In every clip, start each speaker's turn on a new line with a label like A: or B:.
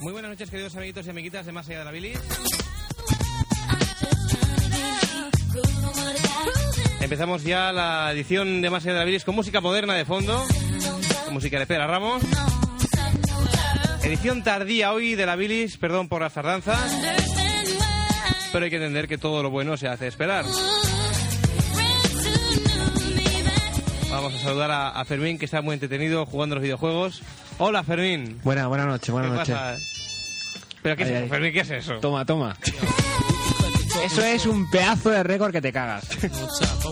A: Muy buenas noches, queridos amiguitos y amiguitas de Más Allá de la Bilis. Empezamos ya la edición de Más Allá de la Bilis con música moderna de fondo. Música de Pera Ramos. Edición tardía hoy de la Bilis, perdón por las tardanzas. Pero hay que entender que todo lo bueno se hace esperar. Vamos a saludar a, a Fermín, que está muy entretenido jugando los videojuegos. Hola, Fermín.
B: Buena, buena noche, buena
A: ¿Qué
B: noche.
A: pasa? ¿Pero qué es
B: Ay,
A: eso,
B: ay.
A: Fermín? ¿Qué es eso?
B: Toma, toma. Eso es un pedazo de récord que te cagas.
C: on top.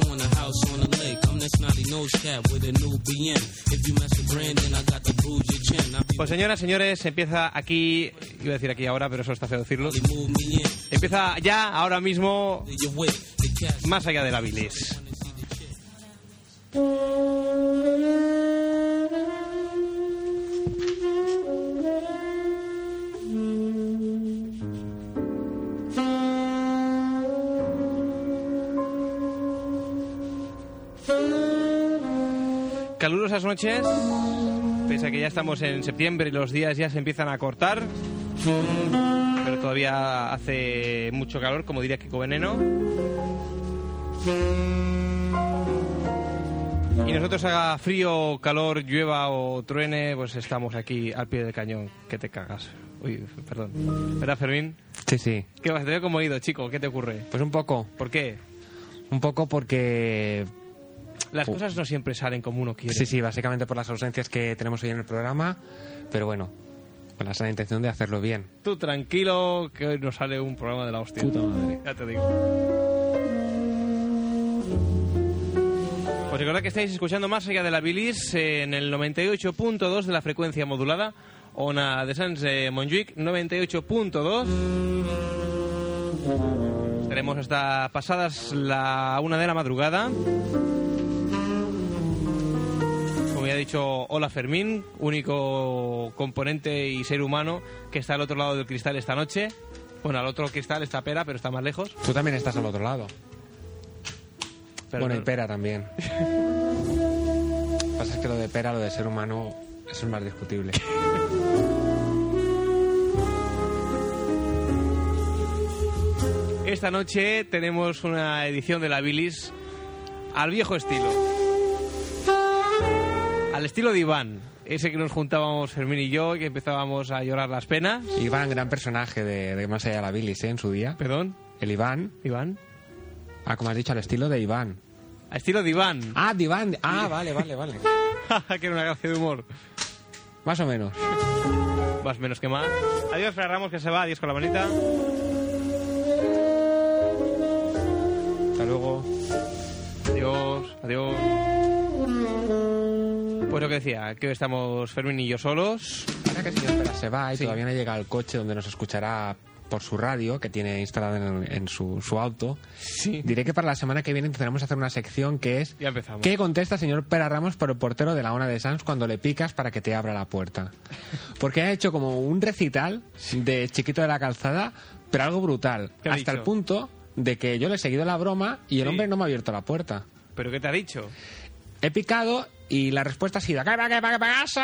C: I want a house on the lake. I'm that snotty nose cat with a new BN. If you mess with Brandon, I got the bruise your chin. I be
A: Pues señoras, señores, empieza aquí, iba a decir aquí ahora, pero eso está feo decirlo.
C: really move me in.
A: Empieza ya, ahora mismo,
C: Your way, the cat.
A: más allá de la bilis. Calurosas noches, pese a que ya estamos en septiembre y los días ya se empiezan a cortar, pero todavía hace mucho calor, como diría Kiko Veneno. Y nosotros haga frío, calor, llueva o truene, pues estamos aquí al pie del cañón, que te cagas. Uy, perdón. ¿Verdad, Fermín?
B: Sí, sí.
A: ¿Qué vas? Te veo como ido, chico, ¿qué te ocurre?
B: Pues un poco.
A: ¿Por qué?
B: Un poco porque...
A: Las
B: Oh.
A: cosas no siempre salen como uno quiere.
B: Sí, sí, básicamente por las ausencias que tenemos hoy en el programa. Pero bueno, con la sana intención de hacerlo bien.
A: Tú tranquilo, que hoy nos sale un programa de la hostia.
B: madre.
A: Ya te digo. Os Pues recordad que estáis escuchando más allá de la bilis eh, en el 98.2 de la frecuencia modulada. Ona de Sans de Montjuic, 98.2. Estaremos hasta pasadas la una de la madrugada. Como ya ha dicho, hola Fermín, único componente y ser humano que está al otro lado del cristal esta noche. Bueno, al otro cristal está Pera, pero está más lejos.
B: Tú también estás al otro lado.
A: Pero
B: bueno,
A: no-
B: y pera también. Lo que pasa es que lo de pera, lo de ser humano, eso es más discutible.
A: Esta noche tenemos una edición de la Bilis al viejo estilo. Al estilo de Iván, ese que nos juntábamos Fermín y yo y que empezábamos a llorar las penas.
B: Iván, gran personaje de, de Más allá de la bilis, ¿eh? En su día.
A: Perdón,
B: El Iván.
A: Iván.
B: Ah, como has dicho, al estilo de Iván.
A: Al estilo de Iván,
B: Ah, de Iván. Ah, vale, vale, vale.
A: que era una gracia de humor.
B: Más o menos.
A: Más menos que más. Adiós, Fran Ramos, que se va. Adiós con la manita. Hasta luego. Adiós, adiós. Pues lo que decía, que hoy estamos Fermín y yo solos.
B: Ahora que el señor Pera se va y
A: Sí.
B: todavía no llega al coche donde nos escuchará por su radio que tiene instalada en, en su, su auto,
A: Sí.
B: diré que para la semana que viene intentaremos hacer una sección que es
A: Ya empezamos.
B: ¿Qué contesta señor Pera Ramos por el portero de la ONA de Sans cuando le picas para que te abra la puerta? Porque ha hecho como un recital de Chiquito de la Calzada, pero algo brutal.
A: ¿Qué ha
B: Hasta el
A: dicho?
B: punto de que yo le he seguido la broma y el
A: Sí.
B: hombre no me ha abierto la puerta.
A: ¿Pero qué te ha dicho?
B: He picado y la respuesta ha sido "¿Qué va, qué va, qué va, eso?".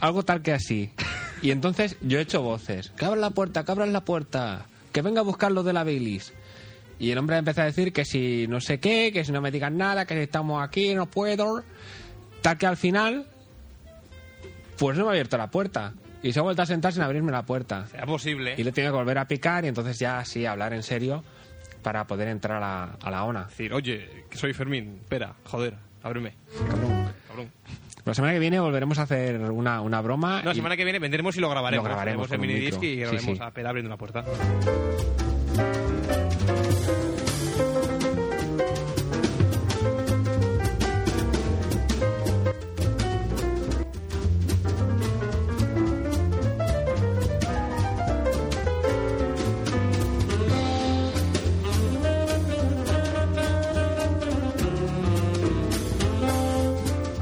B: Algo tal que así. Y entonces yo he hecho voces. Que abran la puerta, que abran la puerta. Que venga a buscar los de la bilis. Y el hombre empezó a decir que si no sé qué, que si no me digan nada, que si estamos aquí, no puedo. Tal que al final, pues no me ha abierto la puerta. Y se ha vuelto a sentar sin abrirme la puerta.
A: Será posible.
B: Y le he tenido que volver a picar y entonces ya sí hablar en serio para poder entrar a, a la ONA.
A: Decir, oye, que soy Fermín. Espera, joder, ábreme.
B: Cabrón.
A: Cabrón.
B: La semana que viene volveremos a hacer una, una broma.
A: No, la
B: y-
A: semana que viene vendremos y lo grabaremos.
B: Lo grabaremos
A: en
B: con un
A: minidisc
B: micro.
A: y
B: Sí, sí.
A: grabemos a Pera abriendo la puerta.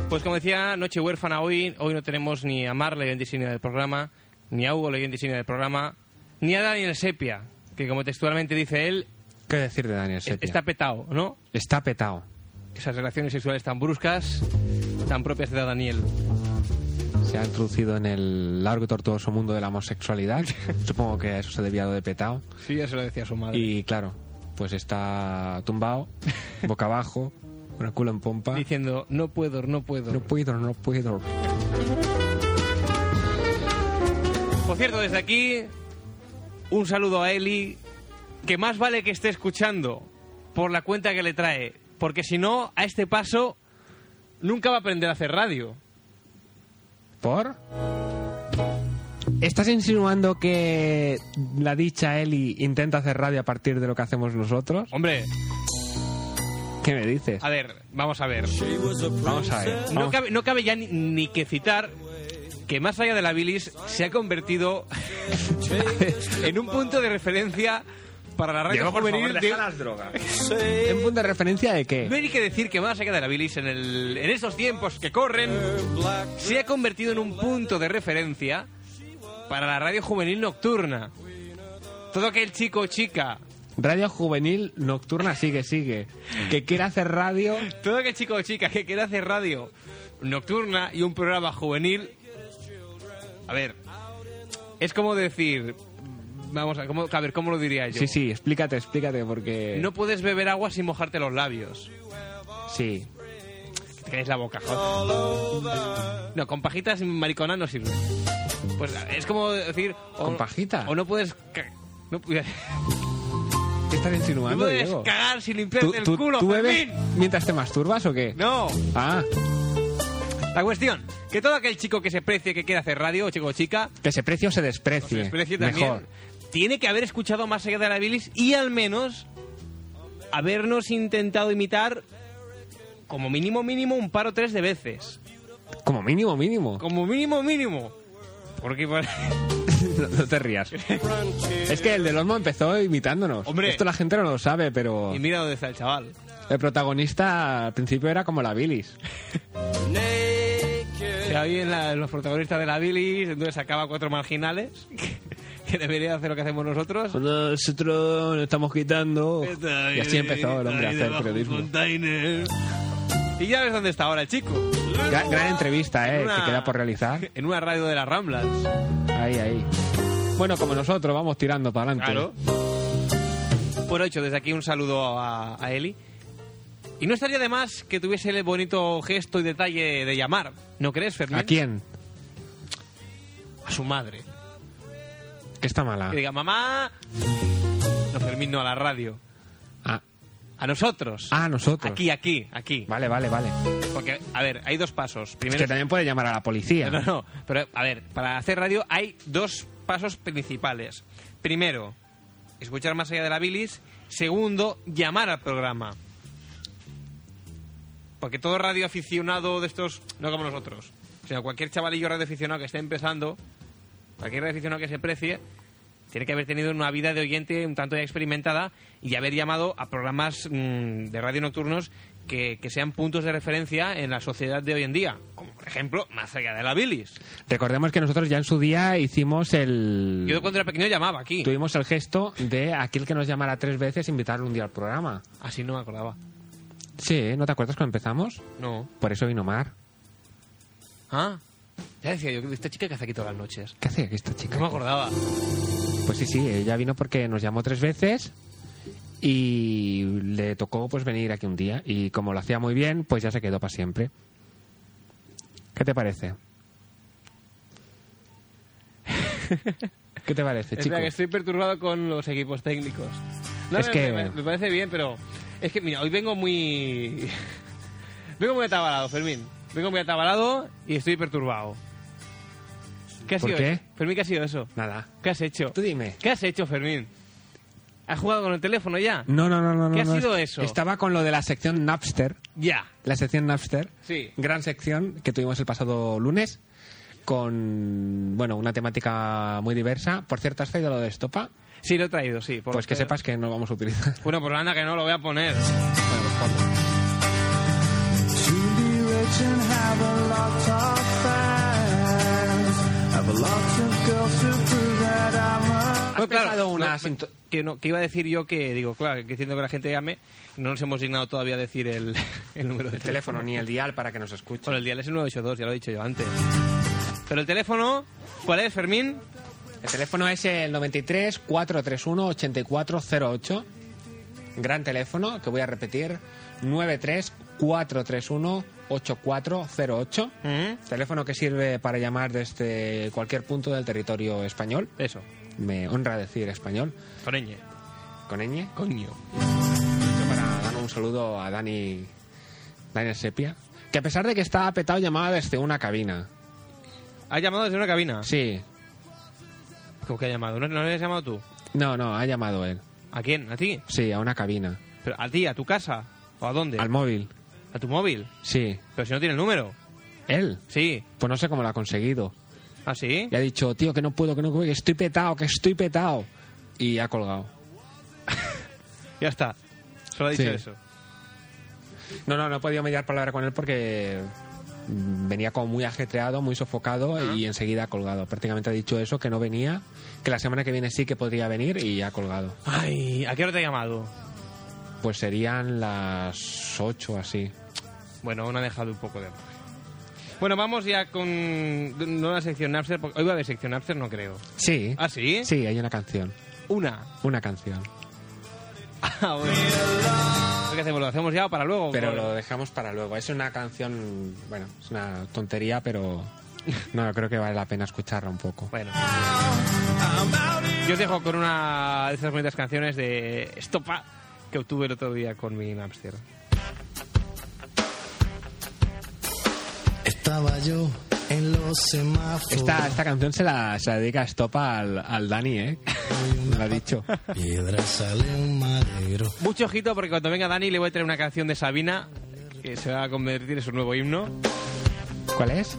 A: Pues como decía, noche huérfana hoy. Hoy no tenemos ni a Mar, leyenda insignia del programa, ni a Hugo, leyenda insignia del programa, ni a Daniel Sepia, que como textualmente dice él,
B: ¿Qué decir de Daniel
A: es-
B: Sepia?
A: está petado, ¿no?
B: Está petado.
A: Esas relaciones sexuales tan bruscas, tan propias de Daniel.
B: se ha introducido en el largo y tortuoso mundo de la homosexualidad. Supongo que a eso se debía lo de petao.
A: Sí, ya se lo decía su madre.
B: Y claro, pues está tumbado, boca abajo, con el culo en pompa.
A: Diciendo, no puedo, no puedo.
B: No puedo, no puedo.
A: Por cierto, desde aquí, un saludo a Eli, que más vale que esté escuchando por la cuenta que le trae, porque si no, a este paso, nunca va a aprender a hacer radio.
B: ¿Por? ¿Estás insinuando que la dicha Eli intenta hacer radio a partir de lo que hacemos nosotros?
A: Hombre,
B: ¿Qué me dices?
A: a ver, vamos a ver.
B: Vamos a ver.
A: Ah, No
B: vamos-
A: cabe, no cabe ya ni, ni que citar que más allá de la bilis se ha convertido en un punto de referencia para la radio
B: Diego, por favor,
A: juvenil de-
B: deja las drogas. ¿En punto de referencia de
A: No
B: qué?
A: hay ni que decir que más allá de la bilis en, el- en estos tiempos que corren se ha convertido en un punto de referencia para la radio juvenil nocturna. Todo aquel chico o chica,
B: Radio Juvenil Nocturna sigue, sigue. Que quiera hacer radio...
A: todo aquel chico o chica que quiera hacer radio nocturna y un programa juvenil, a ver, es como decir, vamos a, cómo- a ver, ¿cómo lo diría yo?
B: Sí, sí, explícate, explícate, porque...
A: No puedes beber agua sin mojarte los labios.
B: Sí.
A: Tenéis la boca, joder. No, con pajitas mariconas no sirve. Pues es como decir... o-
B: ¿Con pajita?
A: O no puedes... ca- No, pu-
B: ¿Qué estás
A: no
B: insinuando,
A: puedes
B: Diego?
A: cagar sin limpiarte el culo,
B: tú bebes
A: Fermín.
B: mientras te masturbas o qué?
A: No.
B: Ah,
A: La cuestión, que todo aquel chico que se precie que quiera hacer radio, o chico o chica,
B: que ese precio se desprecie.
A: se precie también,
B: Mejor.
A: tiene que haber escuchado más allá de la bilis y al menos habernos intentado imitar como mínimo mínimo un par o tres de veces.
B: Como mínimo, mínimo.
A: Como mínimo mínimo. Porque... por-
B: No, no te rías. es que el del Olmo empezó imitándonos.
A: Hombre.
B: Esto la gente no lo sabe, pero
A: Y mira dónde está el chaval.
B: el protagonista al principio era como la bilis.
A: Se va bien la- los protagonistas de la bilis, entonces sacaba cuatro marginales, que, que debería hacer lo que hacemos nosotros.
B: Nosotros nos estamos quitando. Y así empezó el hombre a hacer periodismo.
A: Y ya ves dónde está ahora el chico.
B: Gran, gran entrevista, ¿eh?
A: Una-
B: Que queda por realizar.
A: En una radio de las Ramblas.
B: Ahí, ahí. Bueno, como nosotros vamos tirando para adelante.
A: Claro. Por hecho, desde aquí un saludo a, a Eli. Y no estaría de más que tuviese el bonito gesto y detalle de llamar. ¿No crees, Fermín?
B: ¿A quién?
A: A su madre.
B: Que está mala.
A: Que diga, mamá... No, Fermín, no, a la radio.
B: Ah,
A: A nosotros.
B: ah, nosotros.
A: Aquí, aquí, aquí.
B: Vale, vale, vale.
A: Porque, a ver, hay dos pasos.
B: Es
A: Primero,
B: que también puede llamar a la policía.
A: no, no, pero a ver, para hacer radio hay dos pasos principales. Primero, escuchar más allá de la bilis. Segundo, llamar al programa. Porque todo radio aficionado de estos, no como nosotros, sino cualquier chavalillo radio aficionado que esté empezando, cualquier radio aficionado que se precie, tiene que haber tenido una vida de oyente un tanto ya experimentada y haber llamado a programas mm, de radio nocturnos que, que sean puntos de referencia en la sociedad de hoy en día. Como por ejemplo, Más allá de la bilis.
B: Recordemos que nosotros ya en su día hicimos el.
A: Yo cuando era pequeño llamaba aquí.
B: Tuvimos el gesto de aquel que nos llamara tres veces invitarlo un día al programa.
A: Así no me acordaba.
B: Sí, ¿eh? ¿no te acuerdas cuando empezamos?
A: No.
B: Por eso vino Mar.
A: Ah, ya decía yo, esta chica que hace aquí todas las noches.
B: ¿Qué hace aquí esta
A: No
B: chica?
A: me acordaba.
B: Pues sí, sí, ella vino porque nos llamó tres veces y le tocó pues venir aquí un día. Y como lo hacía muy bien, pues ya se quedó para siempre. ¿Qué te parece? ¿Qué te parece, chico?
A: Espera, que estoy perturbado con los equipos técnicos. No,
B: Es
A: me,
B: que-
A: me- me parece bien, pero es que mira, hoy vengo muy vengo muy atabalado, Fermín. Vengo muy atabalado y estoy perturbado. ¿Qué ha
B: ¿Por
A: sido?
B: qué?
A: eso? Fermín, ¿qué ha sido eso?
B: Nada.
A: ¿Qué has hecho?
B: Tú dime.
A: ¿Qué has hecho, Fermín? ¿Has jugado con el teléfono ya?
B: No, no, no, no.
A: ¿Qué
B: no,
A: ha
B: no,
A: sido
B: es-
A: eso?
B: Estaba con lo de la sección Napster.
A: Ya.
B: La sección Napster.
A: Sí.
B: Gran sección que tuvimos el pasado lunes con, bueno, una temática muy diversa. Por cierto, ¿has traído lo de Estopa?
A: Sí, lo he traído, sí. por-
B: Pues que sepas que no lo vamos a utilizar.
A: Bueno, por anda que no lo voy a poner.
B: Bueno, pues ponlo.
D: To be rich and have a lot of fans. Have a lot of girls to prove that I'm a...
B: Ha empezado una sinto-
A: que, no, que iba a decir yo que, digo, claro, que diciendo que la gente llame, no nos hemos dignado todavía a decir el, el número de
B: el teléfono ni el dial para que nos escuchen.
A: Bueno, el dial es el 982, ya lo he dicho yo antes. Pero el teléfono, ¿cuál es, Fermín?
B: El teléfono es el 93 431 8408. Gran teléfono, que voy a repetir. 93 431 8408.
A: Mm-hmm.
B: Teléfono que sirve para llamar desde cualquier punto del territorio español.
A: Eso.
B: Me honra decir español.
A: Toreñe.
B: Con ñ.
A: Coño.
B: Para dar un saludo a Dani. Daniel Sepia. Que a pesar de que está petado, llamaba desde una cabina.
A: Ha llamado desde una cabina.
B: Sí.
A: ¿Cómo que ha llamado? ¿No, no le has llamado tú?
B: No, no, ha llamado él.
A: ¿A quién? ¿A ti?
B: Sí, a una cabina.
A: Pero, ¿A ti? ¿A tu casa? ¿O a dónde?
B: Al móvil.
A: ¿A tu móvil?
B: Sí.
A: Pero si no tiene el número.
B: Él.
A: Sí.
B: Pues no sé cómo lo ha conseguido.
A: ¿Ah, sí?
B: Le ha dicho, tío, que no puedo, que no puedo, que estoy petado, que estoy petado. Y ha colgado.
A: Ya está. Solo ha dicho
B: Sí.
A: eso.
B: No, no, no he podido mediar palabra con él porque mm, venía como muy ajetreado, muy sofocado y enseguida ha colgado. Prácticamente ha dicho eso, que no venía, que la semana que viene sí que podría venir y ha colgado.
A: Ay, ¿a qué hora te ha llamado?
B: Pues serían las 8 así.
A: Bueno, aún ha dejado un poco de margen. Bueno, vamos ya con nueva sección Napster. porque Hoy va a haber sección Napster, no creo.
B: Sí.
A: ¿Ah, sí?
B: Sí, hay una canción.
A: Una.
B: Una canción.
A: Ah, bueno. ¿Qué hacemos? ¿Lo hacemos ya o para luego?
B: Pero
A: Bueno.
B: lo dejamos para luego. Es una canción, bueno, es una tontería, pero no, creo que vale la pena escucharla un poco.
A: Bueno. Yo os dejo con una de esas bonitas canciones de Estopa que obtuve el otro día con mi Napster.
E: Estaba yo en los semáforos.
B: Esta, esta canción se la, se la dedica Estopa al, al Dani, ¿eh? Me lo ha dicho.
E: Piedra sale un madero.
A: Mucho ojito porque cuando venga Dani le voy a traer una canción de Sabina que se va a convertir en su nuevo himno.
B: ¿Cuál es?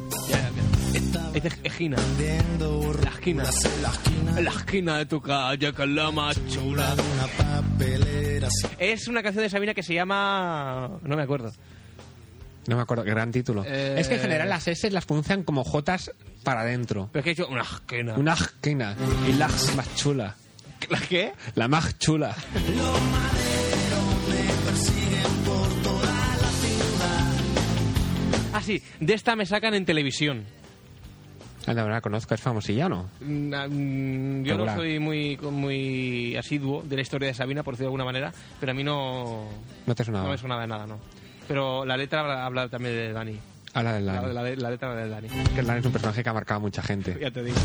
A: Es de Ejina.
E: Viendo
A: La esquina.
E: en la esquina
A: La esquina de tu calle que es la más chula.
E: de una papelera. Si
A: Es una canción de Sabina que se llama... No me acuerdo.
B: No me acuerdo, gran título.
A: Eh,
B: Es que en general las S las pronuncian como Jotas para adentro.
A: Pero es que he dicho una esquina.
B: Una esquina. Y la más chula.
A: ¿La qué?
B: La más chula.
A: Ah, sí. De esta me sacan en televisión.
B: Anda, no Ah, la conozco, es famosilla, ¿no?
A: Na- mm, Yo no
B: Regular.
A: soy muy, muy asiduo de la historia de Sabina, por decirlo de alguna manera, pero a mí no,
B: No te sonaba.
A: no me suena de nada, ¿no. Pero la letra habla, habla también de Dani.
B: Habla Ah, del
A: La,
B: Dani.
A: la- la letra habla de Dani.
B: Que el Dani es un personaje que ha marcado a mucha gente.
A: Ya te digo.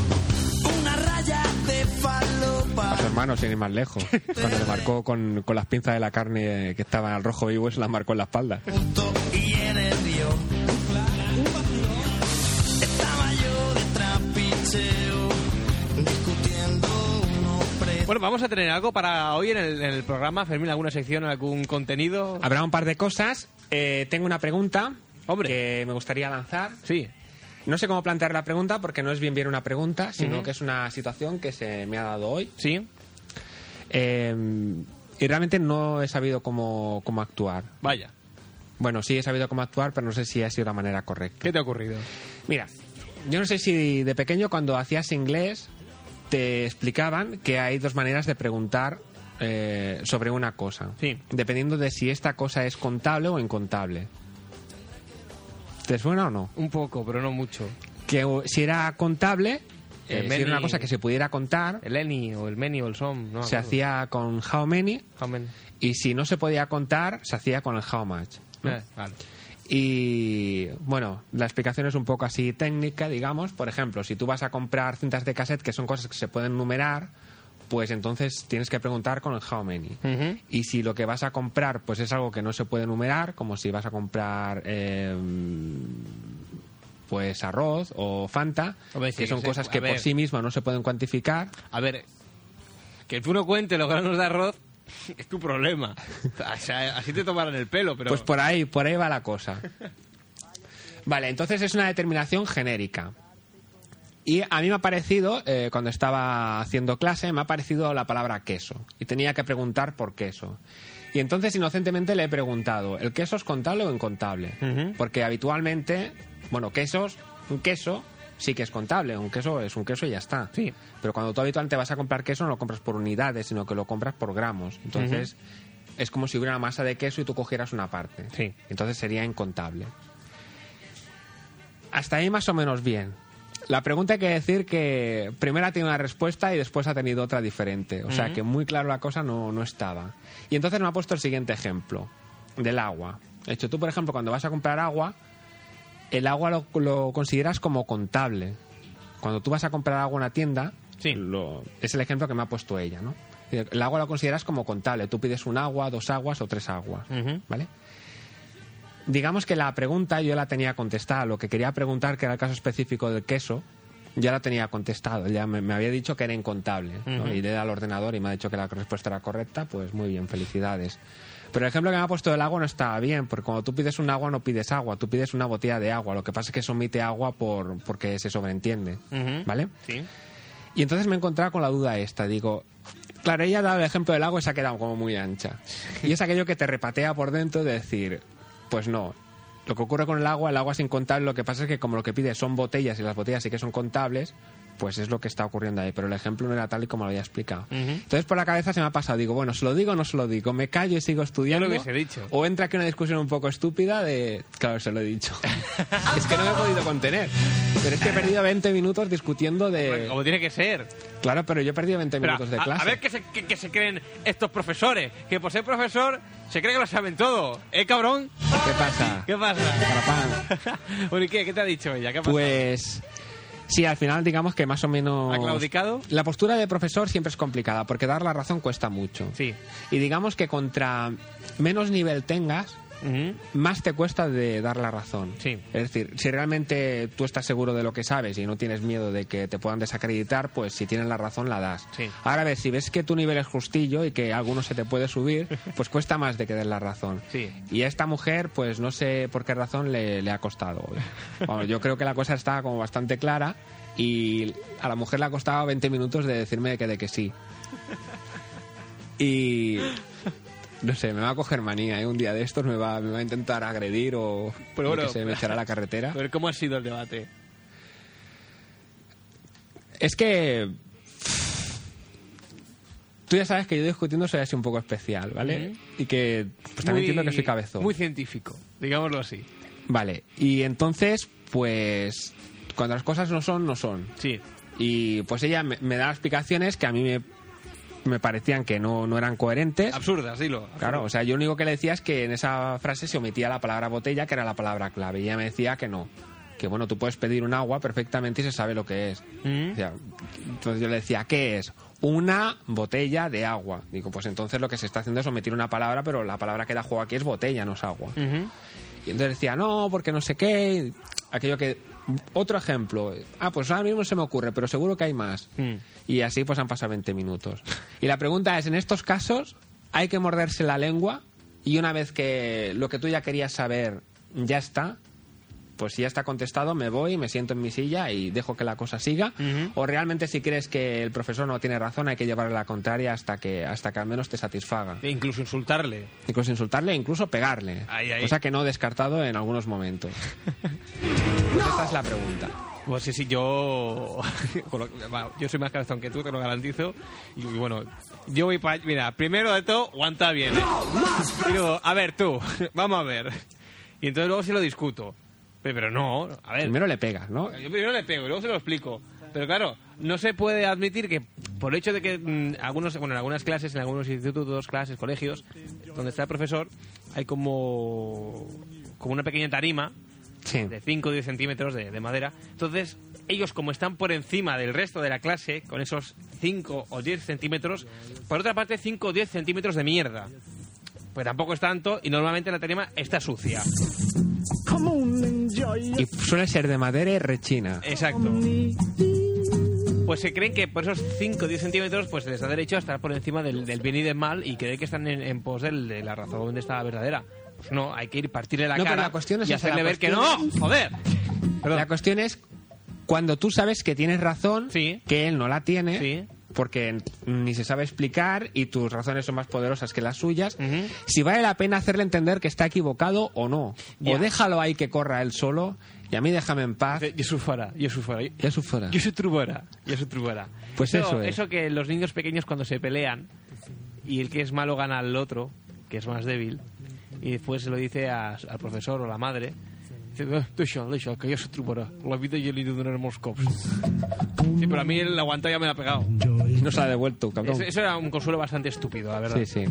E: Una raya de
B: A
E: falopa.
B: su hermano, sin ir más lejos. Cuando le marcó con, con las pinzas de la carne que estaba al rojo vivo, se las marcó en la espalda.
E: Punto y eres Dios. Estaba yo de trapicheo. Discutiendo unos precios.
A: Bueno, vamos a tener algo para hoy en el, en el programa. Fermín, ¿alguna sección, algún contenido?
B: Habrá un par de cosas. Eh, tengo una pregunta
A: Hombre.
B: que me gustaría lanzar.
A: Sí.
B: No sé cómo plantear la pregunta porque no es bien bien una pregunta, sino que es una situación que se me ha dado hoy.
A: Sí.
B: Eh, y realmente no he sabido cómo, cómo actuar.
A: Vaya.
B: Bueno, sí he sabido cómo actuar, pero no sé si ha sido la manera correcta.
A: ¿Qué te ha ocurrido?
B: Mira, yo no sé si de pequeño cuando hacías inglés te explicaban que hay dos maneras de preguntar eh, sobre una cosa.
A: Sí.
B: Dependiendo de si esta cosa es contable o incontable. ¿Te suena o no?
A: Un poco, pero no mucho.
B: Que o- si era contable, eh,
A: El
B: si era una
A: many.
B: cosa que se pudiera contar,
A: El any o el many o el som. No,
B: se
A: no.
B: hacía con how many
A: How many.
B: y si no se podía contar, se hacía con el how much. ¿no?
A: Eh, vale.
B: Y bueno, la explicación es un poco así técnica, digamos. Por ejemplo, si tú vas a comprar cintas de cassette, que son cosas que se pueden numerar, pues entonces tienes que preguntar con el how many.
A: Ujú.
B: Y si lo que vas a comprar pues es algo que no se puede numerar, como si vas a comprar eh, pues arroz o Fanta,
A: Hombre, sí,
B: que son
A: sí,
B: cosas
A: a
B: que por
A: ver.
B: sí mismas no se pueden cuantificar,
A: A ver, que tú no cuentes los granos de arroz es tu problema. O sea, así te tomarán el pelo, pero...
B: Pues por ahí, por ahí va la cosa. Vale, entonces es una determinación genérica. Y a mí me ha parecido, eh, cuando estaba haciendo clase, me ha parecido la palabra queso. Y tenía que preguntar por queso. Y entonces inocentemente le he preguntado, ¿el queso es contable o incontable? Porque habitualmente, bueno, quesos, un queso sí que es contable, un queso es un queso y ya está.
A: Sí.
B: Pero cuando tú habitualmente vas a comprar queso no lo compras por unidades, sino que lo compras por gramos. Entonces es como si hubiera una masa de queso y tú cogieras una parte.
A: Sí.
B: Entonces sería incontable. Hasta ahí más o menos bien. La pregunta hay que decir que primero ha tenido una respuesta y después ha tenido otra diferente. O sea que muy claro la cosa no, no estaba. Y entonces me ha puesto el siguiente ejemplo del agua. De hecho, tú, por ejemplo, cuando vas a comprar agua, el agua lo, lo consideras como contable. Cuando tú vas a comprar agua en una tienda,
A: Sí.
B: lo- es el ejemplo que me ha puesto ella, ¿no? El agua lo consideras como contable. Tú pides un agua, dos aguas o tres aguas,
A: Ujú.
B: ¿vale? Digamos que la pregunta yo la tenía contestada. Lo que quería preguntar, que era el caso específico del queso, ya la tenía contestado. Ya me, me había dicho que era incontable. ¿no?
A: Ujú.
B: Y le he dado al ordenador y me ha dicho que la respuesta era correcta. Pues muy bien, felicidades. Pero el ejemplo que me ha puesto del agua no estaba bien, porque cuando tú pides un agua no pides agua, tú pides una botella de agua. Lo que pasa es que se omite agua por, porque se sobreentiende.
A: Ujú.
B: ¿Vale? Eh,
A: Sí.
B: Y entonces me he encontrado con la duda esta. Digo, claro, ella ha dado el ejemplo del agua y se ha quedado como muy ancha. Y es aquello que te repatea por dentro de decir, pues no. Lo que ocurre con el agua, el agua es incontable. Lo que pasa es que como lo que pide son botellas y las botellas sí que son contables, pues es lo que está ocurriendo ahí. Pero el ejemplo no era tal y como lo había explicado. Entonces por la cabeza se me ha pasado. Digo, bueno, ¿se lo digo o no se lo digo? ¿Me callo y sigo estudiando?
A: hubiese dicho.
B: O entra aquí una discusión un poco estúpida de... Claro, se lo he dicho. es que no me he podido contener. Pero es que he perdido 20 minutos discutiendo de...
A: Como tiene que ser.
B: Claro, pero yo he perdido 20
A: Pero
B: minutos de
A: a-
B: clase.
A: A, ver qué se, qué- qué se creen estos profesores. Que por ser profesor se cree que lo saben todo. ¿Eh, cabrón?
B: ¿Qué pasa?
A: ¿Qué pasa?
B: Carapán?
A: Bueno, ¿y qué? ¿Qué te ha dicho ella? ¿Qué ha pasado?
B: Pues sí, al final digamos que más o menos...
A: ¿Ha claudicado?
B: La postura de profesor siempre es complicada porque dar la razón cuesta mucho.
A: Sí.
B: Y digamos que contra menos nivel tengas,
A: Ujú.
B: más te cuesta de dar la razón.
A: Sí.
B: Es decir, si realmente tú estás seguro de lo que sabes y no tienes miedo de que te puedan desacreditar, pues si tienes la razón la das.
A: Sí.
B: Ahora a ver, si ves que tu nivel es justillo y que alguno se te puede subir, pues cuesta más de que des la razón.
A: Sí.
B: Y a esta mujer, pues no sé por qué razón le, le ha costado. Bueno, yo creo que la cosa está como bastante clara y a la mujer le ha costado 20 minutos de decirme que de que sí. Y no sé, me va a coger manía, ¿eh? Un día de estos me va, me va a intentar agredir o
A: Pero
B: yo
A: bueno,
B: qué sé, me echará a la carretera.
A: A ver, ¿cómo ha sido el debate?
B: Es que... Tú ya sabes que yo discutiendo soy así un poco especial, ¿vale? Y que pues también
A: Muy-
B: entiendo que soy cabezón.
A: Muy científico, digámoslo así.
B: Vale, y entonces, pues... Cuando las cosas no son, no son.
A: Sí.
B: Y pues ella me, me da explicaciones que a mí me, me parecían que no, no eran coherentes.
A: Absurdas, dilo. absurdas.
B: Claro, o sea, yo lo único que le decía es que en esa frase se omitía la palabra botella, que era la palabra clave, y ella me decía que no. Que bueno, tú puedes pedir un agua perfectamente y se sabe lo que es.
A: Mm.
B: O sea, entonces yo le decía, ¿qué es? Una botella de agua. Digo, pues entonces lo que se está haciendo es omitir una palabra, pero la palabra que da juego aquí es botella, no es agua.
A: Ujú.
B: Y entonces decía, no, porque no sé qué. Aquello que. Otro ejemplo. Ah, pues ahora mismo se me ocurre, pero seguro que hay más.
A: Mm.
B: Y así pues han pasado 20 minutos. Y la pregunta es: en estos casos, ¿hay que morderse la lengua? Y una vez que lo que tú ya querías saber ya está, pues si ya está contestado, me voy, me siento en mi silla y dejo que la cosa siga. O realmente, si crees que el profesor no tiene razón, hay que llevarle la contraria hasta que, hasta que al menos te satisfaga.
A: E incluso insultarle.
B: Incluso insultarle, incluso pegarle.
A: Ahí, ahí.
B: Cosa que no he descartado en algunos momentos. Pues esta es la pregunta.
A: Pues sí, sí, yo. con lo- va, yo soy más cabezón que tú, te lo garantizo. Y bueno, yo voy para. Mira, primero de todo, aguanta bien. ¿eh? Y luego, a ver, tú, vamos a ver. Y entonces luego sí lo discuto. Pe- Pero no, a ver.
B: Primero le pegas, ¿no?
A: Yo primero le pego y luego se lo explico. Pero claro, no se puede admitir que por el hecho de que mm, algunos, bueno, en algunas clases, en algunos institutos, clases, colegios, donde está el profesor, hay como, como una pequeña tarima
B: Sí.
A: de 5 o 10 centímetros de, de madera. Entonces, ellos como están por encima del resto de la clase, con esos 5 o 10 centímetros, por otra parte 5 o 10 centímetros de mierda. Pues tampoco es tanto y normalmente la tarima está sucia.
D: Come on, enjoy
B: Y suele ser de madera y rechina.
A: Exacto. Pues se creen que por esos 5 o 10 centímetros pues se les da derecho a estar por encima del, del bien y del mal y creer que están en, en pos del- de la razón de esta verdadera. Pues no, hay que ir partirle la
B: No, pero
A: cara
B: la cuestión es
A: y
B: esa,
A: hacerle
B: la
A: ver que
B: cuestión-
A: no, joder.
B: La cuestión es cuando tú sabes que tienes razón,
A: Sí.
B: que él no la tiene,
A: Sí.
B: porque ni se sabe explicar y tus razones son más poderosas que las suyas,
A: Ujú.
B: si vale la pena hacerle entender que está equivocado o no.
A: Ya.
B: O déjalo ahí que corra él solo y a mí déjame en paz.
A: Yo soy fuera, yo soy fuera.
B: Ya su fuera.
A: Yo soy trubora, yo soy trubora.
B: Pues eso es.
A: Eso que los niños pequeños cuando se pelean y el que es malo gana al otro, que es más débil, y después se lo dice a- al profesor o la madre, Dice, "Eh, deixa, deixa, que ja s'atrobarà. La vida ja li donaré molts cops. Sí, pero a mí el aguanta ya me la ha pegado.
B: No se la ha devuelto, cabrón.
A: Eso, eso era un consuelo bastante estúpido, la verdad.
B: Sí, sí.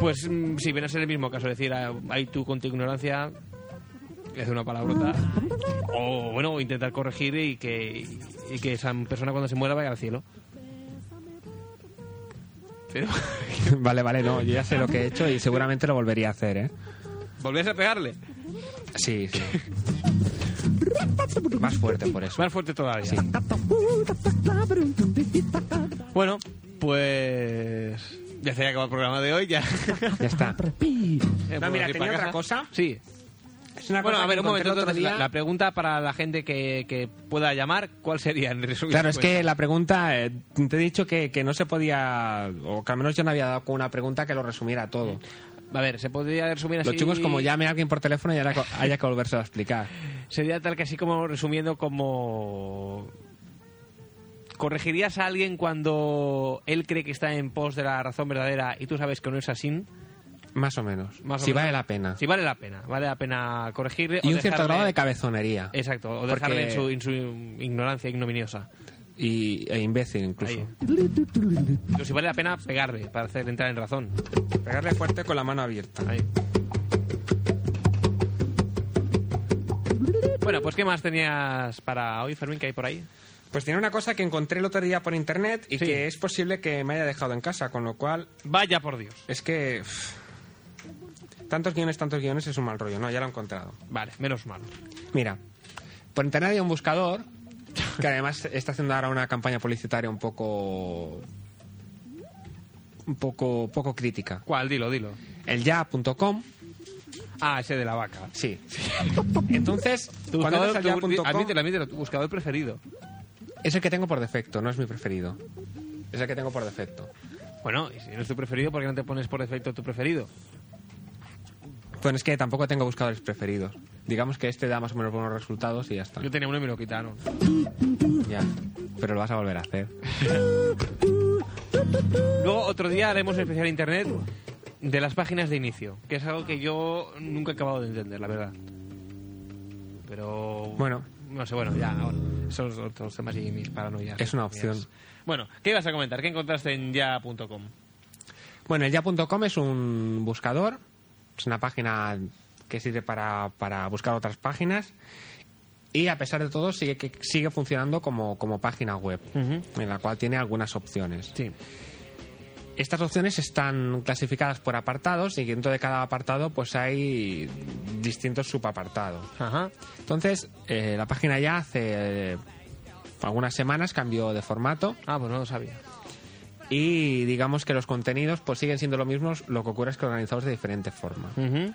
A: Pues mm, si viene a ser el mismo caso, es decir, ah, ahí tú con tu ignorancia le haces una palabrota. O bueno, intentar corregir y que, y que esa persona cuando se muera vaya al cielo. Pero,
B: vale, vale, no. Yo ya sé lo que he hecho y seguramente lo volvería a hacer, ¿eh?
A: ¿Volvías a pegarle?
B: Sí, sí. Más fuerte por eso.
A: Más fuerte todavía. Bueno, pues... Ya se ha acabado el programa de hoy, ya.
B: Ya está.
A: Eh,
B: No, mira,
A: podemos
B: tenía
A: ir para
B: otra
A: casa.
B: cosa.
A: Sí.
B: Es una
A: Bueno,
B: cosa
A: a ver,
B: que
A: un momento.
B: encontré el otro
A: entonces, la,
B: día.
A: la pregunta para la gente que, que pueda llamar, ¿cuál sería en resumen? Pues,
B: Claro, es que la pregunta, eh, te he dicho que, que no se podía, o que al menos yo no había dado con una pregunta que lo resumiera todo.
A: A ver, se podría resumir así.
B: Los chicos, como llame a alguien por teléfono, y ahora co- haya que volverse a explicar.
A: Sería tal que así como resumiendo como... ¿Corregirías a alguien cuando él cree que está en pos de la razón verdadera y tú sabes que no es así?
B: Más o menos.
A: Más o
B: si
A: menos.
B: vale la pena.
A: Si vale la pena. Vale la pena corregirle.
B: y
A: o
B: un cierto
A: dejarle-
B: grado de cabezonería.
A: Exacto, o
B: Porque-
A: dejarle en su, en su ignorancia ignominiosa.
B: Y, e imbécil, incluso.
A: Ahí. Pero si vale la pena pegarle para hacer entrar en razón.
B: Pegarle fuerte con la mano abierta.
A: Ahí. Bueno, pues ¿qué más tenías para hoy, Fermín, que hay por ahí?
B: Pues tiene una cosa que encontré el otro día por internet y
A: Sí.
B: que es posible que me haya dejado en casa, con lo cual
A: Vaya por Dios.
B: es que. uff, tantos guiones, tantos guiones es un mal rollo. No, ya lo he encontrado.
A: Vale, menos mal.
B: Mira, por internet había un buscador que además está haciendo ahora una campaña publicitaria un poco. un poco, poco crítica.
A: ¿Cuál? Dilo, dilo.
B: El ya.com,
A: Ah, ese de la vaca.
B: sí. Entonces,
A: Tu
B: cuando
A: buscador,
B: entras al
A: tu- di-
B: ya.com,
A: admítelo, admítelo, tu buscador preferido.
B: es el que tengo por defecto, no es mi preferido. Es el que tengo por defecto.
A: Bueno, y si no es tu preferido, ¿por qué no te pones por defecto tu preferido?
B: Pues es que tampoco tengo buscadores preferidos. Digamos que este da más o menos buenos resultados y ya está.
A: Yo tenía uno y me lo quitaron.
B: Ya. Pero lo vas a volver a hacer.
A: Luego, otro día haremos un especial internet de las páginas de inicio, que es algo que yo nunca he acabado de entender, la verdad. Pero...
B: Bueno.
A: No sé, bueno, ya, ahora. Esos son otros temas y mis paranoias.
B: Es una opción.
A: Mías. Bueno, ¿qué ibas a comentar? ¿Qué encontraste en ya.com?
B: Bueno, el ya.com es un buscador. Es una página que sirve para, para buscar otras páginas. Y a pesar de todo, sigue, que- sigue funcionando como, como página web,
A: Ujú.
B: en la cual tiene algunas opciones.
A: Sí.
B: Estas opciones están clasificadas por apartados y dentro de cada apartado pues hay distintos subapartados.
A: Ajá.
B: Entonces, eh, la página ya hace eh, algunas semanas cambió de formato
A: Ah, pues no lo sabía.
B: y digamos que los contenidos pues siguen siendo los mismos, lo que ocurre es que organizados de diferente forma.
A: Ujú.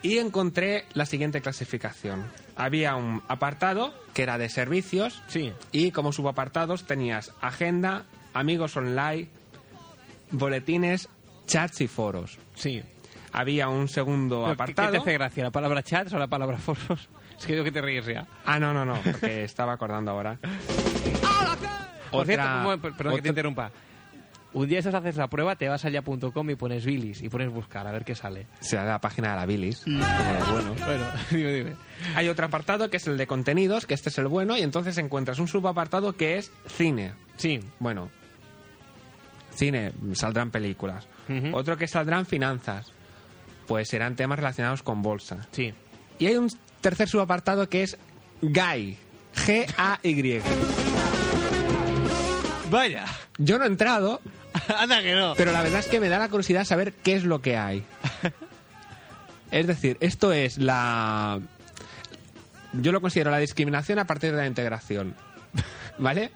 B: Y encontré la siguiente clasificación. Había un apartado que era de servicios
A: Sí.
B: y como subapartados tenías agenda, amigos online, boletines, chats y foros.
A: Sí.
B: Había un segundo
A: Pero, ¿qué- ¿Qué te
B: apartado.
A: hace gracia? ¿La palabra chats o la palabra foros? Es que digo que te ríes ya.
B: Ah, no, no, no, porque estaba acordando ahora.
A: Ah, Por
B: Otra-
A: cierto, un momento, perdón que
B: otra-
A: te interrumpa. Un día estos haces la prueba, te vas a ya.com y pones bilis y pones buscar a ver qué sale.
B: Será la página de la bilis.
A: Bueno, bueno, dime, dime.
B: Hay otro apartado que es el de contenidos, que este es el bueno, y entonces encuentras un subapartado que es cine.
A: Sí,
B: Bueno, cine, saldrán películas.
A: Ujú.
B: Otro que saldrán finanzas, pues serán temas relacionados con bolsa.
A: sí.
B: Y hay un tercer subapartado que es GAI. G-A-Y.
A: Vaya,
B: Yo no he entrado,
A: anda que no.
B: pero la verdad es que me da la curiosidad saber qué es lo que hay. Es decir, esto es la... Yo lo considero la discriminación a partir de la integración. ¿Vale?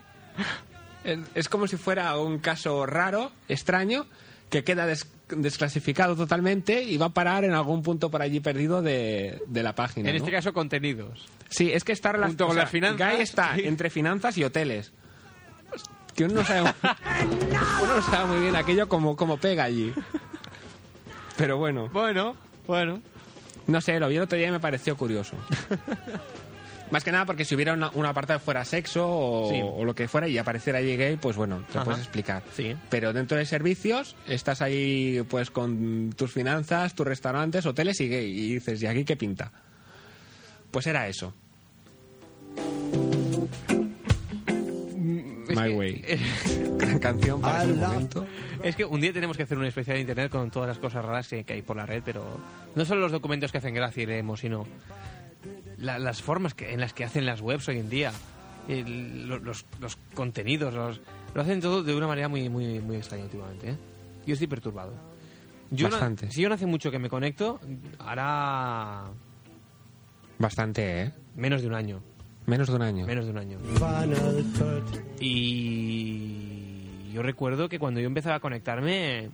B: Es- Es como si fuera un caso raro, extraño, que queda des- desclasificado totalmente y va a parar en algún punto por allí perdido de, de la página.
A: En este
B: ¿no?
A: caso, contenidos.
B: Sí, es que está relacionado.
A: Junto con las finanzas.
B: está
A: Sí.
B: entre finanzas y hoteles. Que uno no sabe, uno no sabe muy bien aquello como, como pega allí. Pero bueno,
A: Bueno, bueno.
B: no sé, lo vi el otro día y me pareció curioso. Más que nada porque si hubiera una, una parte fuera sexo o,
A: Sí.
B: o lo que fuera y apareciera allí gay, pues bueno, te
A: Ajá.
B: puedes explicar.
A: Sí.
B: Pero dentro de servicios estás ahí pues con tus finanzas, tus restaurantes, hoteles y gay. Y dices, ¿y aquí qué pinta? Pues era eso. My Way. Gran canción para
D: I
B: ese
D: love-
B: momento.
A: Es que un día tenemos que hacer un especial de internet con todas las cosas raras que que hay por la red, pero no solo los documentos que hacen gracia y leemos, sino la- las formas que, en las que hacen las webs hoy en día, el- lo- los, los contenidos, los- lo hacen todo de una manera muy, muy, muy extraña últimamente. ¿eh? Yo estoy perturbado. Yo no-
B: Bastante.
A: si yo no hace mucho que me conecto, hará
B: Bastante, ¿eh?
A: menos de un año.
B: Menos de un año.
A: Menos de un año. Y yo recuerdo que cuando yo empezaba a conectarme,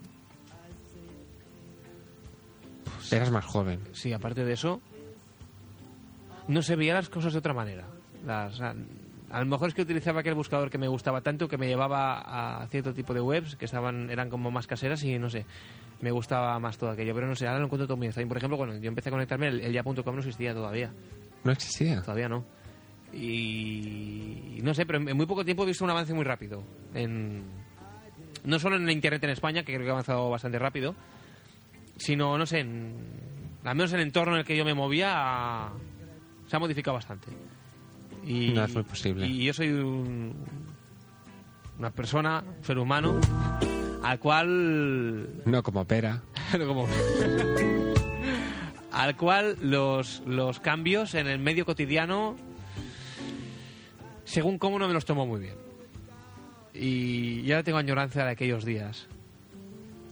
B: Eras más joven.
A: Sí, aparte de eso, no se veía las cosas de otra manera. Las- a, a lo mejor es que utilizaba aquel buscador que me gustaba tanto, que me llevaba a cierto tipo de webs que estaban eran como más caseras y no sé, me gustaba más todo aquello. Pero no sé, ahora lo encuentro todo muy extraño. Por ejemplo, cuando yo empecé a conectarme, el, el ya.com no existía todavía.
B: No existía.
A: Todavía no. Y, y no sé, pero en, en muy poco tiempo he visto un avance muy rápido. En, no solo en Internet en España, que creo que ha avanzado bastante rápido, sino, no sé, en, al menos el entorno en el que yo me movía ah, se ha modificado bastante. Y,
B: No, es muy posible.
A: Y yo soy un- una persona, un ser humano, al cual
B: No como pera.
A: no como- Al cual los, los cambios en el medio cotidiano, según cómo no me los tomo muy bien. Y ya tengo añoranza de aquellos días.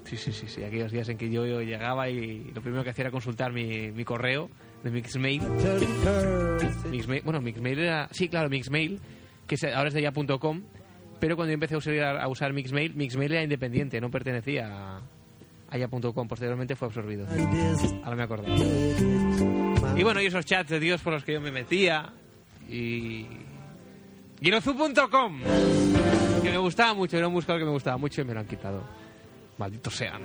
A: Sí, sí, sí, sí, aquellos días en que yo, yo llegaba y lo primero que hacía era consultar mi, mi correo de Mixmail. Mixmail. Bueno, Mixmail era... Sí, claro, Mixmail, que se- ahora es de ya.com, pero cuando yo empecé a usar, a usar Mixmail, Mixmail era independiente, no pertenecía a, a ya.com, posteriormente fue absorbido. Ahora me acuerdo. Y bueno, y esos chats de Dios por los que yo me metía y... Girozu.com que me gustaba mucho, era un buscador que me gustaba mucho y me lo han quitado. Maldito sean.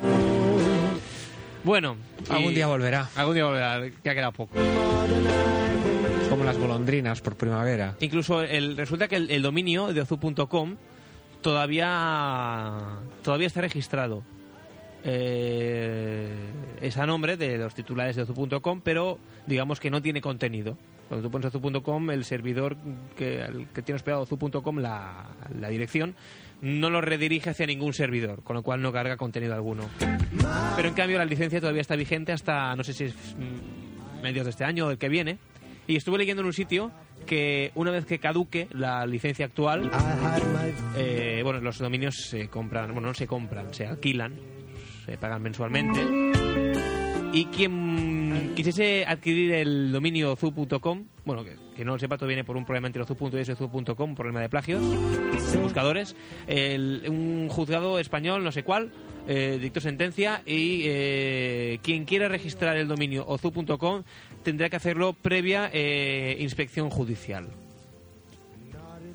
A: Bueno,
B: Algún
A: y-
B: día volverá.
A: Algún día volverá, que ha quedado poco.
B: Como las golondrinas por primavera.
A: Incluso el, resulta que el, el dominio de ozu.com todavía, todavía está registrado. Eh, es a nombre de los titulares de ozu.com, pero digamos que no tiene contenido. Cuando tú pones ozu.com, el servidor que, al que tiene hospedado ozu.com, la, la dirección, no lo redirige hacia ningún servidor, con lo cual no carga contenido alguno. Pero en cambio la licencia todavía está vigente hasta, no sé si es mm, mediados de este año o el que viene. Y estuve leyendo en un sitio que una vez que caduque la licencia actual, eh, bueno, los dominios se compran, bueno, no se compran, se alquilan, se pagan mensualmente. Y quien quisiese adquirir el dominio zu.com, bueno, que, que no lo sepa, todo viene por un problema entre zu.es y zu.com, un problema de plagios, de buscadores. El- un juzgado español, no sé cuál, eh, dictó sentencia y eh, quien quiera registrar el dominio ozu.com tendrá que hacerlo previa eh, inspección judicial.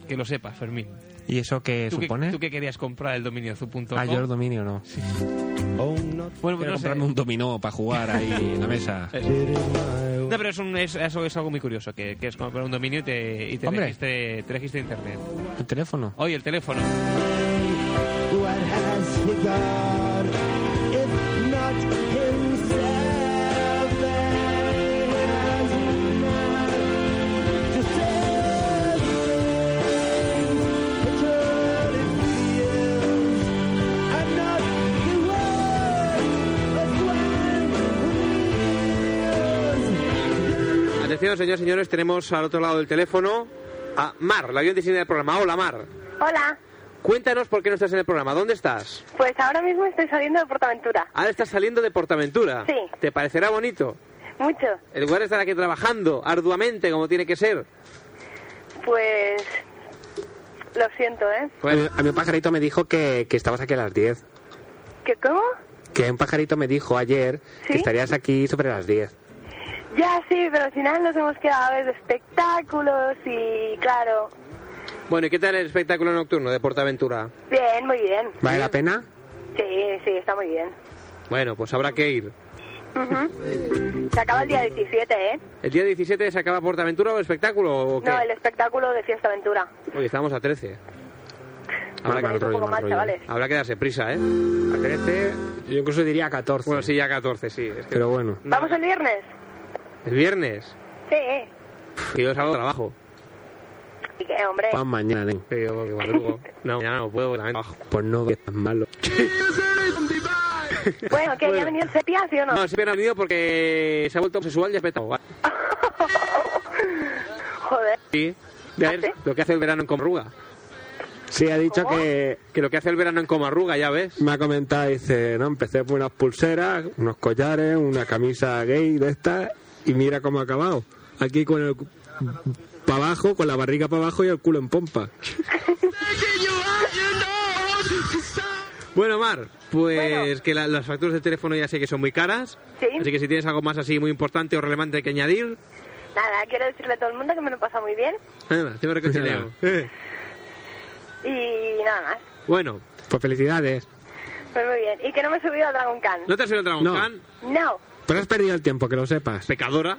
A: Que lo sepas, Fermín.
B: ¿Y eso qué
A: ¿Tú que,
B: supone?
A: tú que querías comprar el dominio zu.com?
B: Ah, yo el dominio no.
A: Bueno, pues
B: Quiero
A: no sé. Eh.
B: comprarme un dominó para jugar ahí en la mesa.
A: No, pero es, un- es- eso es algo muy curioso, que, que es comprar un dominio y te, y te,
B: Hombre.
A: registre, te registre internet.
B: ¿El teléfono?
A: Oye, el teléfono.
D: What has he got? If not himself, then has man to save things which only feels, and not the word of one who kneels.
A: Atención, señores señores, tenemos al otro lado del teléfono a Mar, la guion diseñadora del programa. Hola, Mar.
F: Hola,
A: Cuéntanos por qué no estás en el programa. ¿Dónde estás?
F: pues ahora mismo estoy saliendo de Portaventura.
A: Ahora estás saliendo de Portaventura.
F: Sí.
A: ¿Te parecerá bonito?
F: Mucho.
A: En lugar de estar aquí trabajando arduamente como tiene que ser.
F: Pues. Lo siento, ¿eh?
B: a mí un pajarito me dijo que, que estabas aquí a las 10.
F: ¿Que cómo?
B: Que un pajarito me dijo ayer que
F: ¿Sí?
B: estarías aquí sobre las 10.
F: Ya sí, pero al final nos hemos quedado a ver espectáculos y, claro.
A: Bueno, ¿y qué tal el espectáculo nocturno de Portaventura?
F: Bien, muy bien.
B: ¿Vale la pena?
F: Sí, sí, está muy bien.
A: Bueno, pues habrá que ir.
F: Ujú. Se acaba el día 17, ¿eh?
A: ¿El día 17 se acaba Portaventura o el espectáculo? ¿o qué?
F: No, el espectáculo de Fiesta Aventura.
A: Oye, estamos a 13.
B: Mal, mal
F: un
B: rollo,
F: poco
B: mal
F: más,
B: rollo.
F: chavales.
A: Habrá que darse prisa, ¿eh? A 13.
B: Yo incluso diría 14.
A: Bueno, sí, ya 14, sí. Es que-
B: Pero bueno.
F: ¿Vamos el viernes?
A: El viernes.
F: Sí.
A: Que yo salgo de trabajo.
F: ¿Y qué, hombre?
B: Pan mañana, ¿eh?
A: Que yo que madrugo. No, mañana no puedo, porque también trabajo.
B: Pues no que es tan malo.
F: Bueno, ¿qué? ¿Ya ha venido el sepia, sí o no?
A: No, siempre no ha venido porque se ha vuelto sexual y ha petado.
F: Joder.
A: Sí. De ver, lo que hace el verano en Comarruga.
B: Sí, ha dicho
F: ¿Cómo?
B: que
A: Que lo que hace el verano en Comarruga, ya ves.
B: me ha comentado, dice, no, empecé por unas pulseras, unos collares, una camisa gay de estas, y mira cómo ha acabado. Aquí con el para abajo, con la barriga para abajo y el culo en pompa.
A: Bueno, Mar, pues que la- las facturas de teléfono ya sé que son muy caras.
F: Sí.
A: Así que si tienes algo más así muy importante o relevante que añadir, eh,
F: Nada, quiero decirle a todo el mundo que me lo pasa muy bien
A: nada, te me reconcilio. Eh,
F: y nada más.
A: Bueno,
B: Pues felicidades.
F: Pues muy bien. ¿Y que no me he subido a Dragon Khan?
A: ¿no te has ido al Dragon
B: No.
A: Khan?
F: No.
B: Pero has perdido el tiempo, que lo sepas.
A: Pecadora.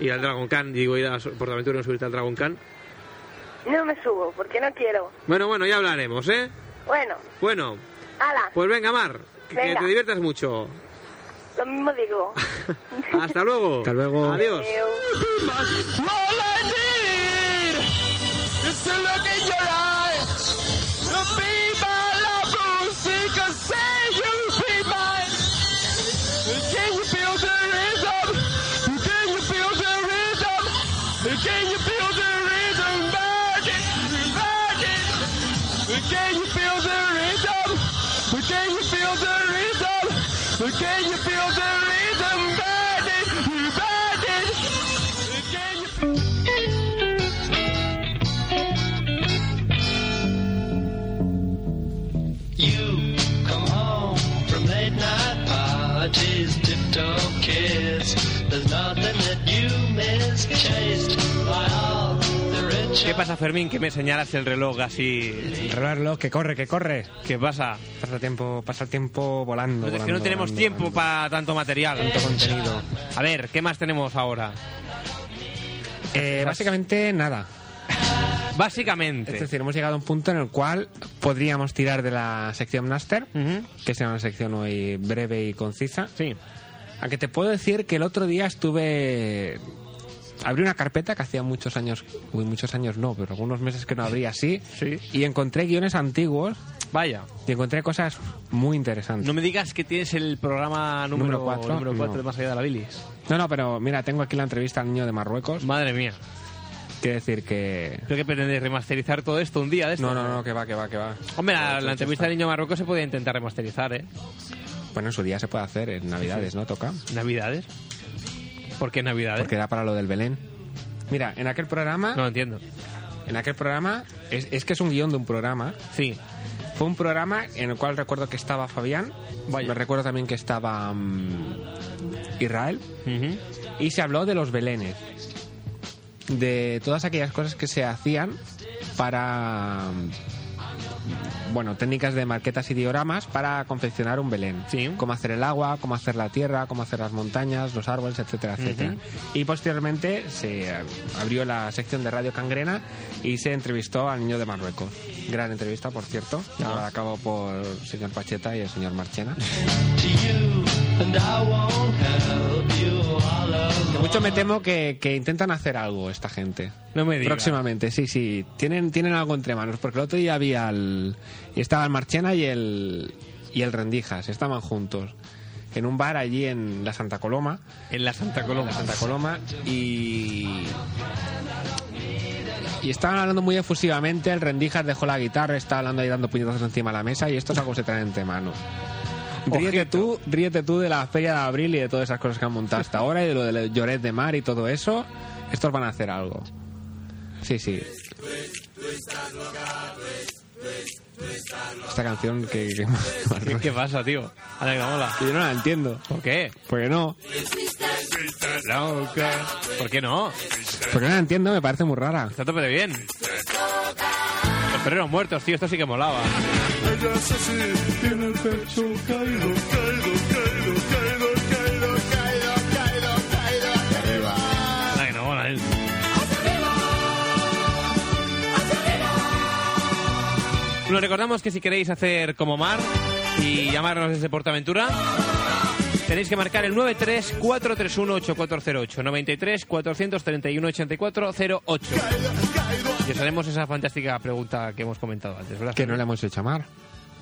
A: Ir al Dragon Khan, digo, ir a so- Portaventura y no subirte al Dragon Khan.
F: No me subo, porque no quiero.
A: Bueno, bueno, ya hablaremos, ¿eh?
F: Bueno,
A: Bueno,
F: ala,
A: pues venga, Mar, que, que
F: Venga.
A: te diviertas mucho.
F: lo mismo digo.
A: Hasta luego.
B: Hasta luego.
A: Adiós.
F: Adiós.
E: All I need is to look in your eyes. To be my lover, she can say you'll be mine. Can you feel the rhythm? Can you feel the rhythm? Can you feel the rhythm? Magic, magic. Can you feel the rhythm? Can you feel the rhythm? Can you feel the rhythm? Magic, magic. Can you feel You come home from late night parties, tiptoe kiss. There's nothing that you miss, chased by all the rich.
A: ¿Qué pasa, Fermín? Que me señalas el reloj así.
B: Revelarlo, que corre, que corre.
A: ¿Qué pasa?
B: Pasa el tiempo, pasa el tiempo volando.
A: Pues es que
B: volando,
A: no tenemos
B: volando,
A: tiempo
B: volando.
A: para tanto material.
B: Tanto contenido.
A: A ver, ¿qué más tenemos ahora?
B: Eh, básicamente nada.
A: Básicamente.
B: Es decir, hemos llegado a un punto en el cual podríamos tirar de la sección Master,
A: Ujú.
B: que será una sección hoy breve y concisa.
A: Sí.
B: A que te puedo decir que el otro día estuve. Abrí una carpeta que hacía muchos años. Uy, muchos años no, pero algunos meses que no abría así.
A: Sí.
B: Y encontré guiones antiguos
A: Vaya.
B: y encontré cosas muy interesantes.
A: No me digas que tienes el programa número
B: Número cuatro,
A: número cuatro
B: no.
A: de Más Allá de la Bilis.
B: No, no, pero mira, tengo aquí la entrevista al niño de Marruecos.
A: Madre mía.
B: Quiere decir que.
A: Creo que pretendéis remasterizar todo esto un día de esto.
B: No, no, no, que va, que va, que va.
A: Hombre, la,
B: Ya
A: la
B: está.
A: entrevista del niño Marruecos se podía intentar remasterizar, ¿eh?
B: Bueno, en su día se puede hacer, en Navidades, ¿no? Toca.
A: Navidades. ¿Por qué Navidades?
B: Porque da para lo del Belén. Mira, en aquel programa,
A: No lo entiendo.
B: en aquel programa, es, es que es un guión de un programa.
A: Sí.
B: Fue un programa en el cual recuerdo que estaba Fabián,
A: Vaya.
B: me recuerdo también que estaba mm, Israel,
A: Ujú.
B: y se habló de los belenes, de todas aquellas cosas que se hacían para, mm, bueno, técnicas de marquetas y dioramas para confeccionar un belén.
A: Sí.
B: Cómo hacer el agua, cómo hacer la tierra, cómo hacer las montañas, los árboles, etcétera, etcétera. Y posteriormente se eh, abrió la sección de Radio Cangrena y se entrevistó al niño de Marruecos. Gran entrevista, por cierto, llevada a cabo por el señor Pacheta y el señor Marchena. Que mucho me temo que, que intentan hacer algo esta gente.
A: No me digas.
B: Próximamente, sí, sí. Tienen, tienen algo entre manos. Porque el otro día había al. Y estaba el Marchena y el. Y el Rendijas. Estaban juntos. En un bar allí en la Santa Coloma.
A: En la Santa
B: En
A: Coloma.
B: la Santa Coloma. Y. Y estaban hablando muy efusivamente. El Rendijas dejó la guitarra. Estaba hablando ahí dando puñetazos encima de la mesa. Y esto es algo que se trae entre manos. Ríete tú, ríete tú de la feria de abril y de todas esas cosas que han montado hasta ahora y de lo de Lloret de Mar y todo eso. Estos van a hacer algo. Sí, sí. Esta canción que, que-
A: ¿Qué, qué pasa, tío? Ahora que la mola.
B: que yo no la entiendo.
A: ¿Por qué?
B: Porque no.
A: ¿Por qué no?
B: Porque no la entiendo, me parece muy rara.
A: Está a tope de bien. Los perreros muertos, tío. Esto sí que molaba.
D: Ella es así, tiene el pecho caído, caído, caído, caído, caído, caído.
A: Nos recordamos que si queréis hacer como Mar y llamarnos desde Portaventura, tenéis que marcar el 93-431-8408. 93-431-8408. Y os haremos esa fantástica pregunta que hemos comentado antes, ¿verdad?
B: Que no le hemos hecho a Mar.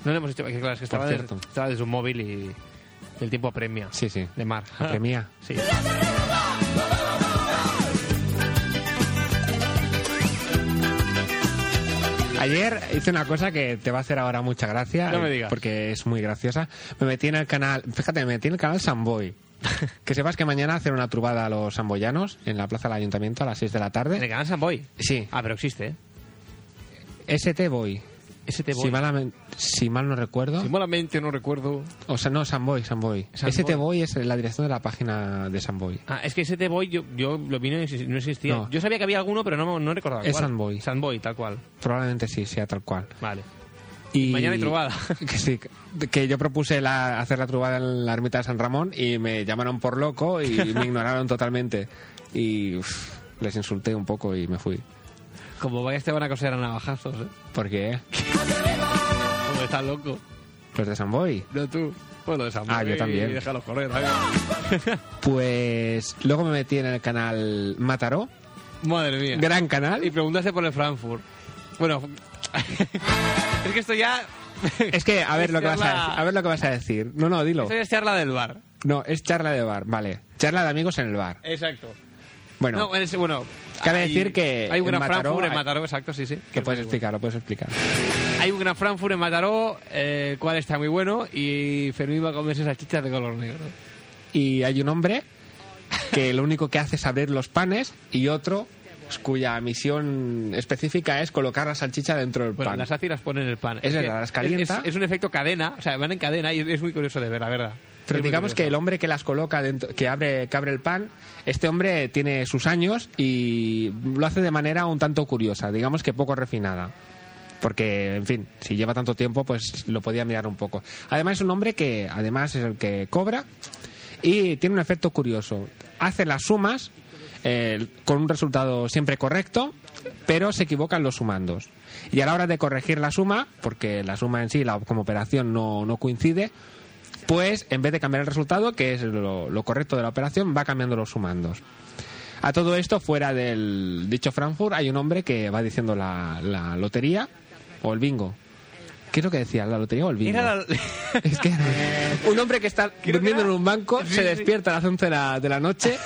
A: No le hemos hecho... que Claro, es que
B: Por
A: estaba, desde,
B: cierto.
A: estaba desde un móvil y el tiempo apremia.
B: Sí, sí.
A: De Mar.
B: Apremia.
A: Sí.
B: Ayer hice una cosa que te va a hacer ahora mucha gracia.
A: No me
B: eh,
A: digas.
B: Porque es muy graciosa. Me metí en el canal, fíjate, me metí en el canal Samboy. que sepas que mañana hacen una trubada a los samboyanos en la plaza del ayuntamiento a las 6 de la
A: ¿En el
B: tarde.
A: canal Samboy?
B: Sí.
A: Ah, pero existe, ¿eh?
B: ST Boy.
A: Ese te
B: Si, malamente- si mal no recuerdo.
A: Si malamente no recuerdo.
B: O sea, no, Samboy, Samboy.
A: Samboy.
B: ST Boy es la dirección de la página de Samboy.
A: Ah, es que ese te voy, yo, yo lo vi, no exis- no existía.
B: No.
A: Yo sabía que había alguno, pero no, no recordaba.
B: Es
A: cuál.
B: Sandboy.
A: Sandboy, tal cual.
B: Probablemente sí, sea tal cual.
A: Vale.
B: Y
A: Mañana hay trobada.
B: Que sí, que- que yo propuse la- hacer la trubada en la ermita de San Ramón y me llamaron por loco y me ignoraron totalmente. Y uf, les insulté un poco y me fui.
A: Como vayas
B: este,
A: te van a coser a navajazos, ¿eh?
B: Porque
A: Como estás loco.
B: los de Samboy.
A: No tú. Pues lo de Sandboy.
B: Ah, yo también.
A: Y déjalos correr.
B: Pues luego me metí en el canal Mataró,
A: Madre mía.
B: gran canal.
A: Y preguntaste por el Frankfurt. Bueno. es que esto ya.
B: Es que a ver
A: Es
B: lo que vas a
A: charla-
B: decir. A ver lo que vas a decir. No, no, dilo.
A: Esto ya es charla del bar.
B: No, es charla de bar, vale. Charla de amigos en el bar.
A: Exacto.
B: Bueno,
A: No, es- bueno.
B: Cabe
A: hay-
B: decir que
A: Hay un
B: en
A: gran
B: Mataró
A: Frankfurt en
B: hay-
A: Mataró, exacto, sí, sí.
B: lo puedes explicar, lo puedes explicar.
A: Hay un gran Frankfurt en Mataró, eh, el cual está muy bueno, y Fermín va a comerse salchichas de color negro.
B: y hay un hombre que lo único que hace es abrir los panes y otro pues, cuya misión específica es colocar la salchicha dentro del
A: Bueno,
B: pan.
A: las hace y las pone en el pan.
B: Es verdad,
A: que
B: las calienta.
A: Es, es un efecto cadena, o sea, van en cadena y es, es muy curioso de ver, la verdad. Es
B: Pero
A: muy
B: digamos que el
A: curioso.
B: hombre que las coloca dentro, que abre, que abre el pan, este hombre tiene sus años y lo hace de manera un tanto curiosa, digamos que poco refinada. Porque, en fin, si lleva tanto tiempo, pues lo podía mirar un poco. Además, es un hombre que, además, es el que cobra y tiene un efecto curioso. Hace las sumas eh, con un resultado siempre correcto, pero se equivocan los sumandos. Y a la hora de corregir la suma, porque la suma en sí, la, como operación, no, no coincide, pues en vez de cambiar el resultado, que es lo, lo correcto de la operación, va cambiando los sumandos. A todo esto, fuera del dicho Frankfurt, hay un hombre que va diciendo la, la lotería o el bingo. ¿Qué es lo que decía? ¿La lotería o el bingo?
A: Era la-
B: Es que un hombre que está
A: que
B: durmiendo en
A: era-
B: un banco
A: Sí,
B: se
A: sí.
B: despierta a las 11 de la, de la noche,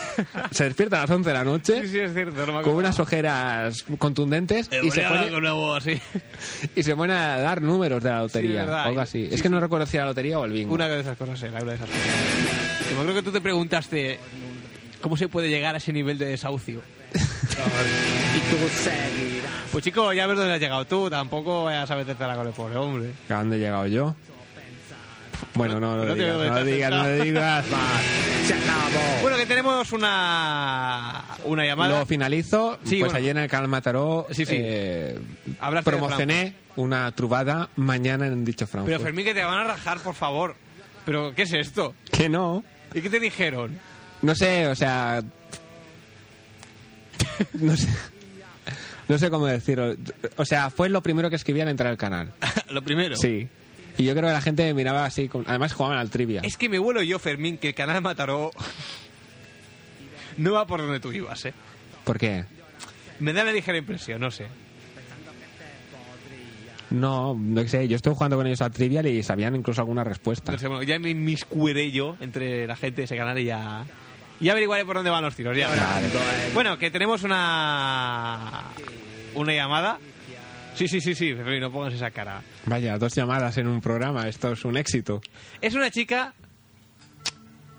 B: se despierta a las 11 de la noche
A: Sí, sí, es cierto, no me
B: con
A: acuerdo.
B: unas ojeras contundentes
A: Eh,
B: y se,
A: volé a hablar
B: pone,
A: con una voz así.
B: y se pone a dar números de la lotería
A: verdad. ¿eh?
B: o algo así.
A: Sí,
B: es que no recuerdo si era la lotería o el bingo.
A: Una de esas cosas era, una de esas cosas. Que me creo que tú te preguntaste cómo se puede llegar a ese nivel de desahucio. Pues chico, ya ves dónde has llegado tú, tampoco vayas a meterte a la con el pobre hombre.
B: ¿A dónde he llegado yo? Bueno, no, lo
A: No te
B: digas, no
A: veo que
B: lo
A: estás
B: digas, no lo
A: sentado.
B: digas más. Se acabó.
A: Bueno, que tenemos una, una llamada.
B: Lo finalizo,
A: Sí,
B: pues
A: bueno.
B: ayer en el Canal Mataró
A: Sí, sí.
B: eh,
A: Hablaste de
B: promocioné una trubada mañana en dicho Frankfurt.
A: Pero Fermín, que te van a rajar, por favor. Pero, ¿qué es esto?
B: que no.
A: ¿Y qué te dijeron?
B: No sé, o sea. No sé. No sé cómo decirlo. O sea, fue lo primero que escribían entrar al canal.
A: Lo primero.
B: Sí. Y yo creo que la gente me miraba así. con- Además, jugaban al trivia.
A: Es que me vuelo yo, Fermín, que el canal Mataró no va por donde tú ibas, ¿eh?
B: ¿Por qué?
A: Me da la ligera impresión, no sé.
B: No, no sé. Yo estuve jugando con ellos al trivia y sabían incluso alguna respuesta.
A: No sé, bueno, ya me inmiscuiré yo entre la gente de ese canal y ya... Ya averiguaré por dónde van los tiros, ya verás. Bueno, que tenemos una... Una llamada. Sí, sí, sí, sí, Fermín, no pongas esa cara.
B: Vaya, dos llamadas en un programa. Esto es un éxito.
A: Es una chica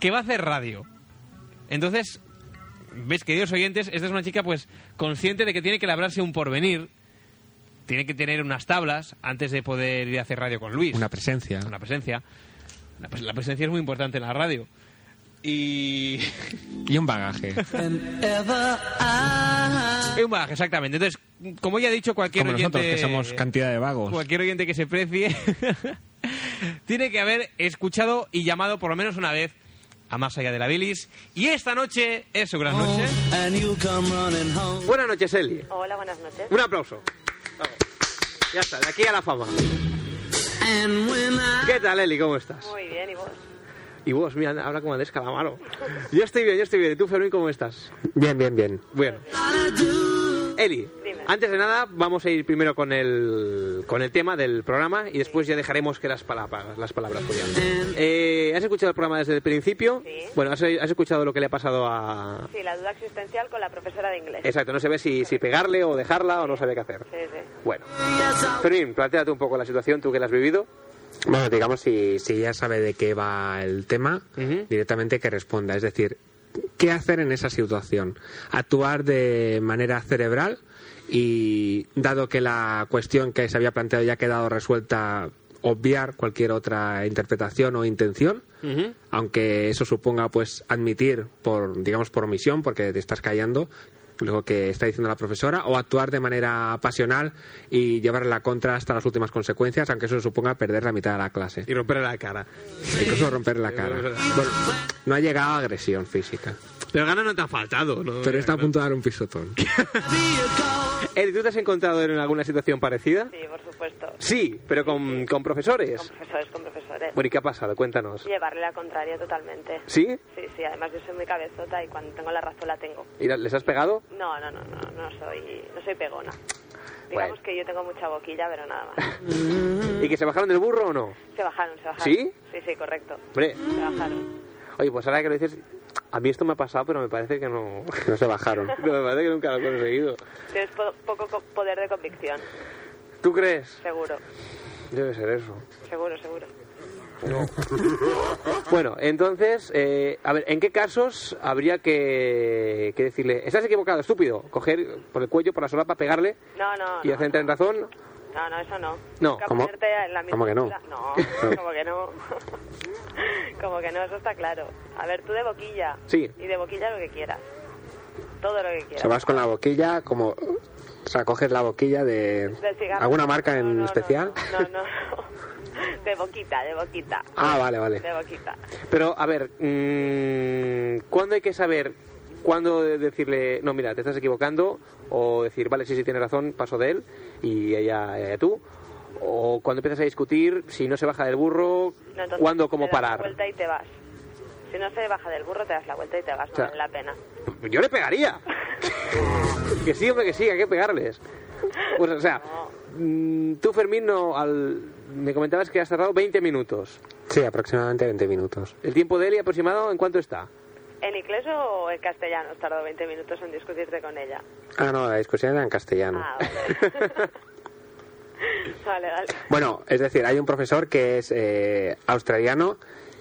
A: que va a hacer radio. Entonces, ves, queridos oyentes, esta es una chica pues consciente de que tiene que labrarse un porvenir, tiene que tener unas tablas antes de poder ir a hacer radio con Luis.
B: Una presencia.
A: Una presencia. La, pres- la presencia es muy importante en la radio. Y...
B: Y un bagaje.
A: Es un bagaje, exactamente. Entonces, como ya he dicho, cualquier
B: Como nosotros,
A: oyente-
B: que somos cantidad de vagos.
A: Cualquier oyente que se precie tiene que haber escuchado y llamado por lo menos una vez a Más Allá de la Bilis. Y esta noche es su gran noche.
C: And you come running home.
A: Buenas Oh. noches, Eli.
G: Hola, buenas noches.
A: Un aplauso. Ya está, de aquí a la fama. ¿Qué tal, Eli? ¿Cómo estás?
F: Muy bien, ¿y vos?
A: Y vos, mira, habla como Andrés Calamaro. Yo estoy bien, yo estoy bien. ¿Y tú, Fermín, cómo estás?
B: Bien, bien, bien.
A: Bueno. Eli,
F: Dime.
A: antes de nada, vamos a ir primero con el, con el tema del programa y después ya dejaremos que las palabras, las palabras fluyan. Eh, ¿Has escuchado el programa desde el principio?
F: Sí.
A: Bueno, ¿has, has escuchado lo que le ha pasado a...
F: Sí, la duda existencial con la profesora de inglés.
A: Exacto, no se ve si, si pegarle o dejarla o no sabe qué hacer.
F: Sí, sí.
A: Bueno. Fermín, planteate un poco la situación, tú que la has vivido.
B: Bueno, digamos, si, si ya sabe de qué va el tema,
A: Ujú.
B: directamente que responda. Es decir, ¿qué hacer en esa situación? Actuar de manera cerebral y, dado que la cuestión que se había planteado ya ha quedado resuelta, obviar cualquier otra interpretación o intención, aunque eso suponga pues admitir por digamos por omisión porque te estás callando lo que está diciendo la profesora o actuar de manera pasional y llevar la contra hasta las últimas consecuencias aunque eso suponga perder la mitad de la clase
A: Y romperle la cara.
B: incluso romper la cara
A: Bueno,
B: no ha llegado a agresión física
A: pero ganas no te ha faltado, ¿no?
B: pero está a punto de dar un pisotón
A: Eli, ¿tú te has encontrado en alguna situación parecida?
F: Sí, por supuesto.
A: Sí, pero con, con
F: Con
A: profesores.
F: profesores, con profesores.
A: Bueno, ¿y qué ha pasado? Cuéntanos.
F: Llevarle la contraria totalmente.
A: ¿Sí?
F: Sí, sí, además yo soy muy cabezota y cuando tengo la razón la tengo.
A: ¿Y la- ¿Les has pegado?
F: No, no, no, no, no soy, no soy pegona.
A: Bueno.
F: Digamos que yo tengo mucha boquilla, pero nada más.
A: ¿Y que se bajaron del burro o no?
F: Se bajaron, se bajaron.
A: ¿Sí?
F: Sí, sí, correcto.
A: Hombre,
F: Se bajaron.
A: oye, pues ahora que lo dices, a mí esto me ha pasado, pero me parece que no.
B: no se bajaron
A: No, me parece que nunca lo he conseguido.
F: Tienes po- poco co- poder de convicción,
A: ¿Tú crees?
F: seguro,
A: Debe ser eso.
F: seguro, seguro.
A: Bueno, entonces, eh, a ver, ¿en qué casos habría que, que decirle, estás equivocado, estúpido? Coger por el cuello, por la solapa, pegarle
F: No, no,
A: y
F: no,
A: hacer entrar en razón.
F: no, no, eso no.
A: No,
F: Nunca
B: ¿cómo?
F: ponerte en la misma
B: ¿Cómo que no?
F: altura. No, como que no. como que no, eso está claro. A ver, tú de boquilla.
A: Sí.
F: Y de boquilla lo que quieras. Todo lo que quieras.
B: se vas con la boquilla como o sea coges la boquilla de
F: Del cigarro.
B: alguna marca
F: No, no,
B: en
F: no,
B: especial
F: No, no, no. De boquita, de boquita.
B: ah vale vale
F: De boquita.
A: Pero, a ver, mm, ¿cuándo hay que saber cuándo de- decirle, no, mira, te estás equivocando? O decir, vale, sí, sí, tienes razón, paso de él y ella, ella tú. O cuando empiezas a discutir, si no se baja del burro,
F: No, entonces
A: ¿cuándo,
F: te
A: cómo
F: das La
A: parar?
F: vuelta y te vas. Si no se baja del burro, te das la vuelta y te vas. No
A: sea,
F: vale la pena.
A: Yo le pegaría. que sí, hombre, que sí, hay que pegarles. Pues, o sea, mm, tú, Fermín, no, al- me comentabas que has tardado 20 minutos.
B: sí aproximadamente 20 minutos
A: ¿El tiempo de Eli aproximado en cuánto está?
F: ¿En inglés o en castellano? Has tardado 20 minutos en discutirte con ella.
B: ah no la discusión era en castellano
F: Ah, vale. vale, vale.
B: Bueno, es decir, hay un profesor que es eh, australiano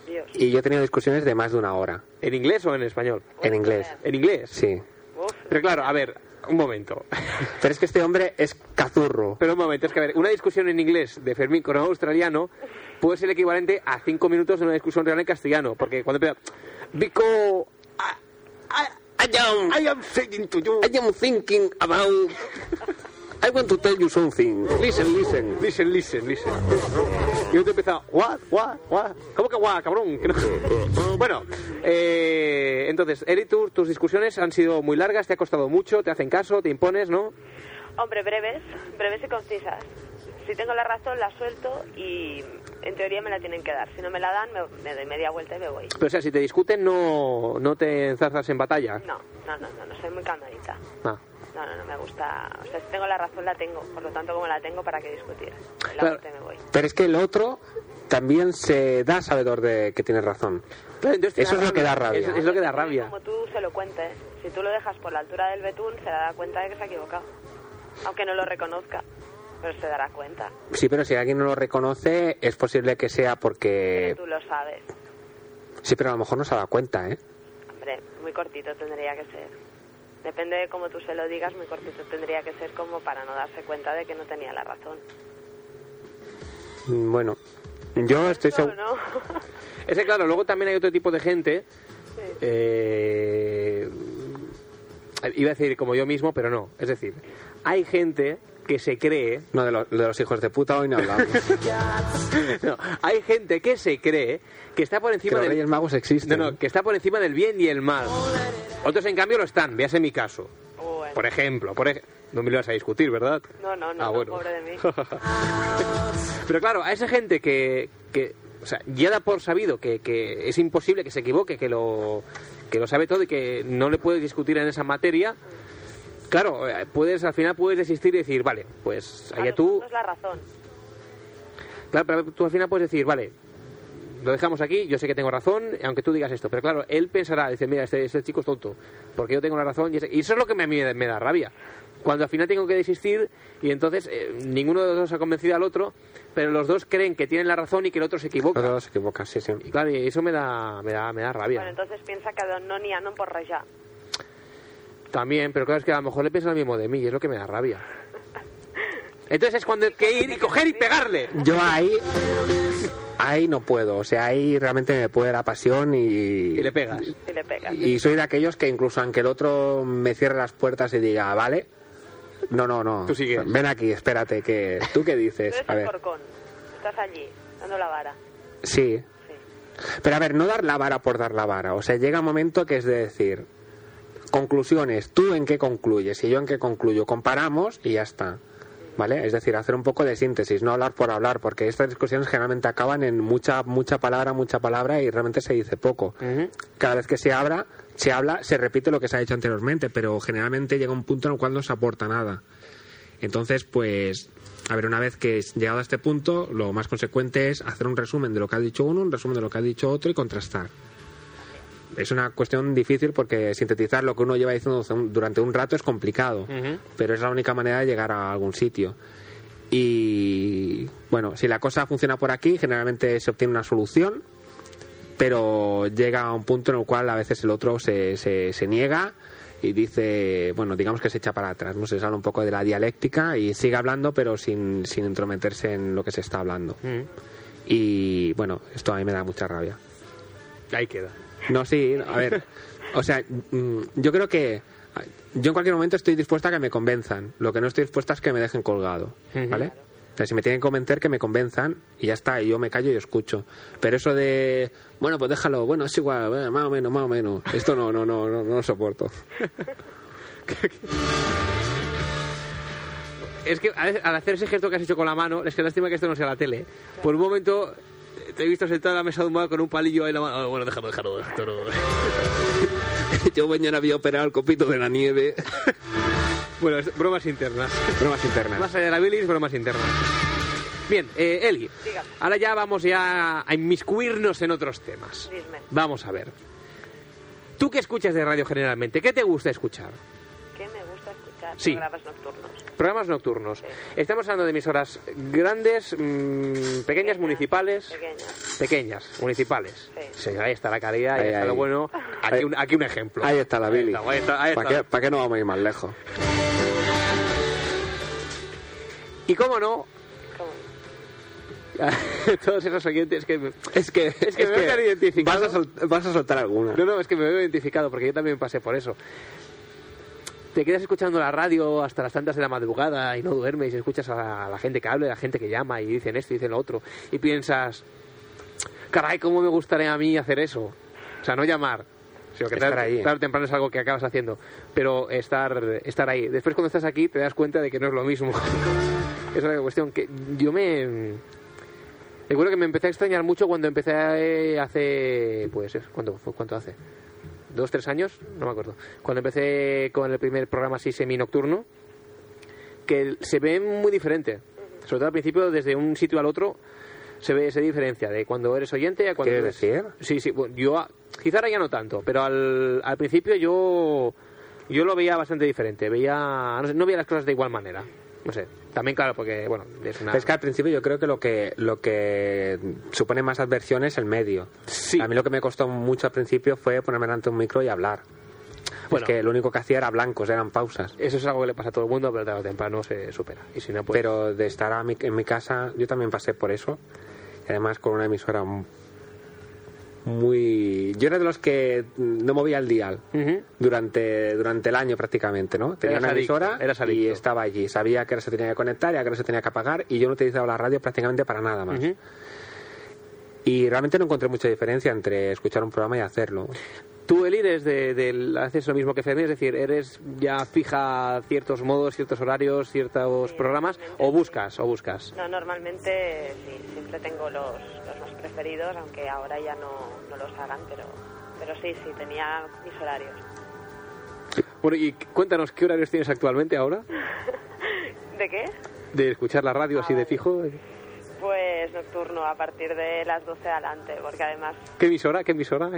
F: Dios.
B: y yo he tenido discusiones de más de una hora
A: ¿En inglés o en español?
B: en inglés.
A: ¿En inglés?
B: Sí.
F: Uf.
A: Pero claro, a ver, un momento.
B: Pero es que este hombre es cazurro.
A: Pero un momento, es que a ver, una discusión en inglés de Fermín con un australiano puede ser equivalente a cinco minutos de una discusión real en castellano, porque cuando empieza... Because I, I- I am saying to you...
B: I am thinking about... I want to tell you something.
A: Listen, listen, listen, listen, listen. Y otro empieza, what, what, what? ¿Cómo que what, cabrón? Que no- Bueno, eh, entonces, Eri, tú- tus discusiones han sido muy largas, te ha costado mucho, te hacen caso, te impones, ¿no?
F: Hombre, breves, breves y concisas. Si tengo la razón, la suelto y en teoría me la tienen que dar. Si no me la dan, me, me doy media vuelta y me voy.
A: Pero o sea, si te discuten, no, no te enzarzas en batalla.
F: No, no, no, no, no soy muy calmadita.
A: Ah.
F: No, no, no me gusta. O sea, si tengo la razón, la tengo. Por lo tanto, como la tengo, ¿para qué discutir? La
A: Claro.
F: vuelta y me voy.
B: Pero es que el otro también se da sabedor de que tiene razón.
A: Claro, entonces te
B: Eso es lo que da rabia.
A: Es, es lo que
F: Depende
A: da rabia.
F: Como tú se lo cuentes. Si tú lo dejas por la altura del betún, se dará cuenta de que se ha equivocado. Aunque no lo reconozca, pero se dará cuenta.
B: Sí, pero si alguien no lo reconoce, es posible que sea porque...
A: Eh,
F: Pero tú lo sabes.
B: Sí, pero a lo mejor no se ha dado cuenta, ¿eh?
F: Hombre, muy cortito tendría que ser. Depende de cómo tú se lo digas, muy cortito tendría que ser como para no darse cuenta de que no tenía la razón.
B: Mm, Bueno, yo estoy
F: No,
B: seguro...
F: no.
A: Es que claro, luego también hay otro tipo de gente. eh, iba a decir como yo mismo, pero no. Es decir, hay gente que se cree
B: No, de, lo- de los hijos de puta hoy no hablamos.
A: No, hay gente que se cree que está por
B: que
A: encima
B: los
A: del
B: Reyes Magos
A: no,
B: existen.
A: no, que está por encima del bien y el mal. Otros en cambio lo están, véase mi caso.
F: Bueno,
A: Por ejemplo, por ej- No me lo vas a discutir, ¿verdad?
F: No, no, no,
A: Ah,
F: no,
A: bueno.
F: pobre de mí.
A: Pero claro, a esa gente que, que o sea, ya da por sabido que, que es imposible que se equivoque, que lo, que lo sabe todo y que no le puedes discutir en esa materia, claro, eh, puedes al final puedes desistir y decir, vale, pues
F: A
A: allá tú,
F: nosotros la razón.
A: claro, pero tú al final puedes decir, vale, lo dejamos aquí, yo sé que tengo razón, aunque tú digas esto, pero claro, él pensará, dice, mira, este, este chico es tonto, porque yo tengo la razón, y, ese- y eso es lo que me- a mí me, me da rabia. Cuando al final tengo que desistir y entonces eh, ninguno de los dos ha convencido al otro, pero los dos creen que tienen la razón y que el otro se equivoca.
B: No, no, se equivoca, sí, sí.
A: Y claro, y eso me da, me da, me da rabia.
F: Bueno, entonces piensa que a no ni a non por rayar.
A: También, pero claro, es que a lo mejor le piensa lo mismo de mí y es lo que me da rabia. Entonces es cuando hay que ir y coger y pegarle.
B: Yo ahí. Ahí no puedo, o sea, ahí realmente me puede la pasión y.
A: Y le pegas.
F: Si le pegas.
B: Y soy de aquellos que incluso aunque el otro me cierre las puertas y diga, "Ah, vale, no, no, no.
A: Tú sigues.
B: Ven aquí, espérate, que tú qué
F: Tú
B: dices.
F: eres
B: A
F: el
B: ver,
F: corcón. Estás allí, dando la vara.
B: sí.
F: Sí.
B: Pero a ver, no dar la vara por dar la vara. O sea, llega un momento que es de decir, conclusiones, tú en qué concluyes y yo en qué concluyo. Comparamos y ya está. ¿Vale? Es decir, hacer un poco de síntesis, no hablar por hablar, porque estas discusiones generalmente acaban en mucha, mucha palabra, mucha palabra y realmente se dice poco.
A: Mm.
B: Cada vez que se abra, se habla, se repite lo que se ha dicho anteriormente, pero generalmente llega un punto en el cual no se aporta nada. Entonces, pues, a ver, una vez que es llegado a este punto, lo más consecuente es hacer un resumen de lo que ha dicho uno, un resumen de lo que ha dicho otro y contrastar. Es una cuestión difícil porque sintetizar lo que uno lleva diciendo durante un rato es complicado, pero es la única manera de llegar a algún sitio. Y bueno, si la cosa funciona por aquí, generalmente se obtiene una solución, pero llega a un punto en el cual a veces el otro se, se- se niega y dice, bueno, digamos que se echa para atrás, no se habla un poco de la dialéctica y sigue hablando, pero sin, sin entrometerse en lo que se está hablando. Y bueno, esto a mí me da mucha rabia.
A: Ahí queda.
B: No, sí, a ver. O sea, mm, yo creo que. Yo en cualquier momento estoy dispuesta a que me convenzan. Lo que no estoy dispuesta es que me dejen colgado. ¿Vale? O sea, si me tienen que convencer, que me convenzan y ya está. Y yo me callo y escucho. Pero eso de. Bueno, pues déjalo. Bueno, es igual. bueno, más o menos, más o menos. Esto no, no, no, no, no lo soporto.
A: Es que al al hacer ese gesto que has hecho con la mano, es que lástima que esto no sea la tele. Por un momento eh, te he visto sentado en la mesa de un lado con un palillo ahí en la mano. Ah, Bueno, déjalo, déjalo. esto no-
B: Yo mañana voy a operar el copito de la nieve.
A: Bueno, es- bromas internas.
B: Bromas internas.
A: Más allá de la bilis, bromas internas. Bien, eh, Eli,
F: Dígame.
A: ahora ya vamos ya a inmiscuirnos en otros temas.
F: Dime.
A: Vamos a ver. ¿Tú qué escuchas de radio generalmente? ¿Qué te gusta escuchar?
F: ¿Qué me gusta escuchar?
A: Sí.
F: Programas nocturnos.
A: Programas nocturnos. Estamos hablando de emisoras grandes, mm, pequeñas, municipales.
F: Pequeñas.
A: Pequeñas, municipales.
F: Sí.
A: ahí está la calidad, ahí,
B: Ahí,
A: está
B: ahí.
A: lo bueno. Aquí,
B: Ahí-
A: un, aquí un ejemplo.
B: Ahí está la Billy.
A: estamos, ahí está, ahí
B: ¿Para
A: está.
B: qué, para qué no vamos a ir más lejos?
A: Y cómo no,
F: ¿Cómo?
A: todos esos oyentes que... me-
B: Es que, es
A: que me veo tan identificado.
B: Vas a, sol- vas a soltar alguna.
A: No, no, es que me veo identificado porque yo también pasé por eso. Te quedas escuchando la radio hasta las tantas de la madrugada y no duermes y escuchas a la, a la gente que habla, y a la gente que llama y dicen esto y dicen lo otro. Y piensas, caray, ¿cómo me gustaría a mí hacer eso? O sea, no llamar. Sino que
B: Estar
A: tarde,
B: ahí.
A: tarde o temprano es algo que acabas haciendo. Pero estar, estar ahí. Después cuando estás aquí te das cuenta de que no es lo mismo. Esa es la cuestión. Que yo me... Recuerdo que me empecé a extrañar mucho cuando empecé eh, hace... Pues, ¿cuánto, fue? ¿cuánto hace? ¿Dos, tres años? No me acuerdo. Cuando empecé con el primer programa así semi-nocturno, que el- se ve muy diferente. Sobre todo al principio, desde un sitio al otro, se ve esa diferencia de cuando eres oyente a cuando...
B: ¿Quieres
A: eres-
B: decir?
A: Sí, sí. bueno, yo, a- quizá ahora ya no tanto, pero al, al principio yo, yo lo veía bastante diferente. Veía, no, sé, no veía las cosas de igual manera. No sé. También, claro, porque, bueno, es una...
B: Es que al principio yo creo que lo que lo que supone más adversión es el medio.
A: Sí.
B: A mí lo que me costó mucho al principio fue ponerme delante de un micro y hablar.
A: Bueno.
B: Es que lo único que hacía era blancos, eran pausas.
A: Eso es algo que le pasa a todo el mundo, pero tarde o temprano se supera. Y si no, pues...
B: Pero de estar a mi- en mi casa, yo también pasé por eso. Y además con una emisora m- muy... Yo era de los que no movía el dial
A: Ujú.
B: durante, durante el año prácticamente, ¿no? Tenía
A: Eras
B: una
A: adicto,
B: emisora
A: eras
B: y
A: adicto.
B: estaba allí. Sabía que ahora se tenía que conectar y a qué hora se tenía que apagar y yo no utilizaba la radio prácticamente para nada más.
A: Ujú.
B: Y realmente no encontré mucha diferencia entre escuchar un programa y hacerlo.
A: Tú, Eli, desde del- haces lo mismo que Fermi, es decir, eres ya fija ciertos modos, ciertos horarios, ciertos
F: Sí,
A: programas,
F: totalmente.
A: o buscas, o buscas.
F: No, normalmente sí, siempre tengo los, los más preferidos, aunque ahora ya no, no los hagan, pero, pero sí, sí, tenía mis horarios.
A: Bueno, y cuéntanos, ¿qué horarios tienes actualmente ahora?
F: ¿De qué?
A: De escuchar la radio así de fijo.
F: Pues nocturno, a partir de las 12 adelante, porque además
A: ¿Qué emisora? ¿Qué emisora?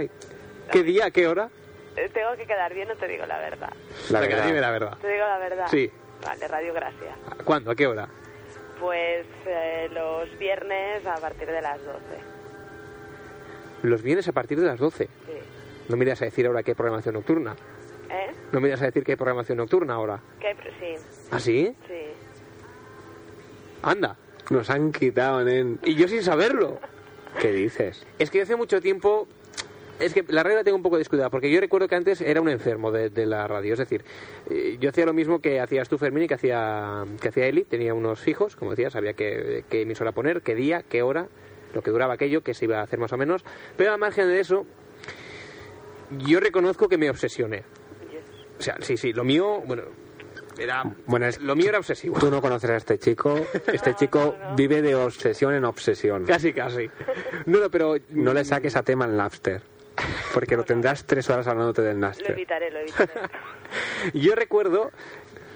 A: ¿Qué día? ¿Qué hora?
F: eh, tengo que quedar bien, no te digo la verdad.
A: La verdad. Dime la verdad.
F: Te digo la verdad.
A: Sí.
F: Vale, Radio Gracia.
A: ¿Cuándo? ¿A qué hora?
F: Pues eh, los viernes a partir de las 12.
A: Los viernes a partir de las 12.
F: Sí.
A: No me irás a decir ahora que hay programación nocturna.
F: ¿Eh?
A: No me irás a decir que hay programación nocturna ahora.
F: ¿Qué? hay pro- Sí,
A: ¿Ah, sí?
F: sí.
A: Anda.
B: Nos han quitado, nen.
A: Y yo sin saberlo.
B: ¿Qué dices?
A: Es que hace mucho tiempo. Es que la radio la tengo un poco descuidada, porque yo recuerdo que antes era un enfermo de, de la radio. Es decir, eh, yo hacía lo mismo que hacías tú, Fermín, y que hacía, que hacía Eli. Tenía unos fijos, como decías, sabía qué, qué emisora poner, qué día, qué hora, lo que duraba aquello, que se iba a hacer más o menos. Pero al margen de eso, yo reconozco que me obsesioné. O sea, sí, sí, lo mío, bueno, era.
B: Bueno, es-
A: Lo mío era obsesivo.
B: Tú no conoces a este chico. Este chico vive de obsesión en obsesión.
A: Casi, casi. No, no, pero.
B: No le saques a tema al Napster. Porque lo tendrás tres horas hablándote del
F: Lo
B: Napster.
F: evitaré, lo evitaré.
A: Yo recuerdo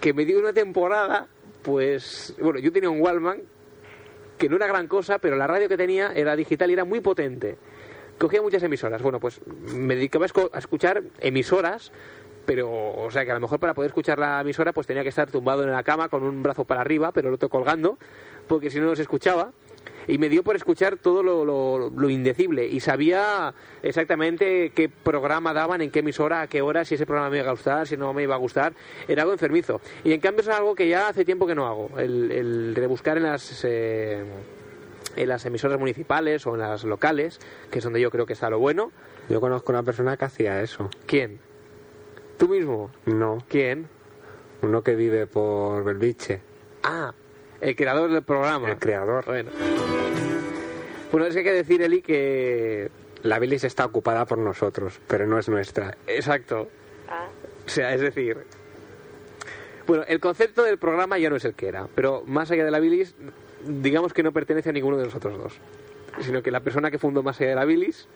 A: que me dio una temporada, pues, bueno, yo tenía un Wallman que no era gran cosa, pero la radio que tenía era digital y era muy potente. Cogía muchas emisoras. Bueno, pues me dedicaba a esco- a escuchar emisoras, pero, o sea, que a lo mejor para poder escuchar la emisora, pues tenía que estar tumbado en la cama con un brazo para arriba, pero el otro colgando, porque si no, no se escuchaba. Y me dio por escuchar todo lo, lo- lo indecible y sabía exactamente qué programa daban, en qué emisora, a qué hora, si ese programa me iba a gustar, si no me iba a gustar. Era algo enfermizo. Y en cambio es algo que ya hace tiempo que no hago, el, el rebuscar en las... eh, en las emisoras municipales o en las locales, que es donde yo creo que está lo bueno.
B: Yo conozco una persona que hacía eso.
A: ¿Quién? ¿Tú mismo?
B: No,
A: ¿Quién?
B: uno que vive por Belviche.
A: Ah, el creador del programa.
B: El creador.
A: Bueno. Bueno, es que hay que decir, Eli, que...
B: La bilis está ocupada por nosotros, pero no es nuestra.
A: Exacto.
F: Ah,
A: O sea, es decir... Bueno, el concepto del programa ya no es el que era, pero más allá de la bilis, digamos que no pertenece a ninguno de nosotros dos, sino que la persona que fundó más allá de la bilis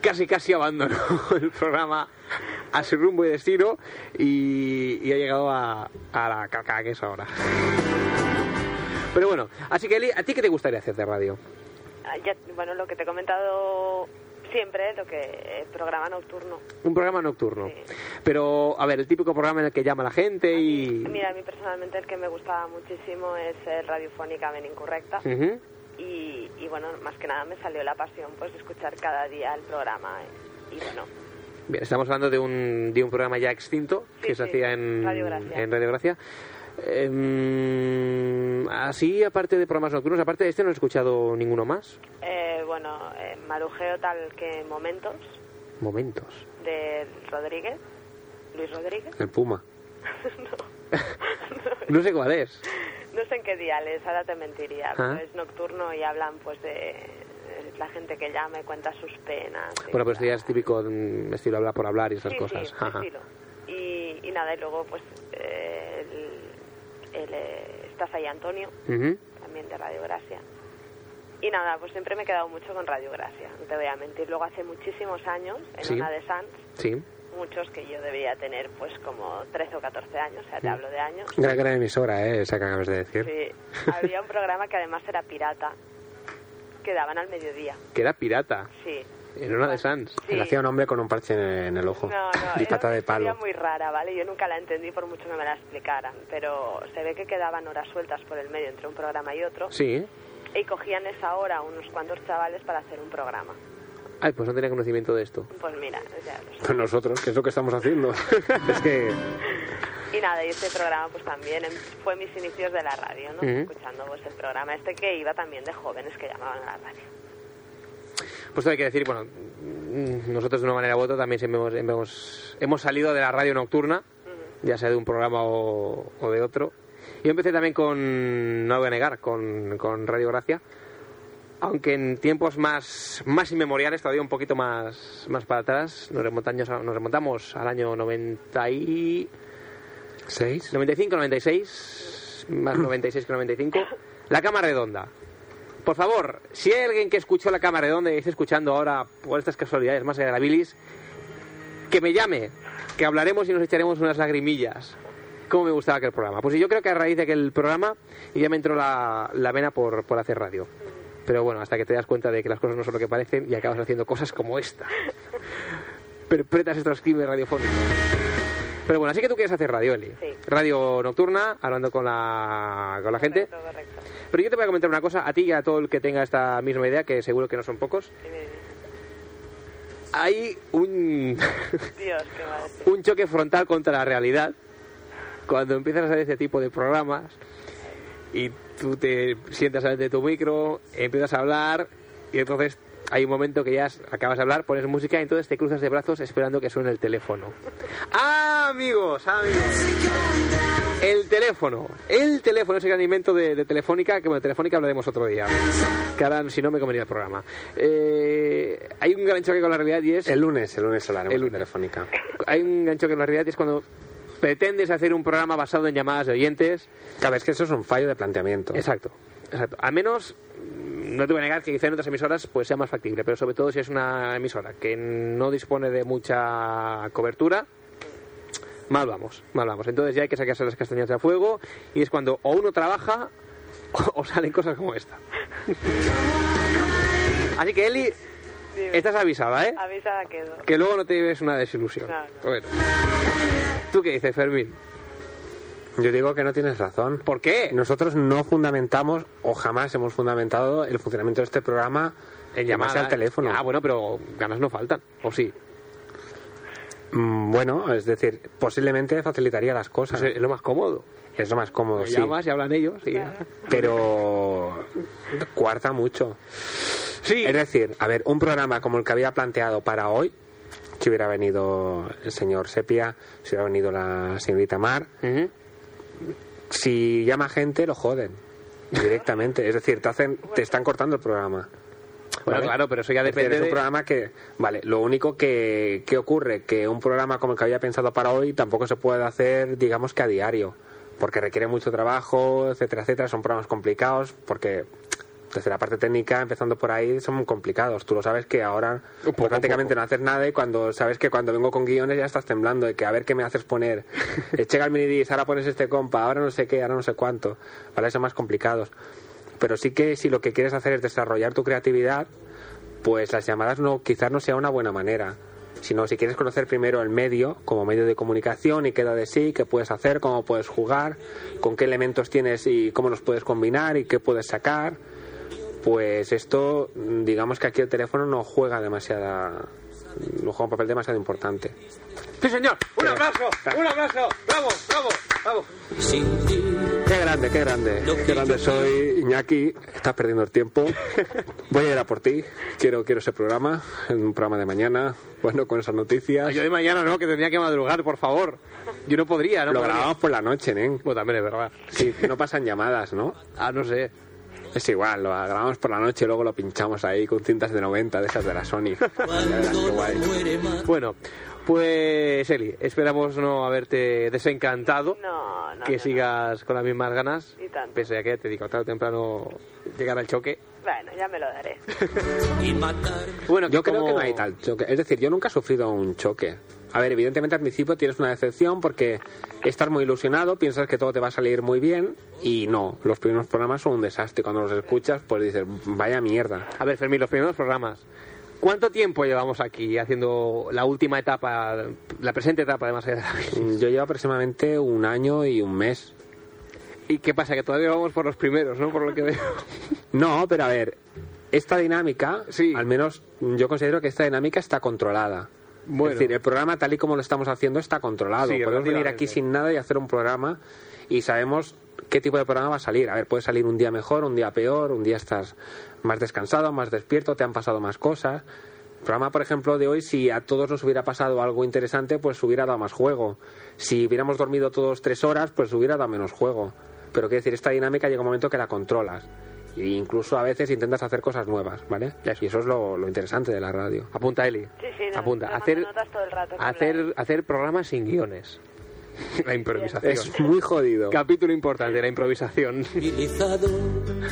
A: casi casi abandonó el programa a su rumbo y destino y, y ha llegado a, a la caca que es ahora. Pero bueno, así que Eli, ¿a ti qué te gustaría hacer de radio?
F: ah, ya, bueno, lo que te he comentado siempre, lo que eh, programa nocturno.
A: Un programa nocturno.
F: Sí.
A: Pero, a ver, el típico programa en el que llama la gente y...
F: Mira, a mí personalmente el que me gustaba muchísimo es el Radiofónica Ben Incorrecta.
A: Ujú.
F: Y, y bueno, más que nada me salió la pasión pues de escuchar cada día el programa. eh, Y bueno,
A: Bien, estamos hablando de un, de un programa ya extinto
F: Sí,
A: que se
F: sí,
A: hacía en
F: Radio Gracia.
A: en Radio Gracia. Em, así, aparte de programas nocturnos, aparte de este no he escuchado ninguno más.
F: eh, bueno eh, marujeo tal que momentos
A: Momentos.
F: de Rodríguez, Luis Rodríguez.
B: El Puma.
A: No sé cuál es.
F: No sé en qué diales, ahora te mentiría. pero
A: Ah.
F: Es nocturno y hablan pues de eh, la gente que llama y cuenta sus penas. y
A: Bueno, pues
F: tal.
A: ya es típico mm, estilo hablar por hablar y esas
F: Sí,
A: cosas.
F: sí,
A: Ajá.
F: estilo. Y, y nada, y luego pues eh, el, el, eh, estás ahí Antonio,
A: Ujú.
F: también de Radio Gracia. Y nada, pues siempre me he quedado mucho con Radio Gracia, no te voy a mentir. Luego hace muchísimos años, en
A: Sí.
F: una de Sanz,
A: Sí.
F: muchos que yo debería tener pues como 13 o 14 años, o sea,
A: Mm.
F: te hablo de años.
B: Gran, gran emisora, ¿eh? esa que acabas de decir.
F: Sí, había un programa que además era pirata, que daban al mediodía,
A: Que era pirata.
F: sí.
A: En una Ah, de Sans.
F: Sí.
B: Le hacía un hombre con un parche en el, en el ojo.
F: No, no,
B: y
F: era
B: pata
F: una
B: de
F: historia
B: palo.
F: muy rara, ¿vale? Yo nunca la entendí por mucho que me la explicaran, pero se ve que quedaban horas sueltas por el medio entre un programa y otro
A: Sí. ¿eh?
F: y cogían esa hora unos cuantos chavales para hacer un programa.
A: Ay, pues no tenía conocimiento de esto.
F: Pues mira, o sea, lo sé.
B: Pues nosotros, que es lo que estamos haciendo. es que
F: y nada, y este programa pues también em- fue mis inicios de la radio, ¿no?
A: Ujú.
F: Escuchando pues el programa este que iba también de jóvenes que llamaban a la radio.
A: Pues todo hay que decir, bueno, mm, nosotros de una manera u otra también siempre hemos, hemos, hemos salido de la radio nocturna, ya sea de un programa o, o de otro. Yo empecé también con, no lo voy a negar, con, con Radio Gracia, aunque en tiempos más, más inmemoriales, todavía un poquito más, más para atrás, nos remontamos, nos remontamos al año 90 y...
B: ¿Seis?
A: 95, 96, más 96 que 95, la cama redonda. Por favor, si hay alguien que escuchó la cama redonda y está escuchando ahora por estas casualidades más allá de la bilis, que me llame, que hablaremos y nos echaremos unas lagrimillas. ¿Cómo me gustaba aquel programa? Pues yo creo que a raíz de aquel programa ya me entró la, la vena por, por hacer radio. Pero bueno, hasta que te das cuenta de que las cosas no son lo que parecen y acabas haciendo cosas como esta. Perpretas estos crímenes radiofónicos. Pero bueno, así que tú quieres hacer radio, Eli.
F: Sí.
A: Radio nocturna, hablando con la, con la gente.
F: Correcto, correcto.
A: Pero yo te voy a comentar una cosa, a ti y a todo el que tenga esta misma idea, que seguro que no son pocos.
F: Dime, dime.
A: Hay un,
F: Dios, qué madre.
A: un choque frontal contra la realidad cuando empiezas a hacer este tipo de programas y tú te sientas delante de tu micro, empiezas a hablar y entonces hay un momento que ya acabas de hablar, pones música y entonces te cruzas de brazos esperando que suene el teléfono. ¡Ah, amigos! amigos! El teléfono. El teléfono es el gran invento de, de Telefónica, que bueno, de Telefónica hablaremos otro día. Que ahora, si no, me comería el programa. Eh, hay un gran choque con la realidad y es...
B: El lunes, el lunes hablaremos
A: El
B: el
A: lunes.
B: telefónica.
A: Hay un gran choque con la realidad y es cuando pretendes hacer un programa basado en llamadas de oyentes
B: Claro, es que eso es un fallo de planteamiento.
A: Exacto, exacto. Al menos, mm, no te voy a negar que quizá en otras emisoras pues sea más factible, pero sobre todo si es una emisora que no dispone de mucha cobertura, mal vamos, mal vamos. Entonces ya hay que sacarse las castañas de fuego y es cuando o uno trabaja o, o salen cosas como esta. Así que Eli,
F: Dime.
A: estás avisada, ¿eh?
F: Avisada quedo.
A: Que luego no te lleves una desilusión.
F: No, no.
A: Bueno. ¿Tú qué dices, Fermín?
B: Yo digo que no tienes razón.
A: ¿Por qué?
B: Nosotros no fundamentamos o jamás hemos fundamentado el funcionamiento de este programa en llamarse al teléfono.
A: Pues Ah, bueno, pero ganas no faltan, ¿o sí?
B: Mm, bueno, es decir, posiblemente facilitaría las cosas.
A: Pues es lo más cómodo.
B: Es lo más cómodo,
A: Lo
B: sí.
A: llamas y hablan ellos y ya.
B: Pero cuarta mucho.
A: Sí.
B: Es decir, a ver, un programa como el que había planteado para hoy, si hubiera venido el señor Sepia, si hubiera venido la señorita Mar,
A: Ujú.
B: si llama gente lo joden directamente. es decir, te hacen, te están cortando el programa.
A: Bueno, claro, pero eso ya
B: Es decir,
A: depende
B: Es un
A: de-
B: programa que, vale, lo único que, que ocurre que un programa como el que había pensado para hoy tampoco se puede hacer, digamos que a diario, porque requiere mucho trabajo, etcétera, etcétera. Son programas complicados porque desde la parte técnica, empezando por ahí, son muy complicados. Tú lo sabes que ahora
A: Un poco,
B: prácticamente no haces nada y cuando sabes que cuando vengo con guiones ya estás temblando de que a ver qué me haces poner. Eh, Llega el minidisc, ahora pones este compa, ahora no sé qué, ahora no sé cuánto. Vale, son más complicados. Pero sí que si lo que quieres hacer es desarrollar tu creatividad, pues las llamadas no, quizás no sea una buena manera. Sino si quieres conocer primero el medio como medio de comunicación y queda de sí, qué puedes hacer, cómo puedes jugar, con qué elementos tienes y cómo los puedes combinar y qué puedes sacar, pues esto, mm, digamos que aquí el teléfono no juega demasiada, no juega un papel demasiado importante.
A: Sí, señor. Un aplauso, un aplauso. Bravo, bravo, bravo.
B: Qué grande, qué grande, qué grande soy, Iñaki. Estás perdiendo el tiempo. Voy a ir a por ti. Quiero, quiero ese programa, un programa de mañana. Bueno, con esas noticias.
A: Yo de mañana no, que tendría que madrugar, por favor. Yo no podría, no
B: Lo
A: podría.
B: grabamos por la noche, ¿eh?
A: Bueno, también es verdad.
B: Sí, no pasan llamadas, ¿no?
A: Ah, no sé.
B: Es igual, lo grabamos por la noche y luego lo pinchamos ahí con cintas de 90 de esas de la Sony. Ya verás qué guay.
A: Bueno, pues Eli, esperamos no haberte desencantado.
F: No, no.
A: que
F: no,
A: sigas con las mismas ganas.
F: Y tanto.
A: Pese a que te digo, tarde o temprano llegará el choque.
F: no. Bueno, ya me lo daré.
A: Bueno,
B: Yo creo
A: como-
B: que no hay tal choque. Es decir, yo nunca he sufrido un choque. A ver, evidentemente al principio tienes una decepción porque estás muy ilusionado, piensas que todo te va a salir muy bien y no. Los primeros programas son un desastre. Cuando los escuchas, pues dices, vaya mierda.
A: A ver, Fermín, los primeros programas. ¿Cuánto tiempo llevamos aquí haciendo la última etapa, la presente etapa de Más allá de la Vida?
B: Yo llevo aproximadamente un año y un mes.
A: ¿Y qué pasa? Que todavía vamos por los primeros, ¿no? Por lo que veo.
B: No, pero a ver, esta dinámica,
A: Sí.
B: al menos yo considero que esta dinámica está controlada.
A: Bueno.
B: Es decir, el programa tal y como lo estamos haciendo está controlado.
A: Sí,
B: Podemos venir
A: relativamente.
B: aquí sin nada y hacer un programa y sabemos qué tipo de programa va a salir. A ver, puede salir un día mejor, un día peor, un día estás más descansado, más despierto, te han pasado más cosas. El programa, por ejemplo, de hoy, si a todos nos hubiera pasado algo interesante, pues hubiera dado más juego. Si hubiéramos dormido todos tres horas, pues hubiera dado menos juego. Pero quiero decir, esta dinámica llega un momento que la controlas E incluso a veces intentas hacer cosas nuevas, ¿vale? Y eso es lo, lo interesante de la radio. Apunta, Eli.
F: Sí, sí, no,
B: Apunta.
F: tomando
B: Hacer,
F: notas todo el rato, claro.
A: hacer, hacer programas sin guiones. La improvisación.
B: es muy jodido.
A: Capítulo importante, la improvisación.
C: Utilizado,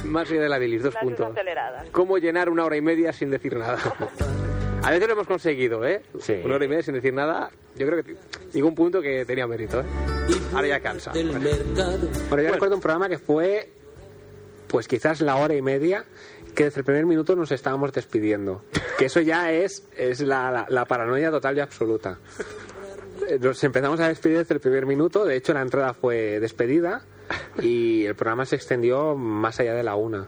A: Más allá de la bilis, dos
F: Clases
A: puntos.
F: aceleradas.
A: ¿Cómo llenar una hora y media sin decir nada? A veces lo hemos conseguido, ¿eh?
B: Sí.
A: Una hora y media sin decir nada. Yo creo que llegó un punto que tenía mérito, ¿eh? Ahora ya cansa.
C: del mercado.
B: Bueno, yo recuerdo un programa que fue, pues quizás la hora y media, que desde el primer minuto nos estábamos despidiendo. Que eso ya es, es la, la- la paranoia total y absoluta. Eh, Nos empezamos a despedir desde el primer minuto, de hecho la entrada fue despedida y el programa se extendió más allá de la una.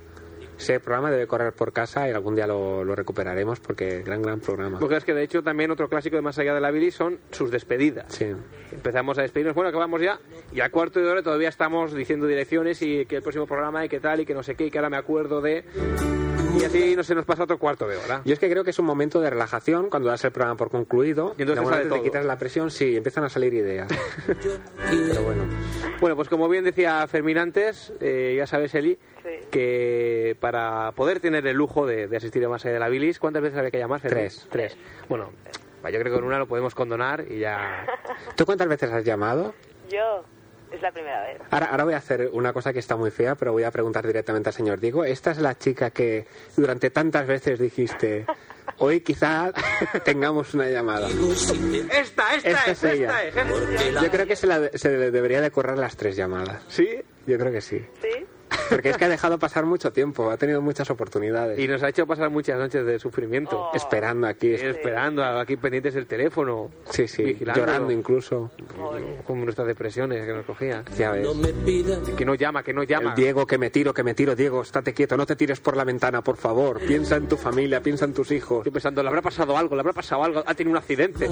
B: Ese programa debe correr por casa y algún día lo, lo recuperaremos porque gran, gran programa.
A: Porque es que de hecho también otro clásico de Más allá de la bilis son sus despedidas.
B: Sí.
A: Empezamos a despedirnos, bueno, acabamos ya, y a cuarto de hora todavía estamos diciendo direcciones y que el próximo programa y que tal y que no sé qué y que ahora me acuerdo de... Y así no se nos pasa otro cuarto de hora.
B: Yo es que creo que es un momento de relajación cuando das el programa por concluido.
A: Y entonces
B: de alguna
A: sale
B: vez
A: todo.
B: te quitas la presión, sí, empiezan a salir ideas. Pero bueno.
A: Bueno, pues como bien decía Fermín antes, eh, ya sabes, Eli,
F: Sí.
A: que para poder tener el lujo de, de asistir a Más allá de la bilis, ¿cuántas veces había que llamar? Fermín?
B: Tres.
A: Tres. Bueno, yo creo que con una lo podemos condonar y ya...
B: ¿Tú cuántas veces has llamado?
F: Yo, es la primera vez.
B: Ahora, ahora voy a hacer una cosa que está muy fea, pero voy a preguntar directamente al señor Diego. ¿Esta es la chica que durante tantas veces dijiste, hoy quizá tengamos una llamada?
A: ¡Esta, esta,
B: Esta es
A: es,
B: ella.
A: esta es! esta es.
B: Yo creo que se, la- se le debería de correr las tres llamadas.
A: ¿Sí?
B: Yo creo que sí.
F: ¿Sí?
B: Porque es que ha dejado pasar mucho tiempo, ha tenido muchas oportunidades.
A: Y nos ha hecho pasar muchas noches de sufrimiento.
F: Oh.
B: Esperando aquí,
A: Esperando, aquí pendientes el teléfono.
B: sí, sí,
A: vigilándolo.
B: llorando incluso.
A: Como nuestras depresiones que nos cogían.
B: Ya ves.
C: No me pidas
A: Que no llama, que no llama.
B: El Diego, que me tiro, que me tiro, Diego, estate quieto, no te tires por la ventana, por favor. Piensa en tu familia, piensa en tus hijos.
A: Estoy pensando, le habrá pasado algo, le habrá pasado algo, ha tenido un accidente.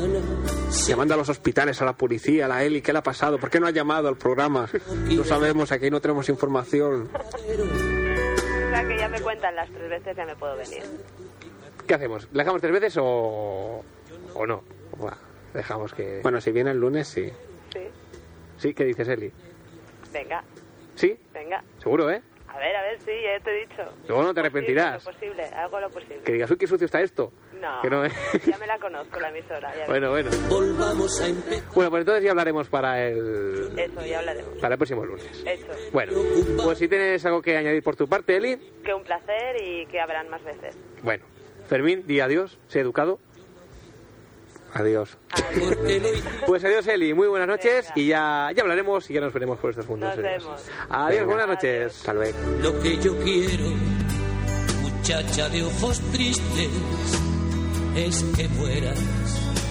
B: Llamando a los hospitales, a la policía, a la Eli, ¿qué le ha pasado? ¿Por qué no ha llamado al programa? No sabemos, aquí no tenemos información.
F: O sea que ya me cuentan las tres veces, ya me puedo venir.
A: ¿Qué hacemos? ¿Le dejamos tres veces o, o no? Buah, dejamos que...
B: Bueno, si viene el lunes, sí.
F: Sí.
A: sí, ¿qué dices, Eli?
F: Venga,
A: Sí,
F: venga.
A: seguro, ¿eh?
F: A ver, a ver, sí, ya te he dicho.
A: Luego no te arrepentirás.
F: Posible, lo posible, hago lo posible.
A: Que digas, uy, qué sucio está esto.
F: No,
A: Que no, ¿eh?
F: ya me la conozco la emisora. Ya
A: Bueno, bueno.
C: volvamos a empezar.
A: Bueno, pues entonces ya hablaremos para el,
F: Eso, ya hablaremos.
A: para el próximo lunes.
F: Hecho.
A: Bueno, pues si tienes algo que añadir por tu parte, Eli,
F: Que un placer y que habrán más veces.
A: Bueno, Fermín, di adiós, sé educado.
B: Adiós.
C: Porque lo hiciste
A: Pues adiós, Eli, muy buenas noches
F: Venga.
A: y ya, ya hablaremos y ya nos veremos por estos mundos.
F: Nos
A: serios.
F: vemos.
A: Adiós,
B: Venga.
A: buenas noches.
B: Hasta luego.
C: lo que yo quiero, muchacha de ojos tristes, es que mueras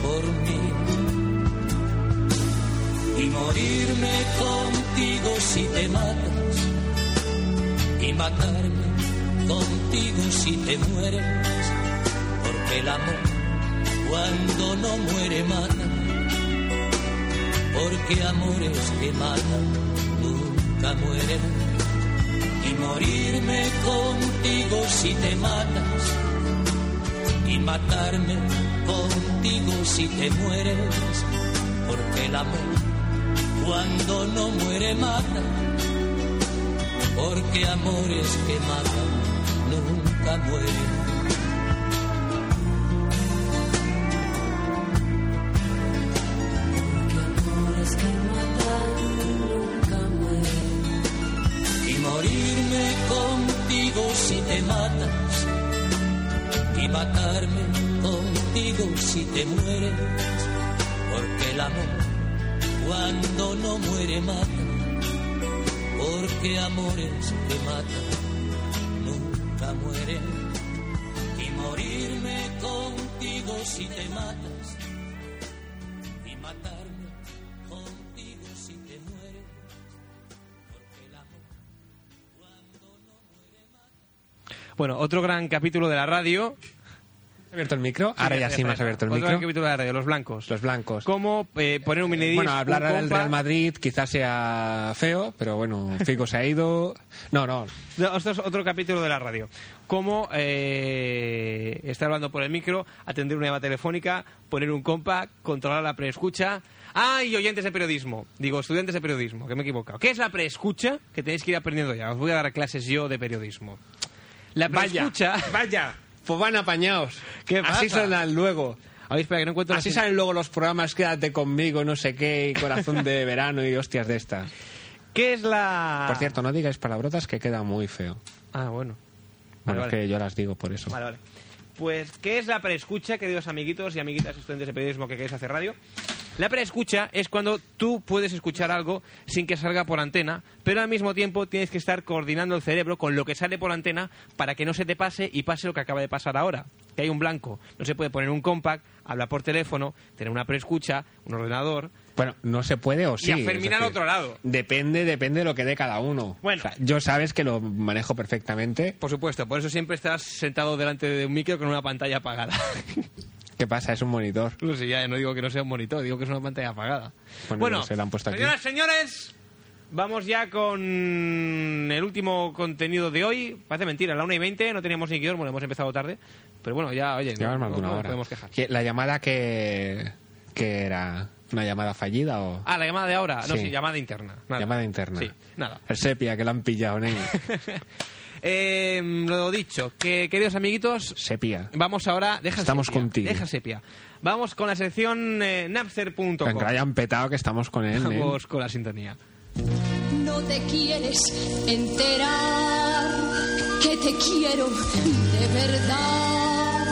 C: por mí. Y morirme contigo si te matas, y matarme contigo si te mueres, porque el amor cuando no muere mata, porque amores que matan nunca mueren y morirme contigo si te matas y matarme contigo si te mueres porque el amor cuando no muere mata porque amores que matan nunca mueren y morirme contigo si te matas y matarme contigo si te mueres porque el amor cuando no muere mata porque amores que matan nunca mueren y morirme contigo si te matas y matarme contigo si te mueres porque el amor
H: Bueno, otro gran capítulo de la radio.
I: ¿Has abierto el micro? Ahora ya sí me has abierto el
H: Otro gran
I: micro.
H: capítulo de la radio, los blancos.
I: Los blancos.
H: Cómo eh, poner un minidisc,
I: Bueno, hablar
H: un
I: ahora del
H: compa-
I: Real Madrid quizás sea feo, pero bueno, Figo se ha ido. No, no.
H: No, Esto es otro capítulo de la radio. Cómo eh, estar hablando por el micro, atender una llamada telefónica, poner un compa, controlar la preescucha. ¡Ah! Y oyentes de periodismo. Digo, estudiantes de periodismo, que me he equivocado. ¿Qué es la preescucha? Que tenéis que ir aprendiendo ya. Os voy a dar clases yo de periodismo.
A: La
B: Vaya.
A: preescucha.
B: Vaya. Pues van apañados.
A: ¿Qué
B: Así
A: pasa?
B: salen luego.
A: A ver, espera, que no encuentro
B: Así
A: las-
B: salen luego los programas Quédate conmigo, no sé qué, y Corazón de Verano y hostias de estas.
A: ¿Qué es la...?
B: Por cierto, no digáis palabrotas que queda muy feo.
A: Ah, bueno.
B: Bueno,
A: Vale,
B: es
A: vale.
B: que yo las digo por eso.
A: Vale, vale. Pues, ¿qué es la preescucha, queridos amiguitos y amiguitas estudiantes de periodismo que queréis hacer radio? La preescucha es cuando tú puedes escuchar algo sin que salga por antena, pero al mismo tiempo tienes que estar coordinando el cerebro con lo que sale por antena para que no se te pase y pase lo que acaba de pasar ahora. Que hay un blanco, no se puede poner un compact, hablar por teléfono, tener una preescucha, un ordenador.
B: Bueno, no se puede o sí.
A: a
B: es
A: Fermín al
B: decir,
A: otro lado.
B: Depende, depende de lo que dé cada uno.
A: Bueno.
B: O sea, yo sabes que lo manejo perfectamente.
A: Por supuesto, por eso siempre estás sentado delante de un micro con una pantalla apagada.
B: ¿Qué pasa? Es un monitor.
A: No sé, ya no digo que no sea un monitor, digo que es una pantalla apagada.
B: Bueno, no sé, la han puesto aquí.
A: señoras, señores, vamos ya con el último contenido de hoy. Parece mentira, a la 1 y 20 no teníamos ni guión, bueno, hemos empezado tarde. Pero bueno, ya, oye,
B: Llevamos
A: no,
B: más de una
A: no nos
B: hora.
A: podemos quejar.
B: Que- La llamada que, que era una llamada fallida o
A: Ah, la llamada de ahora. No,
B: Sí.
A: sí, llamada interna. Nada.
B: llamada interna.
A: Sí, nada.
B: El sepia que lo han pillado, nene.
A: Eh, lo dicho, que queridos amiguitos,
B: sepia.
A: vamos ahora... Deja
B: Estamos
A: sepia,
B: contigo.
A: Deja sepia. Vamos con la sección eh, napster.com.
B: Que aunque lo hayan petado que estamos con él. nene.
A: Vamos con la sintonía.
J: No te quieres enterar que te quiero de verdad.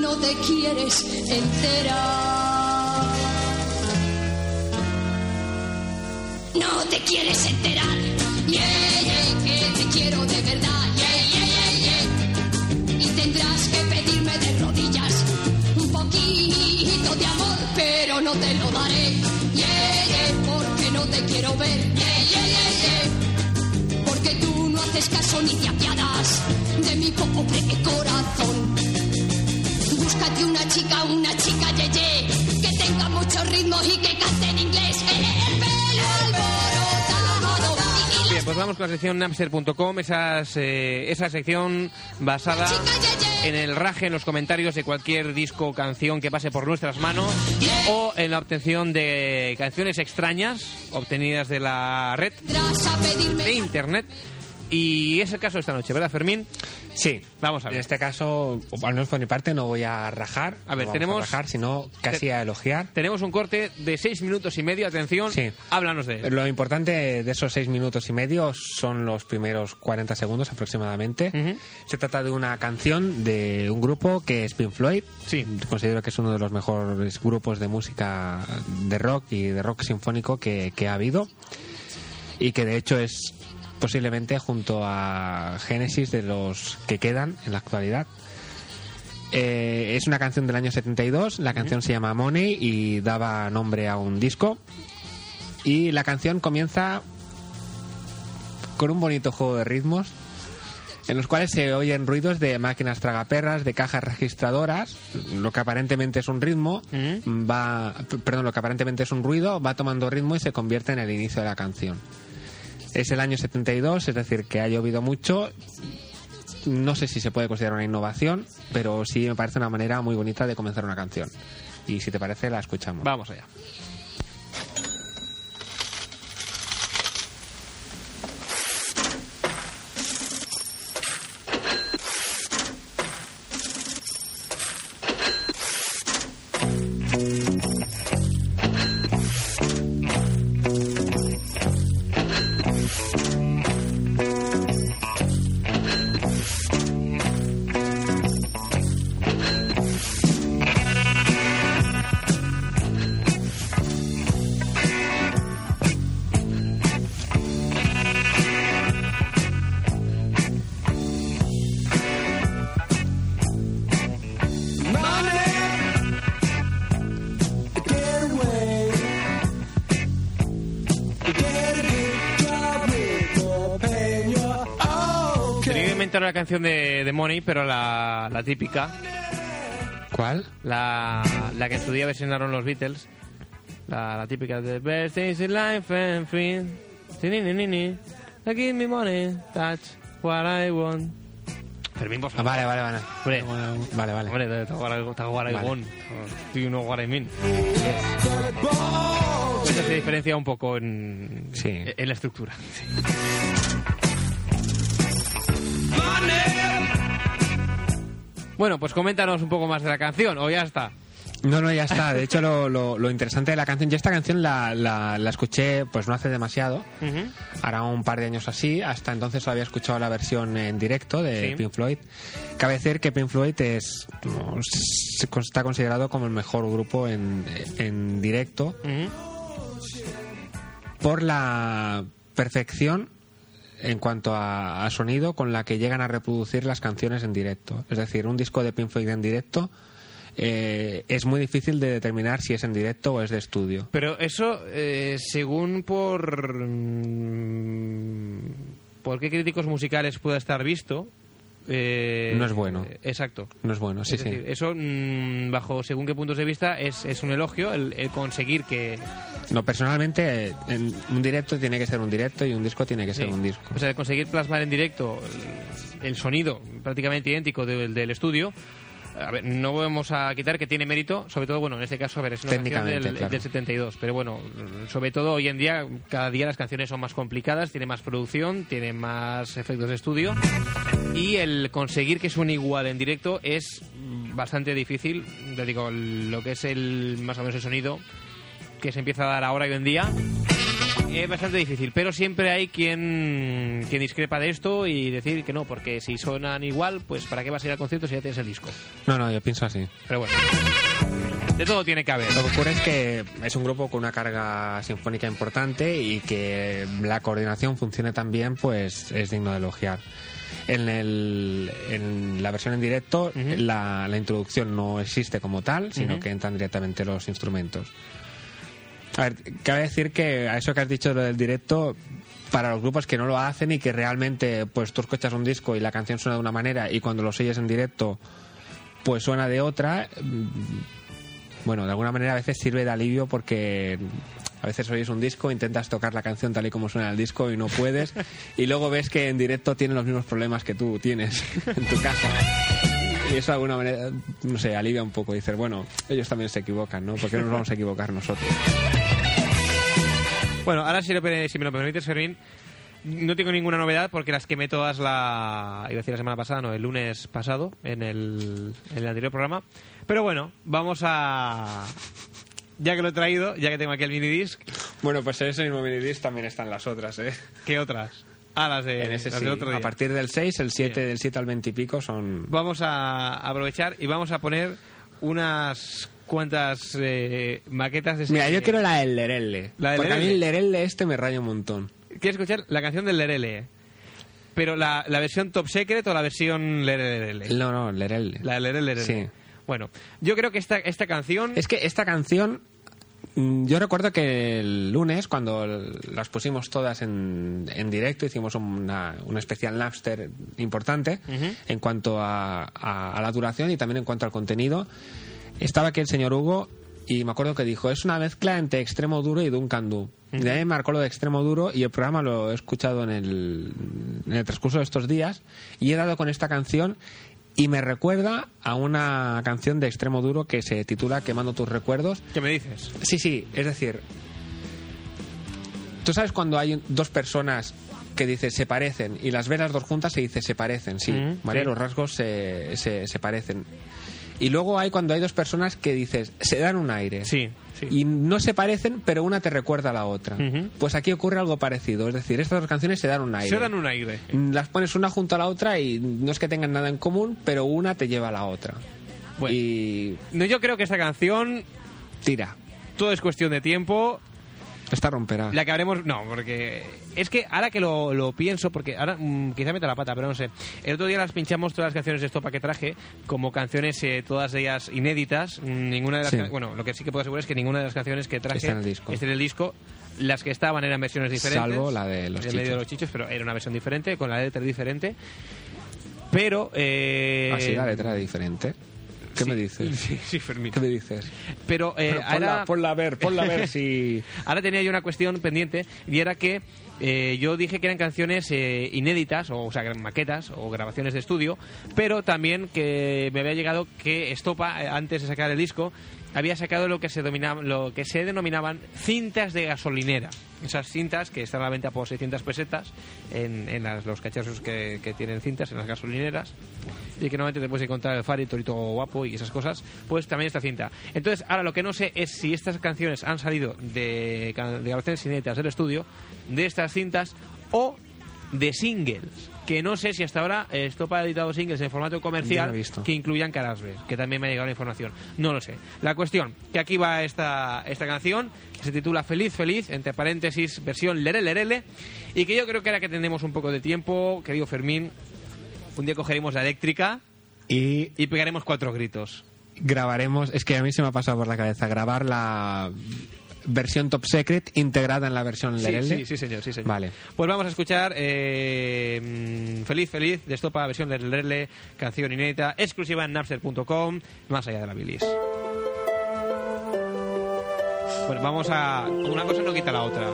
J: No te quieres enterar. No te quieres enterar. Yeah, yeah, que te quiero de verdad. Yeah, yeah, yeah, yeah. Y tendrás que pedirme de rodillas un poquito de amor, pero no te lo daré. Yeah, yeah, porque no te quiero ver. Yeah, yeah, yeah, yeah. Porque tú no haces caso ni te apiadas de mi pobre corazón. Búscate una chica, una chica ye, ye, que tenga mucho ritmo y que cante en inglés. El, el pelo alborotado y, y la
A: Bien, pues vamos con la sección Napster.com, esas, eh, esa sección basada en el raje en los comentarios de cualquier disco o canción que pase por nuestras manos o en la obtención de canciones extrañas obtenidas de la red
J: vendrás a pedirme.
A: de internet. Y es el caso de esta noche, ¿verdad, Fermín?
B: Sí,
A: Vamos a ver.
B: En este caso, o al menos por mi parte, no voy a rajar.
A: A ver,
B: no vamos
A: tenemos-
B: A rajar, sino casi
A: Te-
B: a elogiar.
A: Tenemos un corte de seis minutos y medio, atención,
B: Sí.
A: háblanos de él.
B: Lo importante de esos seis minutos y medio son los primeros 40 segundos aproximadamente.
A: Ujú.
B: Se trata de una canción de un grupo que es Pink Floyd.
A: Sí.
B: Considero que es uno de los mejores grupos de música de rock y de rock sinfónico que, que ha habido. Y que de hecho es posiblemente junto a Genesis de los que quedan en la actualidad. Eh, es una canción del año 72, la canción se llama Money y daba nombre a un disco. Y la canción comienza con un bonito juego de ritmos en los cuales se oyen ruidos de máquinas tragaperras, de cajas registradoras, lo que aparentemente es un ritmo, va, p- perdón, lo que aparentemente es un ruido, va tomando ritmo y se convierte en el inicio de la canción. Es el año 72, es decir, que ha llovido mucho. No sé si se puede considerar una innovación, pero sí me parece una manera muy bonita de comenzar una canción. Y si te parece, la escuchamos.
A: Vamos allá. Tenía que inventar la canción de, de Money, pero la, la típica,
B: ¿Cuál?
A: La, la que en su día versionaron los Beatles. La, la típica de Best Days in Life and Free. Tininini. Now Give me money. That's what I want. Fermín, por
B: Ah,
A: favor.
B: vale, vale, vale.
A: Hombre.
B: Vale, vale.
A: Hombre, that's what I- that's what I
B: Vale.
A: want. Do you know what I mean? Eso se diferencia un poco en,
B: Sí.
A: en la estructura.
E: Money.
A: Bueno, pues coméntanos un poco más de la canción, o ya está.
B: No, no, ya está. De hecho, lo, lo- lo interesante de la canción, yo esta canción la, la- la escuché pues no hace demasiado, hará un par de años así. Hasta entonces había escuchado la versión en directo de
A: Sí.
B: Pink Floyd. Cabe decir que Pink Floyd es, no, se- está considerado como el mejor grupo en, en directo por la perfección en cuanto a, a sonido con la que llegan a reproducir las canciones en directo. Es decir, un disco de Pink Floyd en directo eh, es muy difícil de determinar si es en directo o es de estudio.
A: Pero eso, eh, según por. mm, ¿Por qué críticos musicales pueda estar visto? eh,
B: No es bueno.
A: eh, Exacto.
B: No es bueno, sí,
A: Es
B: sí.
A: decir, eso, mm, bajo según qué puntos de vista, es, es un elogio el, el conseguir que.
B: No, personalmente, eh, en- un directo tiene que ser un directo y un disco tiene que ser
A: sí.
B: un disco.
A: O sea, conseguir plasmar en directo el, el sonido prácticamente idéntico del, del estudio. A ver, no vamos a quitar que tiene mérito, sobre todo, bueno, en este caso, a ver, es una canción del,
B: Técnicamente, claro.
A: del 72, pero bueno, sobre todo hoy en día, cada día las canciones son más complicadas, tiene más producción, tiene más efectos de estudio y el conseguir que suene igual en directo es bastante difícil, te digo, lo que es el más o menos el sonido que se empieza a dar ahora hoy en día. Es bastante difícil, pero siempre hay quien, quien discrepa de esto y decir que no, porque si suenan igual, pues ¿para qué vas a ir al concierto si ya tienes el disco?
B: No, no, yo pienso así.
A: Pero bueno, de todo tiene que haber.
B: Lo que ocurre es que es un grupo con una carga sinfónica importante y que la coordinación funcione tan bien, pues es digno de elogiar. En, el- en la versión en directo, la, la introducción no existe como tal, sino
A: Ujú.
B: que entran directamente los instrumentos. A ver, cabe decir que a eso que has dicho de lo del directo, para los grupos que no lo hacen y que realmente, pues tú escuchas un disco y la canción suena de una manera y cuando los oyes en directo, pues suena de otra, bueno, de alguna manera a veces sirve de alivio porque a veces oyes un disco, intentas tocar la canción tal y como suena el disco y no puedes, y luego ves que en directo tienen los mismos problemas que tú tienes en tu casa. Y eso de alguna manera, no sé, alivia un poco. Dices, bueno, ellos también se equivocan, ¿no? ¿Por qué no nos vamos a equivocar nosotros?
A: Bueno, ahora si, lo per- si me lo permites, Fermín, no tengo ninguna novedad porque las quemé todas la... iba a decir la semana pasada, no, el lunes pasado, en el, en el anterior programa. Pero bueno, vamos a... Ya que lo he traído, ya que tengo aquí el minidisc,
B: Bueno, pues en ese mismo minidisc también están las otras, ¿eh?
A: ¿qué otras? Ah, las de,
B: En ese
A: las
B: sí.
A: de otro
B: A
A: día.
B: partir Eh, del 6, el 7, del 7 al 20 y pico son...
A: Vamos a aprovechar y vamos a poner unas cuantas eh, maquetas de... ese-
B: Mira, yo quiero la del Lerelle.
A: La del
B: porque a mí
A: Lerele.
B: el Lerelle este me raya un montón.
A: Quiero escuchar la canción del Lerele. Pero la, la versión Top Secret o la versión Lerele.
B: No, no, el Lerele.
A: La Lerele.
B: Sí.
A: Bueno, yo creo que esta, esta canción...
B: Es que esta canción, mm, yo recuerdo que el lunes, cuando l- las pusimos todas en, en directo, hicimos una, un especial Napster importante en cuanto a, a- a la duración y también en cuanto al contenido. Estaba aquí el señor Hugo y me acuerdo que dijo, es una mezcla entre Extremo Duro y Duncan Du. De ahí me marcó lo de Extremo Duro y el programa lo he escuchado en el, en el transcurso de estos días y he dado con esta canción y me recuerda a una canción de Extremo Duro que se titula Quemando tus recuerdos.
A: ¿Qué me dices?
B: Sí, sí, es decir, tú sabes cuando hay dos personas que dices se parecen y las ves las dos juntas y dices se parecen, sí,
A: Mm,
B: ¿vale?
A: sí.
B: Los rasgos se, se- se parecen. Y luego hay cuando hay dos personas que dices se dan un aire.
A: Sí, sí.
B: Y no se parecen, pero una te recuerda a la otra.
A: Ujú.
B: Pues aquí ocurre algo parecido. Es decir, estas dos canciones se dan un aire. Mm,
A: Se dan un aire.
B: Las pones una junto a la otra y no es que tengan nada en común, pero una te lleva a la otra.
A: Bueno.
B: Y
A: No, yo creo que esta canción,
B: tira.
A: todo es cuestión de tiempo.
B: Esta romperá.
A: La que habremos... No, porque... Es que ahora que lo, lo pienso, porque ahora mm, quizá meta la pata, pero no sé. El otro día las pinchamos todas las canciones de estopa que traje, como canciones eh, todas ellas inéditas. Mm, Ninguna de las...
B: Sí.
A: can- Bueno, lo que sí que puedo asegurar es que ninguna de las canciones que traje...
B: Está en el disco.
A: está en el disco. Las que estaban eran versiones diferentes.
B: Salvo la de los
A: en medio de
B: chichos.
A: los chichos, pero era una versión diferente, con la letra diferente. Pero... Eh...
B: Así la letra es diferente. ¿Qué me dices?
A: Sí, sí, Fermín.
B: ¿Qué me dices?
A: Pero, eh,
B: Pero ponla,
A: ahora...
B: ponla a ver, ponla a ver si...
A: Ahora tenía yo una cuestión pendiente y era que eh, yo dije que eran canciones eh, inéditas, o, o sea, maquetas o grabaciones de estudio, pero también que me había llegado que Estopa, eh, antes de sacar el disco, había sacado lo que se, dominaba, lo que se denominaban cintas de gasolinera. Esas cintas que están a la venta por 600 pesetas en, en las- los cachazos que, que tienen cintas en las gasolineras. y que normalmente te puedes encontrar el Fari, Torito Guapo y esas cosas, pues también esta cinta. Entonces, ahora lo que no sé es si estas canciones han salido de, can- de grabaciones inéditas del estudio, de estas cintas o de singles. Que no sé si hasta ahora eh, Estopa ha editado singles en formato comercial
B: he visto.
A: que incluyan caras B, que también me ha llegado la información. No lo sé. La cuestión, que aquí va esta, esta canción, que se titula Feliz, Feliz, entre paréntesis, versión Lerele, Lerele, y que yo creo que ahora que tenemos un poco de tiempo, querido Fermín, un día cogeremos la eléctrica
B: Y
A: y pegaremos cuatro gritos.
B: grabaremos, es que a mí se me ha pasado por la cabeza, grabar la versión Top Secret integrada en la versión
A: Sí,
B: Lerele.
A: sí, sí, señor, sí, señor.
B: Vale.
A: Pues vamos a escuchar eh, mm, Feliz, Feliz, de Estopa, versión Lerele, Lerele, canción inédita, exclusiva en napster.com, más allá de la bilis. Pues vamos a... Una cosa no quita la otra.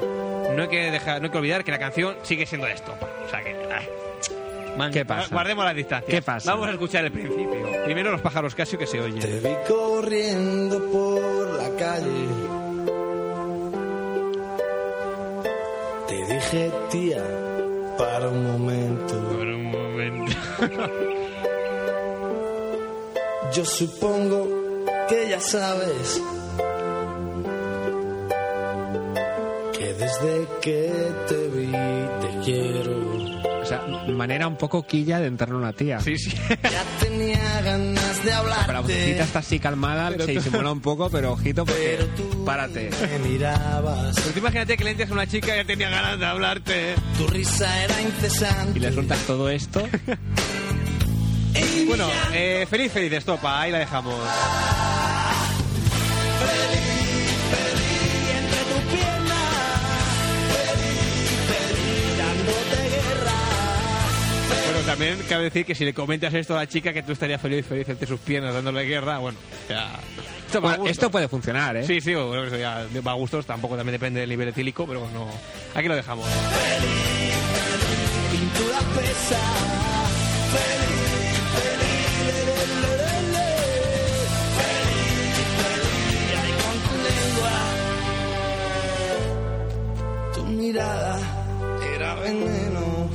A: No hay que dejar, no hay que olvidar que la canción sigue siendo de Estopa. O sea que... ah, man-
B: ¿Qué pasa?
A: Guardemos la distancia.
B: ¿Qué pasa?
A: Vamos a escuchar el principio. Primero los pájaros Casio que se
E: Te
A: oyen.
E: vi corriendo por la calle. Te dije, tía, para un momento.
A: Por un momento.
E: Yo supongo que ya sabes que desde que te vi te quiero.
B: O sea, manera un poco quilla de entrar una tía.
A: Sí, sí.
E: Ya tenía ganas de hablarte.
B: Pero la vocecita está así calmada, se disimula un poco, pero ojito porque...
E: pero tú
B: Párate.
E: me mirabas.
A: Pero tú imagínate que le entres a una chica y ya tenía ganas de hablarte.
E: Tu risa era
B: Y
E: incesante.
B: le sueltas todo esto.
A: Bueno, eh, feliz, feliz de estopa, ahí la dejamos. Bueno, también cabe decir que si le comentas esto a la chica que tú estarías feliz, feliz entre sus piernas dándole guerra, bueno, ya. Esto va a
B: Bueno,
A: gusto.
B: esto puede funcionar, ¿eh?
A: Sí, sí, bueno, eso ya va a gustos, tampoco también depende del nivel etílico, pero no. Aquí lo dejamos.
E: Tu mirada era veneno.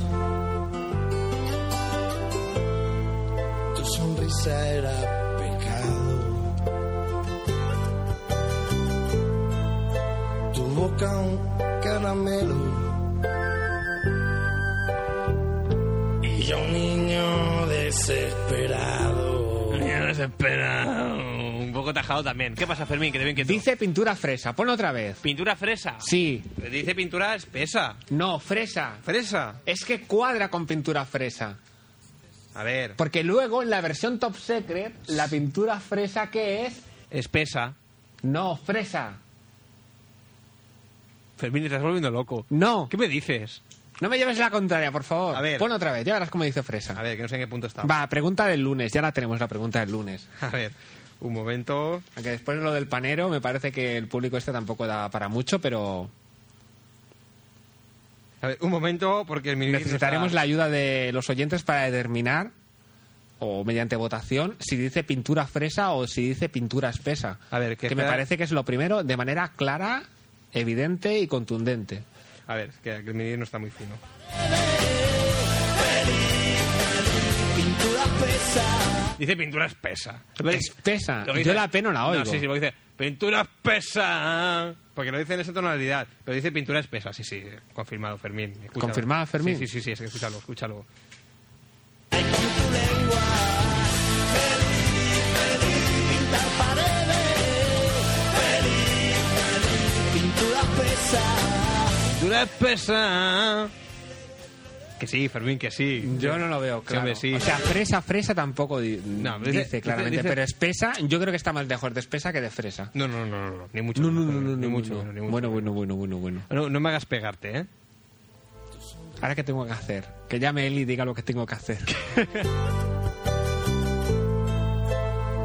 E: Tu sonrisa era pecado. Tu boca un caramelo. Y yo un niño desesperado.
A: Desesperado. Un poco tajado también. ¿Qué pasa, Fermín? Que te ven que
B: Dice pintura fresa, ponlo otra vez.
A: Pintura fresa.
B: Sí.
A: Dice pintura espesa.
B: No, fresa.
A: Fresa.
B: Es que cuadra con pintura fresa.
A: A ver.
B: Porque luego en la versión Top Secret, la pintura fresa que es.
A: Espesa.
B: No, fresa.
A: Fermín, te estás volviendo loco.
B: No.
A: ¿Qué me dices?
B: No me lleves la contraria, por favor.
A: A ver.
B: Pon otra vez, ya verás cómo dice fresa.
A: A ver, que no sé en qué punto está.
B: Va, pregunta del lunes, ya la tenemos la pregunta del lunes.
A: A ver. Un momento.
B: Aunque después lo del panero, me parece que el público este tampoco da para mucho, pero
A: A ver, un momento, porque el mi
B: necesitaremos la ayuda de los oyentes para determinar, o mediante votación, si dice pintura fresa o si dice pintura espesa.
A: A ver, que
B: que me
A: espera-
B: parece que es lo primero, de manera clara, evidente y contundente.
A: A ver, que, que el medir no está muy fino. Dice pintura espesa.
B: Espesa.
A: Lo que
B: Yo
A: dice-
B: la P no la oigo.
A: No, sí, sí, porque dice pintura espesa. Porque lo dice en esa tonalidad. Pero dice pintura espesa, sí, sí. Confirmado, Fermín. Escúchalo.
B: ¿Confirmado, Fermín?
A: Sí, sí, sí, sí, es que escúchalo, escúchalo. Pintura espesa. Que sí, Fermín, que sí.
B: Yo no lo veo
A: Sí, hombre,
B: claro.
A: sí.
B: O sea, fresa, fresa tampoco di-
A: No,
B: dice,
A: dice-
B: claramente.
A: dice-
B: Pero espesa, yo creo que está más lejos de espesa que de fresa.
A: No, no, no, no, no, ni mucho.
B: No, no,
A: menos,
B: no, no,
A: ni
B: no,
A: mucho,
B: no.
A: menos, ni mucho
B: Bueno,
A: menos.
B: bueno, bueno, bueno, bueno.
A: No, no me hagas pegarte, ¿eh?
B: Ahora qué tengo que hacer. Que llame él y diga lo que tengo que hacer.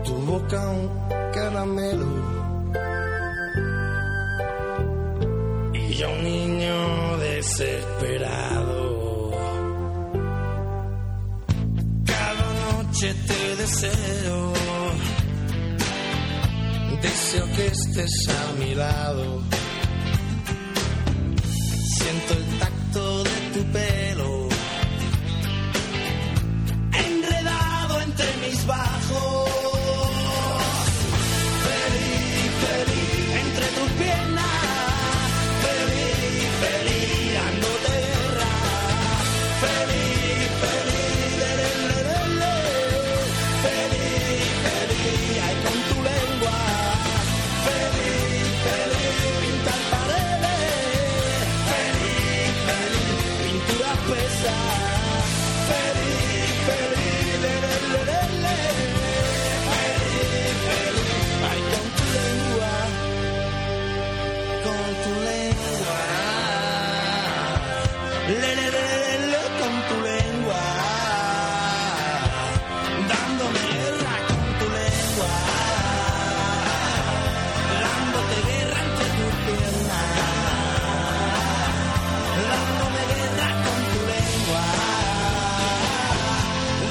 E: Tu boca un caramelo. Y yo un niño desesperado. Cada noche te deseo. Deseo que estés a mi lado. Siento el tacto de tu pelo. Enredado entre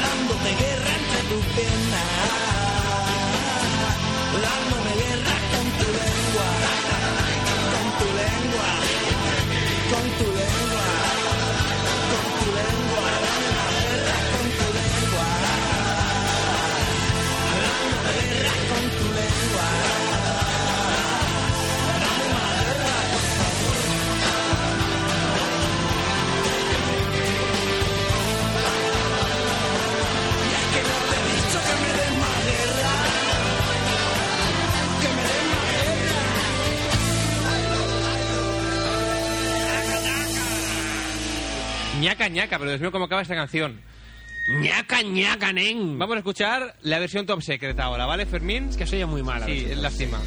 E: tu pierna. Dándome guerra con tu lengua. Con tu lengua. Con tu lengua. Con tu lengua. Dándome guerra con tu lengua. Dándome guerra con tu lengua. Dame más guerra, por favor. Y es que no te he dicho que me des más guerra. Que me des más guerra.
A: Ñaca, ñaca, pero Dios mío, cómo acaba esta canción.
B: ñaca, ñaca, nen.
A: Vamos a escuchar la versión top secret ahora, ¿vale, Fermín?
B: Es que soy muy mala.
A: Sí, es lástima.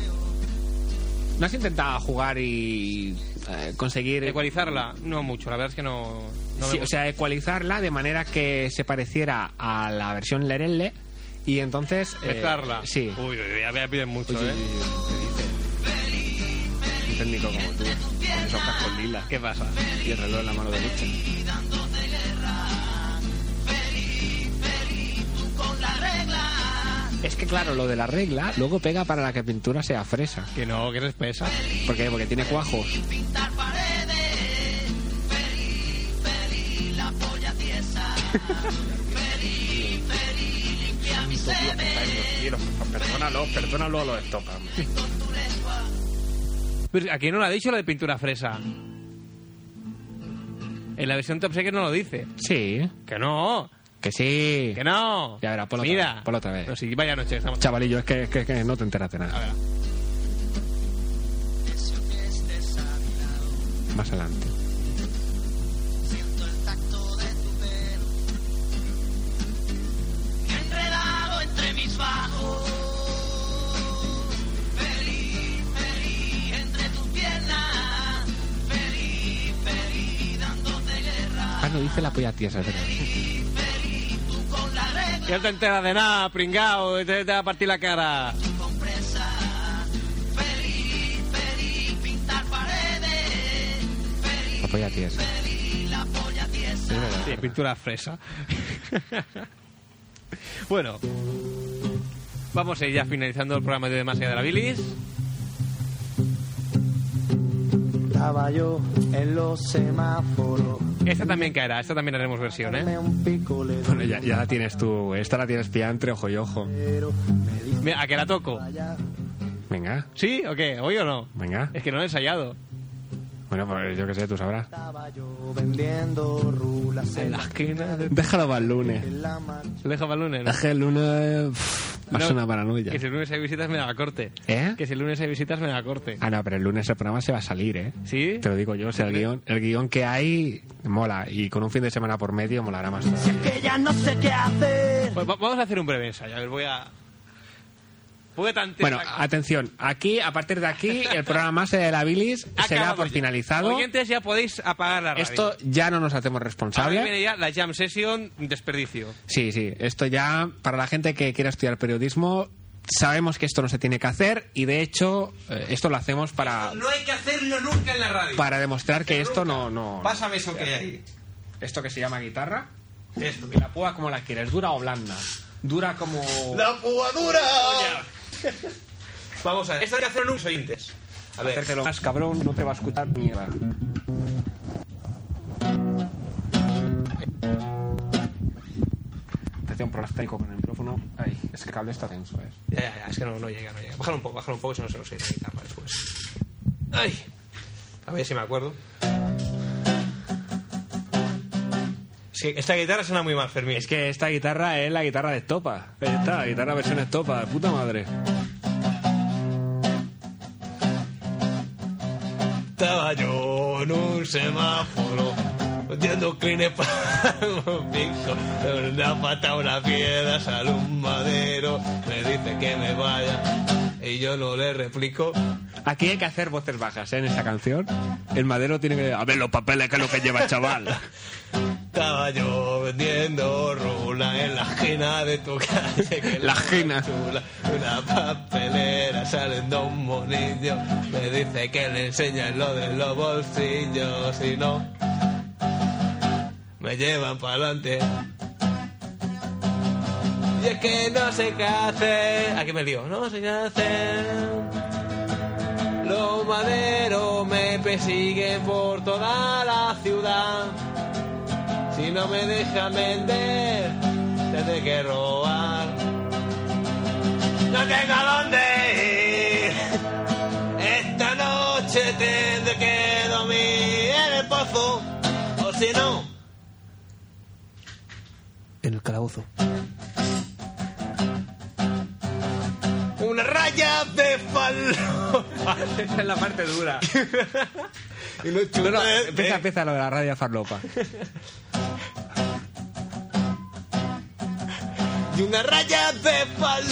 B: ¿No has intentado jugar y eh, conseguir...
A: Ecualizarla, no mucho, la verdad es que no. no me
B: Sí,
A: gusta.
B: o sea, ecualizarla de manera que se pareciera a la versión Lerelle y entonces... eh,
A: Mezclarla.
B: Sí.
A: Uy, uy, uy, ya me piden mucho, ¿eh?
B: Un técnico como tú, con esos cascos lilas. ¿Qué pasa? Y el reloj en la mano derecha. Es que claro, lo de la regla luego pega para la que pintura sea fresa.
A: Que no, que eres pesa.
B: ¿Por qué? Porque tiene cuajos. Perdónalo, perdónalo a los estopas.
A: Pero aquí no lo ha dicho la de pintura fresa. En la versión top secret no lo dice.
B: Sí,
A: Que no,
B: que sí.
A: que no.
B: Ya verás, ponlo otra
A: Mira.
B: vez, ponlo otra vez.
A: Pero sí, vaya noche, estamos.
B: Chavalillo, es que, es que- es que no te enteras de
A: A
B: nada.
A: ver.
B: Más adelante. Ah, no, dice la polla tiesa, es verdad.
A: Que no te enteras de nada, pringao, te, te va a partir la cara.
B: La polla tiesa. Es verdad.
A: Sí, pintura fresa. bueno, vamos a ir ya finalizando el programa de Demasiada de la Bilis.
D: Estaba yo en los semáforos.
A: Esta también caerá, esta también haremos versión, ¿eh?
D: Me un pico le
B: Bueno, ya, ya la tienes tú. Esta la tienes pillada entre ojo y ojo.
D: pero me dice
A: Mira, ¿A que la toco?
D: allá.
B: Venga,
A: ¿Sí o qué? ¿Hoy o no?
B: venga.
A: Es que no lo he ensayado.
B: Bueno, pues yo qué sé, tú sabrás.
D: Estaba yo vendiendo rulas en la,
A: esquina de...
B: Déjalo para el lunes.
D: en la mar-
A: Lo dejo para el lunes, ¿no?
B: Es que el lunes pff, va a
A: No,
B: ser una paranoia.
A: Que si el lunes hay visitas me da corte.
B: ¿Eh?
A: Que si el lunes hay visitas me da corte.
B: Ah, no, pero el lunes el programa se va a salir, ¿eh?
A: ¿Sí?
B: Te lo digo yo, o sea, el guión, el guión que hay mola y con un fin de semana por medio molará más.
D: Si es que ya no sé qué hacer.
A: Pues va- vamos a hacer un breve ensayo. A ver, voy a... Voy a tantear
B: Bueno,
A: la-
B: atención, aquí, a partir de aquí, el programa más de la bilis será
A: Acabamos
B: por
A: ya.
B: finalizado.
A: Oyentes, ya podéis apagar la radio.
B: Esto ya no nos hacemos
A: Ahora
B: responsables.
A: viene ya la jam session desperdicio.
B: Sí, sí. Esto ya, para la gente que quiera estudiar periodismo, sabemos que esto no se tiene que hacer y de hecho eh, esto lo hacemos para,
A: hay que hacerlo nunca en la radio.
B: para demostrar que esto no, no...
A: Pásame eso que hay ahí.
B: Esto que se llama guitarra, esto, que la púa como la quieres, dura o blanda. Dura como...
A: Vamos a ver. Esto hay que hacerlo en unos oyentes. A ver.
B: Hacértelo más cabrón, no te va a escuchar mierda. Atención por prostático con el micrófono. Ay, es que el cable está tenso, ¿eh?
A: Ya, ya, ya, es que no, no llega, no llega. Bájalo un poco, bájalo un poco, si no se nos oye la guitarra después. pues. Ay. A ver si me acuerdo. Sí, esta guitarra suena muy mal, Fermín.
B: Es que esta guitarra es la guitarra de estopa. Ahí está, la guitarra versión estopa, de puta madre.
A: Estaba yo en un semáforo Metiendo clines para un pico Una pata, una piedra, sale un madero Me dice que me vaya Y yo no le replico
B: Aquí hay que hacer voces bajas, ¿eh? En esta canción. El madero tiene que. A ver, los papeles, que es lo que lleva, chaval.
A: Estaba yo vendiendo rula en la esquina de tu calle que
B: La esquina.
A: chula, Una papelera saliendo un monillo Me dice que le enseñes lo de los bolsillos Si no, me llevan para adelante
E: Y
A: yo es que no sé qué hacer. Aquí me lío, no sé qué hacer. Los maderos me persiguen por toda la ciudad. Si no me dejan vender, tendré que robar. No tengo a dónde ir. Esta noche tendré que dormir en el pozo. O si no, en el calabozo. Una raya de falopa. Esa es la parte dura. y los
D: No, no,
B: eh,
D: empieza, empieza lo de la radio farlopa.
A: y una raya de palo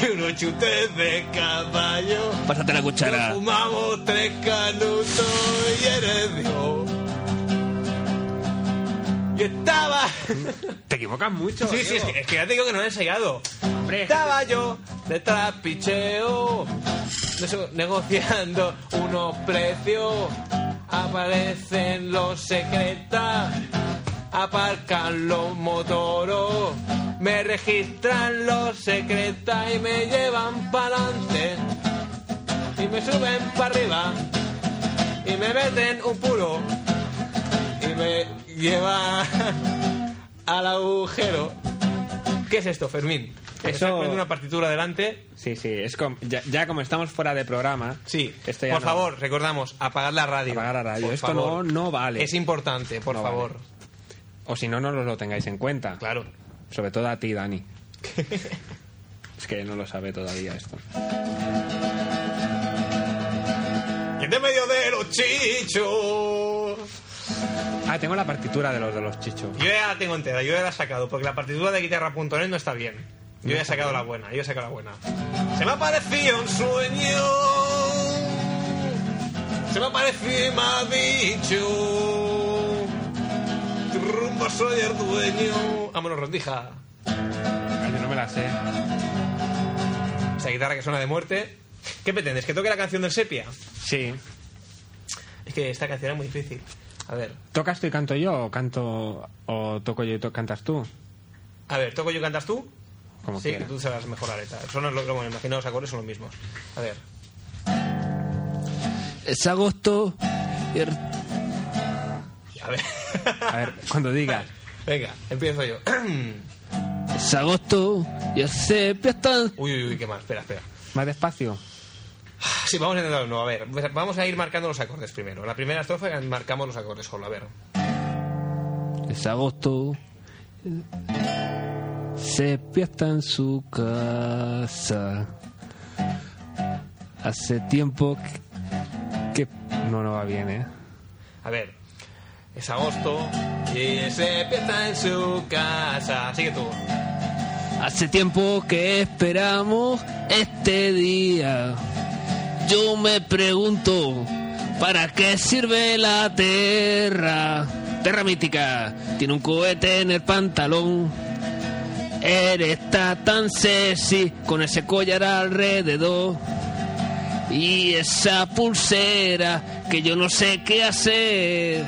A: y unos chutes de caballo.
D: Pásate la
B: Ah.
A: Nos fumamos tres canutos y eres Dios. Y estaba.
D: Te equivocas mucho. ¿eh?
A: Sí, sí, es que, es que ya te digo que no lo he ensayado. Estaba yo de trapicheo, no sé, negociando unos precios. Aparecen los secretas, aparcan los motoros, me registran los secretas y me llevan para adelante. Y me suben para arriba y me meten un puro y me llevan al agujero. ¿Qué es esto, Fermín? ¿Te
D: Eso-
A: ¿Estás poniendo una partitura delante?
D: Sí, sí, es com- ya, ya como estamos fuera de programa.
A: Sí.
D: esto ya
A: por
D: no-
A: favor, recordamos, apagar la radio.
D: Apagar la radio.
A: Por
D: Esto
A: favor.
D: no, no vale.
A: Es importante, por
D: No vale.
A: favor.
D: O si no, no lo, lo tengáis en cuenta.
A: Claro.
D: Sobre todo a ti, Dani. es que no lo sabe todavía esto.
A: Y en medio de los chichos.
D: Ah, tengo la partitura de los de los chichos.
A: Yo ya la tengo entera, yo ya la he sacado, porque la partitura de guitarra.net no está bien. Yo ya he sacado la buena, yo he sacado la buena. Se me apareció un sueño. Se me apareció y me ha dicho. Tu rumbo soy el dueño. Vámonos, rondija.
D: Ay, Yo no me la sé.
A: Esa guitarra que suena de muerte. ¿Qué pretendes? ¿Que toque la canción del Sepia?
D: Sí.
A: Es que esta canción es muy difícil. A ver,
D: ¿Tocas tú y canto yo o canto o toco yo y to- cantas tú?
A: a ver, toco yo, cantas tú.
D: Como
A: sí,
D: quieras.
A: tú sabrás mejor la letra. Son los, bueno, imagino los acordes son los mismos. A ver.
D: Es agosto.
A: A ver.
D: A ver, cuando digas.
A: Venga, empiezo yo.
D: Es agosto y el sepia está...
A: Uy, uy, uy, qué mal. Espera, espera.
D: Más despacio.
A: Sí, vamos a intentarlo de nuevo. A ver, pues vamos a ir marcando los acordes primero. La primera estrofa marcamos los acordes solo. A ver.
D: Es agosto. Sepia está en su casa. Hace tiempo que... que- No, no va bien, ¿eh?
A: A ver. Es agosto y se empieza en su casa. Sigue tú.
D: Hace tiempo que esperamos este día. Yo me pregunto, ¿para qué sirve la Tierra? Terra mítica, tiene un cohete en el pantalón. Eres está tan sexy con ese collar alrededor. Y esa pulsera que yo no sé qué hacer.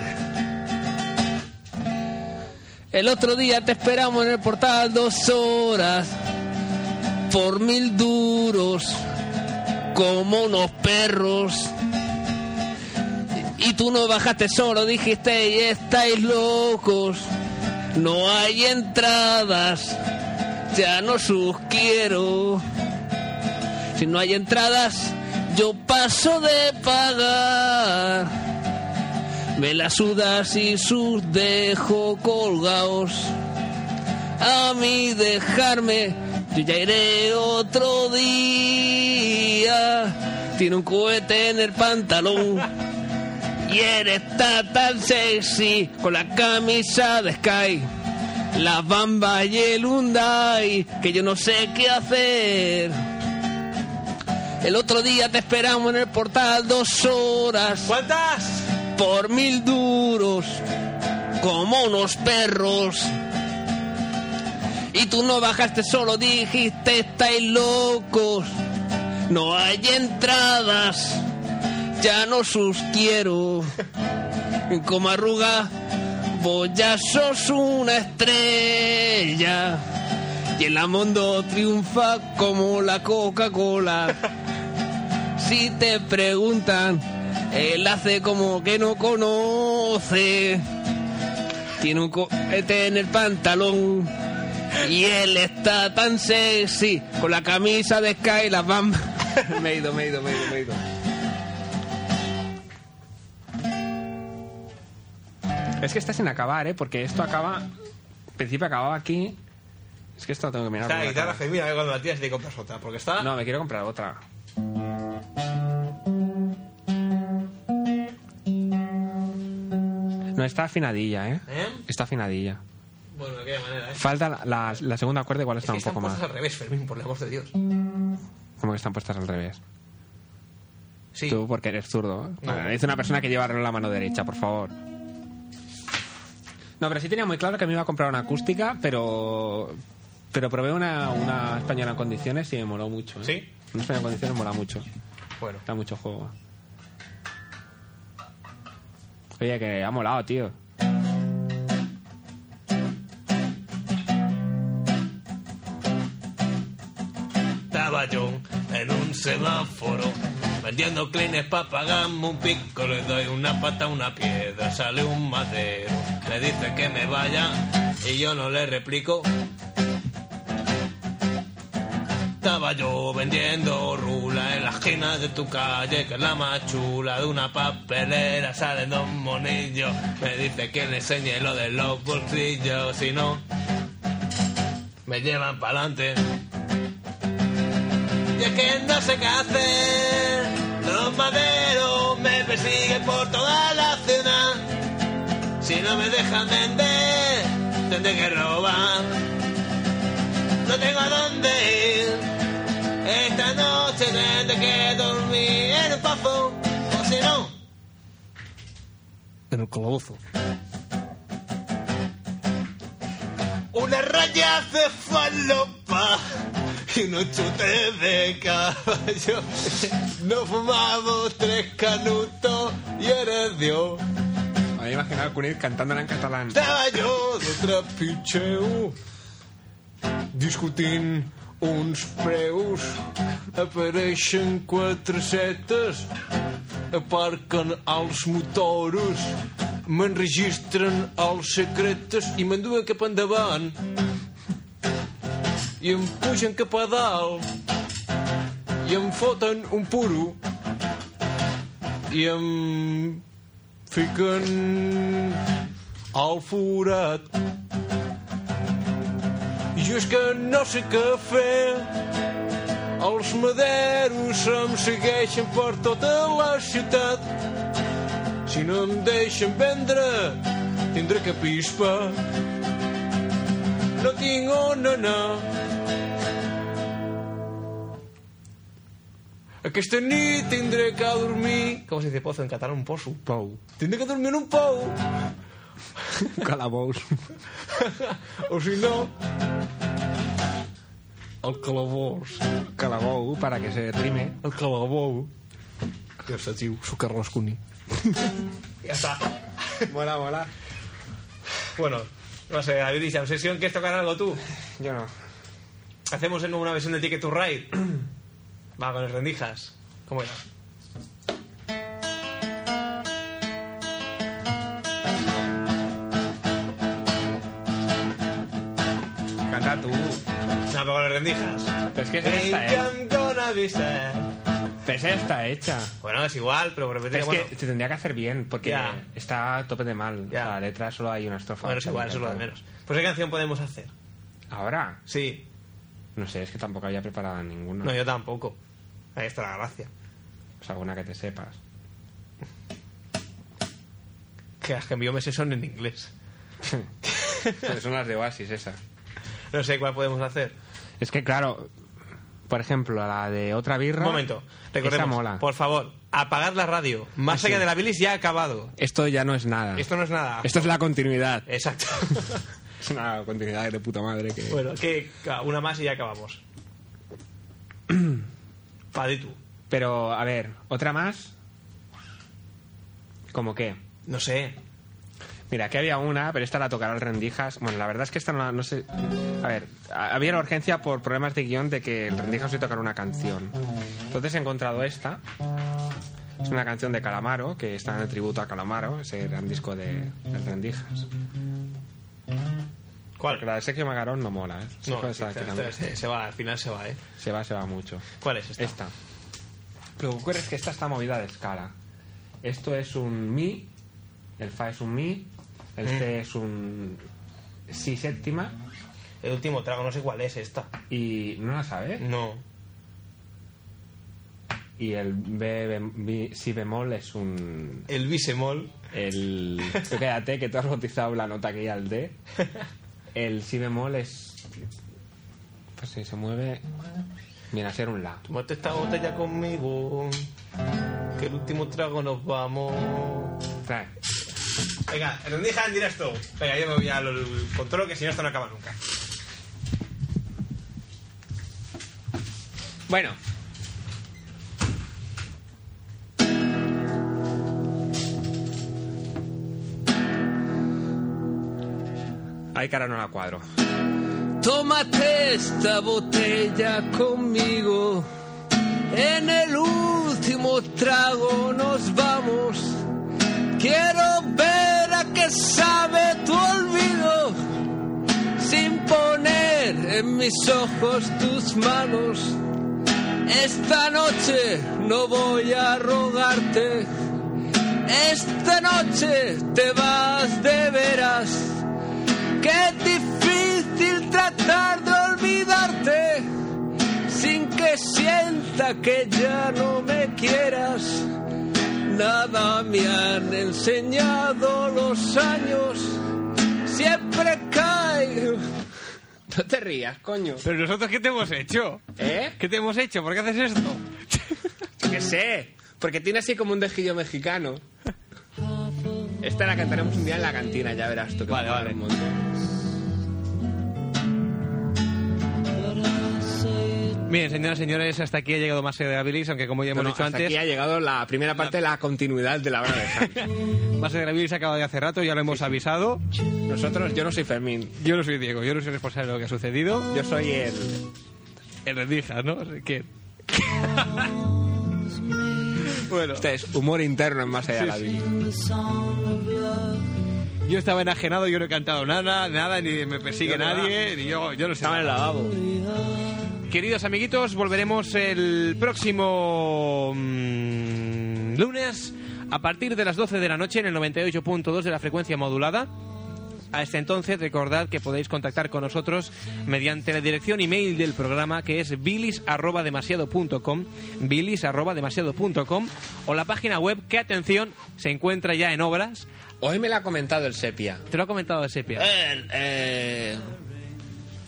D: El otro día te esperamos en el portal dos horas por mil duros como unos perros. Y tú no bajaste solo, dijiste y estáis locos. No hay entradas, ya no sus quiero. Si no hay entradas, yo paso de pagar. Me las sudas y sus dejo colgaos. A mí dejarme, yo ya iré otro día. Tiene un cohete en el pantalón. Y eres está tan sexy con la camisa de Sky. La bamba y el Hyundai, que yo no sé qué hacer. El otro día te esperamos en el portal dos horas
A: ¿Cuántas?
D: por mil duros, como unos perros. Y tú no bajaste solo, dijiste, estáis locos, no hay entradas, ya no sus quiero. Como arruga, vos ya sos una estrella.
B: Y el amondo triunfa como la Coca-Cola. Si te preguntan, él hace como que no conoce. Tiene un cohete en el pantalón. Y él está tan sexy con la camisa de Sky, las bambas. me he ido, me he ido, me he ido, me he ido. Es que está sin acabar, ¿eh? Porque esto acaba. Al principio acababa aquí. Es que esto lo tengo que mirar.
K: Está la
B: cuando
K: guitarra
B: acaba.
K: femenina, a ver cuando la tiras y te compras otra, porque está...
B: No, me quiero comprar otra. No, está afinadilla, ¿eh?
K: ¿Eh?
B: Está afinadilla.
K: Bueno, de aquella manera, ¿eh?
B: Falta la, la- la segunda cuerda, igual
K: Es que
B: está un
K: están
B: poco
K: puestas
B: más.
K: al revés, Fermín, por el amor de Dios.
B: Como que están puestas al revés.
K: Sí.
B: Tú, porque eres zurdo. ¿eh? Bueno, es una persona que lleva la mano derecha, por favor. No, pero sí tenía muy claro que me iba a comprar una acústica, pero. Pero probé una, una española en condiciones y me moló mucho. ¿eh?
K: ¿Sí?
B: Una española en condiciones mola mucho.
K: Bueno.
B: Da mucho juego. Oye, que ha molado, tío.
K: Estaba yo en un semáforo vendiendo clines para pagarme un pico. Le doy una pata a una piedra, sale un madero, me dice que me vaya y yo no le replico. Estaba yo vendiendo rula en la esquina de tu calle, que es la más chula de una papelera. Salen dos monillos, me dice que le enseñe lo de los bolsillos, si no, me llevan para adelante. Y es que no sé qué hacer. Los maderos me persiguen por toda la ciudad. Si no me dejan vender, tendré que robar. No tengo a dónde ir. Esta noche tendré que dormir en un pafo. O si no, en el calabozo. Una raya de falopa y unos chutes de caballo. Nos fumamos tres canutos y eres Dios.
B: Me había imaginado a Cunit cantándola en catalán.
K: Estaba yo de trapicheu discutint uns preus. Apareixen quatre setes, aparquen els motores, m'enregistren els secretes i m'enduen cap endavant. I em pugen cap a dalt i em foten un puro i em fiquen al forat. Jo és que no sé què fer, els maderos em segueixen per tota la ciutat. Si no em deixen vendre, tindré que pispa. No tinc on anar. Aquesta nit tindré que dormir... Com se dice pozo en català? Un pozo.
B: Pou.
K: Tindré que dormir en un pou.
B: Calabous.
K: o si no, el calabós.
B: Calabou, para que se rime.
K: El calabou. Ja està, tio, soc Carles Cuní. ja està.
B: Mola, mola.
K: Bueno, no sé, David y Sam Session, ¿quieres tocar algo tú?
B: Yo no.
K: Hacemos en una versión de Ticket to Ride. Va, con las rendijas. ¿Cómo era?
B: Canta tú.
K: No, pero con las rendijas.
B: Pero es que es esta, ¿eh?
K: I'm gonna be sad.
B: Pero esa está hecha.
K: Bueno, es igual, pero repetiré,
B: Es
K: bueno...
B: que se tendría que hacer bien, porque
K: Ya.
B: está a tope de mal.
K: Ya.
B: O sea, la letra solo hay una estrofa.
K: Bueno, es igual, eso es lo de menos. Pues, ¿qué canción podemos hacer?
B: Ahora,
K: Sí.
B: no sé, es que tampoco había preparado ninguna.
K: No, yo tampoco. Ahí está la gracia.
B: O sea, alguna que te sepas.
K: Que las que envió meses son en inglés.
B: Pero son las de Oasis, esas.
K: No sé cuál podemos hacer.
B: Es que, claro, por ejemplo, la de otra birra.
K: Un momento. Recordemos,
B: Esa mola.
K: por favor, apagad la radio. Más
B: Ah,
K: allá
B: sí.
K: de la bilis ya ha acabado.
B: Esto ya no es nada.
K: Esto no es nada.
B: Esto es la continuidad.
K: Exacto.
B: Es una continuidad de puta madre que.
K: bueno, que una más y ya acabamos. Padre tú.
B: Pero, a ver, otra más. ¿Cómo qué?
K: No sé.
B: Mira, aquí había una, pero esta la tocaron rendijas. Bueno, la verdad es que esta no la- no sé. A ver, a- había la urgencia por problemas de guión de que el rendijas hoy tocar una canción. Entonces he encontrado esta. Es una canción de Calamaro, que está en el tributo a Calamaro, ese gran disco de, de rendijas.
L: ¿Cuál?
B: Porque la de Sergio Magarón no mola, ¿eh?
L: No,
B: Sergio está
L: este-
B: aquí
L: este-
B: también.
L: este- se va, al final se va, ¿eh?
B: Se va, se va mucho.
L: ¿Cuál es esta?
B: Esta. Lo que ocurre es que esta está movida de escala. Esto es un mi, el fa es un mi, el c es un si séptima.
L: El último trago, no sé cuál es esta.
B: ¿Y no la sabes?
A: Mm.
L: No.
B: Y el b, bem- bi- si bemol es un...
L: El bisemol.
B: El... Tú quédate que tú has bautizado la nota que hay al d. El si bemol es... Pues si se mueve... Viene a ser un la.
L: Tomate esta botella conmigo. Que el último trago nos vamos. Venga, rendija en directo. Venga, yo me voy al control que si no esto no acaba nunca.
B: Bueno. Ahí cara no la cuadro.
M: Tómate esta botella conmigo. En el último trago nos vamos. Quiero ver a qué sabe tu olvido. Sin poner en mis ojos tus manos. Esta noche no voy a rogarte. Esta noche te vas de veras. Qué difícil tratar de olvidarte sin que sienta que ya no me quieras. Nada me han enseñado los años. Siempre caigo.
B: No te rías, coño.
A: Pero nosotros, ¿qué te hemos hecho?
B: ¿Eh?
A: ¿Qué te hemos hecho? ¿Por qué haces esto?
B: Que sé, porque tiene así como un dejillo mexicano. Esta la cantaremos un día en la cantina, ya verás tú. Que vale, vale.
A: Bien, señoras y señores, hasta aquí ha llegado más de Abilis, aunque como ya hemos
B: No, no,
A: dicho
B: hasta
A: antes,
B: aquí ha llegado la primera parte de la continuidad de la hora de Javi.
A: más de Abilis se ha acabado de hace rato, ya lo hemos avisado.
B: Nosotros, yo no soy Fermín,
A: Yo no soy Diego, yo no soy responsable de lo que ha sucedido.
B: yo soy el...
A: El rendija, ¿no? Así que- bueno,
B: Este es humor interno en más allá de la vida.
A: yo estaba enajenado, yo no he cantado nada, nada, ni me persigue
B: Yo no,
A: nadie, ni yo, yo no sé.
B: Estaba en el
A: nada.
B: lavabo.
A: Queridos amiguitos, volveremos el próximo mm, lunes a partir de las 12 de la noche en el 98.2 de la frecuencia modulada. A este entonces, recordad que podéis contactar con nosotros mediante la dirección email del programa que es bilis.demasiado.com, bilis.demasiado.com o la página web que, atención, se encuentra ya en obras.
B: Hoy me la ha comentado el Sepia.
A: Te lo ha comentado Sepia.
B: El, eh,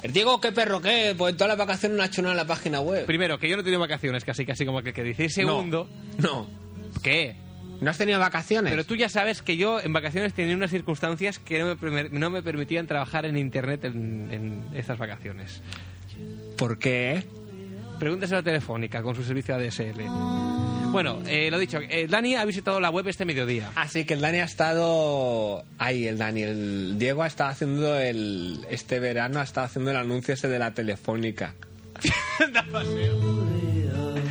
B: el Diego, qué perro, qué. Pues todas las vacaciones no ha hecho nada en la página web.
A: Primero, que yo no he tenido vacaciones, casi casi como aquel que dice. Y segundo,
B: No.
A: ¿qué?
B: ¿No has tenido vacaciones?
A: Pero tú ya sabes que yo en vacaciones tenía unas circunstancias que no me, primer- no me permitían trabajar en internet en, en estas vacaciones.
B: ¿Por qué?
A: Pregúntaselo a Telefónica con su servicio ADSL. Bueno, eh, lo dicho, eh, Dani ha visitado la web este mediodía.
B: Así que el Dani ha estado. Ay, el Dani, el Diego ha estado haciendo el. Este verano ha estado haciendo el anuncio ese de la telefónica.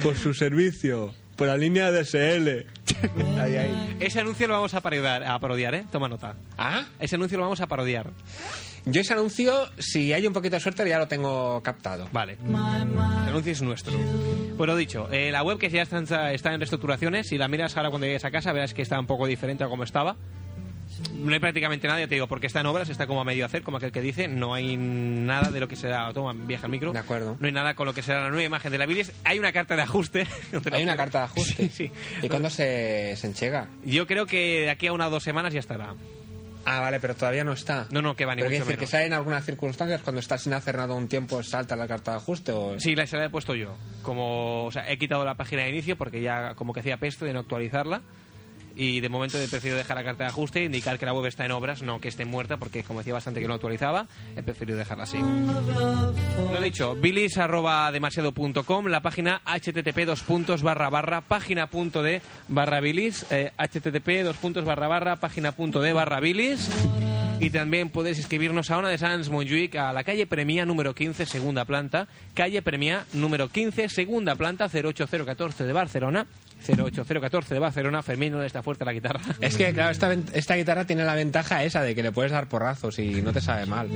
B: Por su servicio, por la línea DSL. Ay, ay.
A: Ese anuncio lo vamos a parodiar, a parodiar, ¿eh? Toma nota.
B: Ah,
A: Ese anuncio lo vamos a parodiar.
B: yo ese anuncio, si hay un poquito de suerte, ya lo tengo captado.
A: Vale. El anuncio es nuestro. Pues lo dicho, eh, la web que ya está, está en reestructuraciones, si la miras ahora cuando llegues a casa verás que está un poco diferente a como estaba. No hay prácticamente nada, ya te digo, porque está en obras, está como a medio hacer, como aquel que dice, no hay nada de lo que será... Toma, viaja el micro.
B: De acuerdo.
A: No hay nada con lo que será la nueva imagen de la bilis. Hay una carta de ajuste.
B: Hay una carta de ajuste.
A: Sí,
B: ¿Y
A: sí.
B: cuándo se, se enchega?
A: Yo creo que de aquí a una o dos semanas ya estará.
B: Ah, vale, pero todavía no está.
A: No, no, que va, ni
B: Pero quiere
A: mucho
B: decir
A: menos.
B: que sale en algunas circunstancias cuando está sin hacer nada un tiempo, salta la carta de ajuste o.
A: Sí, la, se la he puesto yo. Como, o sea, he quitado la página de inicio porque ya como que hacía peste de no actualizarla. Y de momento he preferido dejar la carta de ajuste, indicar que la web está en obras, no que esté muerta, porque como decía bastante que no actualizaba, he preferido dejarla así. Lo dicho, bilis arroba demasiado.com, la página http dos puntos barra barra página punto de barra bilis, eh, http dos puntos barra barra página punto de barra bilis. Y también podéis escribirnos a una de Sans Montjuic a la calle Premia número 15, segunda planta, calle Premia número 15, segunda planta, 08014 de Barcelona, 08014 de Barcelona, Fermín no le está fuerte la guitarra.
B: Es que, claro, esta, ven- esta guitarra tiene la ventaja esa de que le puedes dar porrazos y no te sabe mal.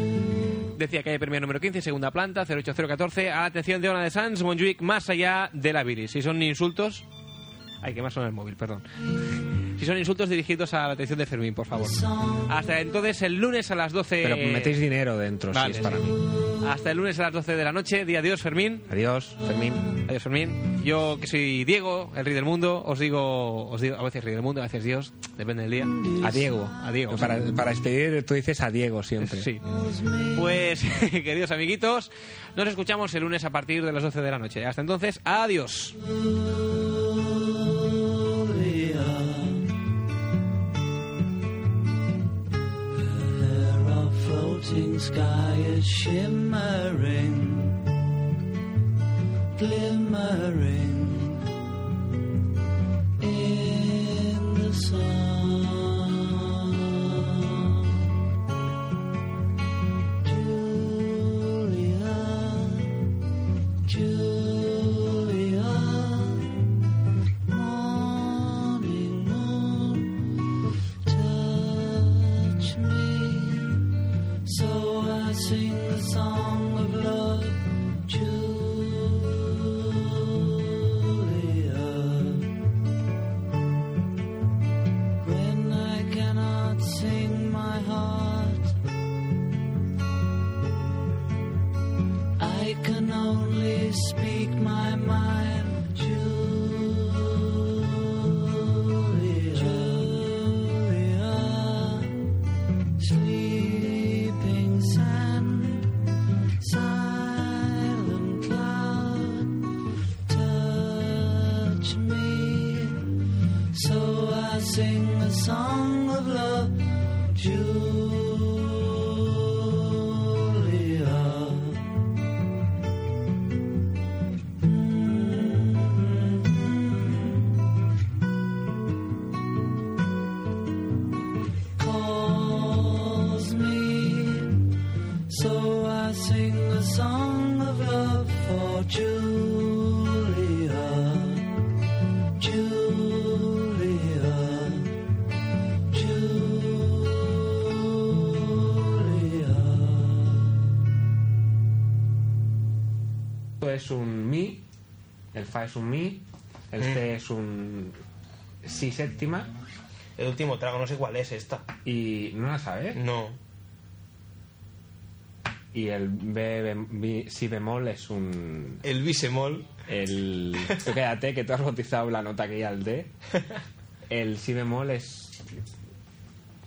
A: Decía calle Premia número 15, segunda planta, 08014, a la atención de Ona de Sans Montjuic, más allá de la viris. Si son insultos... Ay, que más suena el móvil, perdón. Si son insultos dirigidos a la atención de Fermín, por favor. Hasta entonces, el lunes a las 12...
B: Pero metéis dinero dentro,
A: Vale,
B: si es para
A: sí.
B: mí.
A: Hasta el lunes a las 12 de la noche. Día adiós, Fermín.
B: Adiós, Fermín.
A: Adiós, Fermín. Yo, que soy Diego, el rey del mundo, os digo, os digo a veces rey del mundo, a veces Dios, depende del día.
B: A Diego.
A: A Diego.
B: Para,
A: sí.
B: para despedir, tú dices a Diego siempre.
A: Sí. Pues, queridos amiguitos, nos escuchamos el lunes a partir de las 12 de la noche. Hasta entonces, adiós.
E: Where our floating sky is shimmering, glimmering in the sun. Julia, Julia, morning moon, touch me. So I sing the song of love, Julia. When I cannot sing my heart, I can only speak my mind, Julia. Julia, sleeping sand, silent cloud, touch me. So I sing a song of love, Julia. calls me. So I sing a song of love for Julia. Julia. Julia.
B: Esto es un mi, el fa es un mi, el
A: Eh.
B: c es un si séptima.
N: El último trago, no sé cuál es esta.
B: ¿Y no la sabes?
N: No.
B: Y el B, bem- bi- si bemol es un...
N: El bisemol.
B: El... Tú quédate, que tú has bautizado la nota que hay al D. El si bemol es...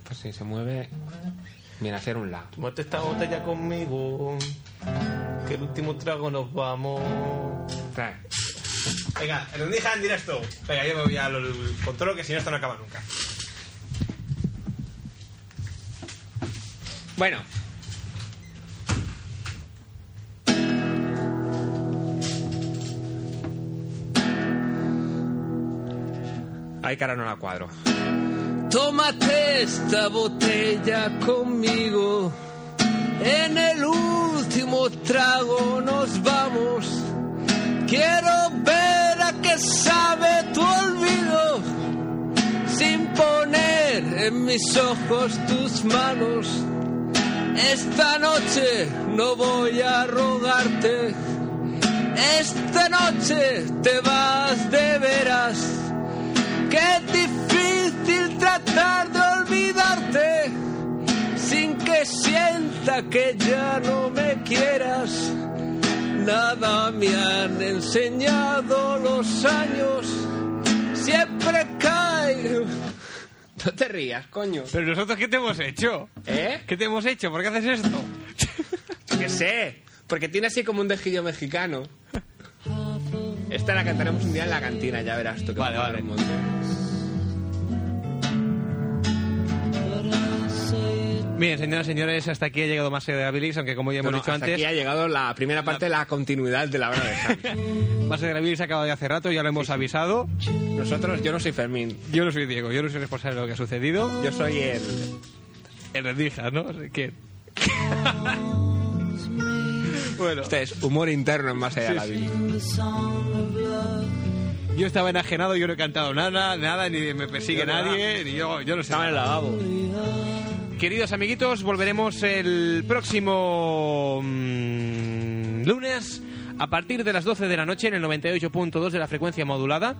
B: Pues si se mueve... Viene a ser un la.
N: Tómate esta botella conmigo, que el último trago nos vamos. Venga, rendija en directo. Venga, yo me voy al control, que si no, esto no acaba nunca.
A: Bueno.
B: Ahí cara no la cuadro.
E: Tómate esta botella conmigo. En el último trago nos vamos. Quiero ver a qué sabe tu olvido. Sin poner en mis ojos tus manos. Esta noche no voy a rogarte. Esta noche te vas de veras. Qué difícil tratar de olvidarte sin que sienta que ya no me quieras. Nada me han enseñado los años. Siempre caigo.
B: No te rías, coño.
A: Pero nosotros, ¿qué te hemos hecho?
B: ¿Eh?
A: ¿Qué te hemos hecho? ¿Por qué haces esto?
B: Que sé, porque tiene así como un dejillo mexicano. Esta la cantaremos un día en la cantina, ya verás tú. Que vale, vale.
A: Bien, señoras y señores, hasta aquí ha llegado más de Abilis, aunque como ya hemos
B: No, no,
A: dicho
B: hasta
A: antes...
B: aquí ha llegado la primera parte de la continuidad de la hora de Hans.
A: Más de Abilis se ha acabado ya hace rato, ya lo hemos avisado.
B: Nosotros, yo no soy Fermín,
A: Yo no soy Diego, yo no soy responsable de lo que ha sucedido.
B: yo soy el...
A: El rendija, ¿no? ¿Qué? bueno,
B: Este es humor interno en más allá de la vida.
A: yo estaba enajenado, yo no he cantado nada, nada, ni me persigue
B: Yo nada.
A: nadie, ni yo, yo no sé.
B: Estaba en el lavabo.
A: Queridos amiguitos, volveremos el próximo mm, lunes a partir de las 12 de la noche en el 98.2 de la frecuencia modulada.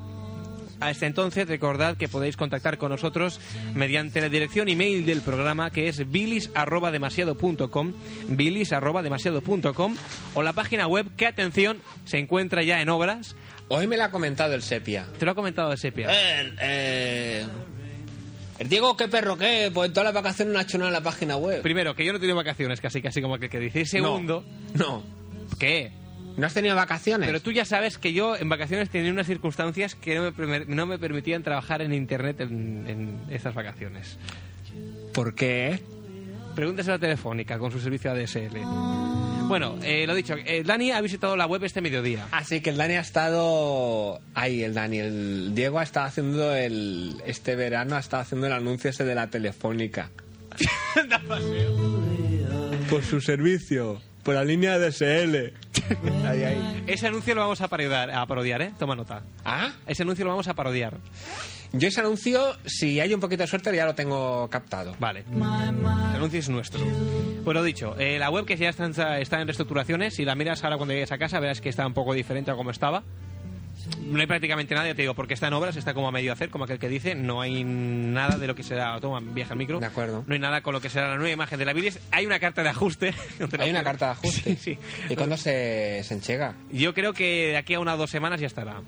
A: A este entonces, recordad que podéis contactar con nosotros mediante la dirección email del programa que es bilis.demasiado.com, bilis.demasiado.com o la página web que, atención, se encuentra ya en obras.
B: Hoy me lo ha comentado el Sepia.
A: Te lo ha comentado Sepia.
B: Eh, eh, el Diego, qué perro qué, pues todas las vacaciones no ha hecho nada en la página web.
A: Primero, que yo no he tenido vacaciones, casi casi como aquel que dice. Y segundo,
B: No,
A: ¿qué?
B: no has tenido vacaciones.
A: Pero tú ya sabes que yo en vacaciones tenía unas circunstancias que no me, primer- no me permitían trabajar en internet en, en estas vacaciones.
B: ¿Por qué?
A: Pregúntaselo a Telefónica con su servicio ADSL. Bueno, eh, lo dicho, eh, Dani ha visitado la web este mediodía.
B: Así que el Dani ha estado. Ahí, el Dani. El Diego ha estado haciendo el. Este verano ha estado haciendo el anuncio ese de la telefónica. Por su servicio. Por la línea DSL. ahí, ahí.
A: Ese anuncio lo vamos a parodiar, a parodiar, ¿eh? Toma nota.
B: Ah,
A: Ese anuncio lo vamos a parodiar.
B: yo ese anuncio, si hay un poquito de suerte, ya lo tengo captado.
A: Vale. El anuncio es nuestro. Bueno, dicho, eh, la web que ya está en, está en reestructuraciones, si la miras ahora cuando llegues a casa, verás que está un poco diferente a como estaba. No hay prácticamente nada, ya te digo, porque está en obras, está como a medio hacer, como aquel que dice, no hay nada de lo que será. Toma, viaja el micro.
B: De acuerdo.
A: No hay nada con lo que será la nueva imagen de la Bilis. Hay una carta de ajuste. No te lo
B: Hay una
A: juro.
B: carta de ajuste.
A: Sí,
B: ¿Y
A: sí.
B: cuándo se, se enchega?
A: Yo creo que de aquí a una o dos semanas ya estará.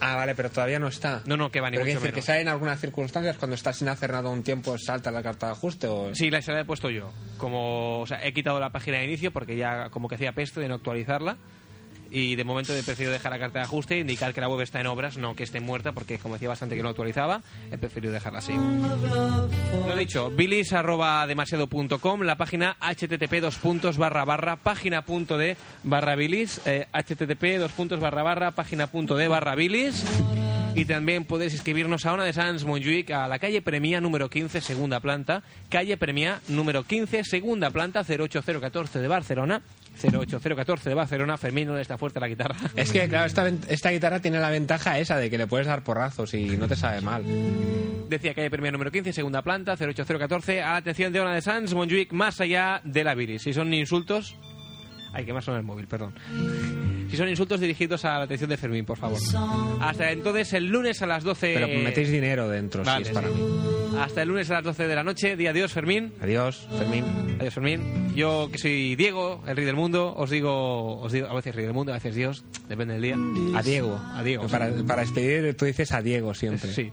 B: Ah, vale, pero todavía no está.
A: No, no, que va, ni
B: Pero
A: mucho
B: quiere decir
A: menos.
B: que sale en algunas circunstancias cuando estás sin hacer nada un tiempo, salta la carta de ajuste o.
A: Sí, la se la he puesto yo. Como, o sea, he quitado la página de inicio porque ya como que hacía peste de no actualizarla. Y de momento he preferido dejar la carta de ajuste e indicar que la web está en obras, no que esté muerta, porque como decía bastante que no actualizaba, he preferido dejarla así. Lo dicho, bilis arroba demasiado.com, la página http dos puntos barra barra página punto de barra bilis, eh, http dos puntos barra barra página punto de barra bilis. Y también podéis escribirnos a una de Sans Montjuic a la calle Premia número 15, segunda planta, calle Premia número 15, segunda planta, 08014 de Barcelona, 08014 de Barcelona, Fermín no le está fuerte la guitarra.
B: Es que, claro, esta, ven- esta guitarra tiene la ventaja esa de que le puedes dar porrazos y no te sabe mal.
A: Decía calle Premia número 15, segunda planta, 08014, a la atención de una de Sans Montjuic más allá de la viris. Si son insultos... Ay, que más suena el móvil, perdón. Si son insultos dirigidos a la atención de Fermín, por favor. Hasta entonces, el lunes a las 12...
B: Pero metéis dinero dentro,
A: Vale,
B: si es para
A: sí.
B: mí.
A: Hasta el lunes a las 12 de la noche. Día de Fermín.
B: Adiós, Fermín.
A: Adiós, Fermín. Yo, que soy Diego, el rey del mundo, os digo, os digo a veces rey del mundo, a veces Dios, depende del día.
B: A Diego.
A: A Diego,
B: Para, para despedir, tú dices a Diego siempre.
A: Sí.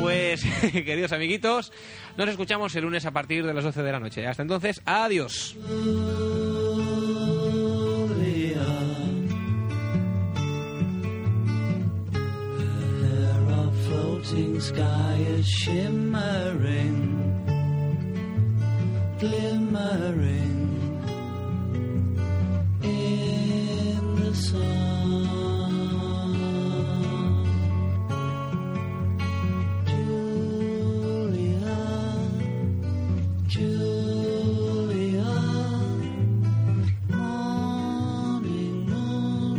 A: Pues, queridos amiguitos, nos escuchamos el lunes a partir de las 12 de la noche. Hasta entonces, adiós.
E: There a floating sky is shimmering, glimmering in the sun. Julia, Julia, morning moon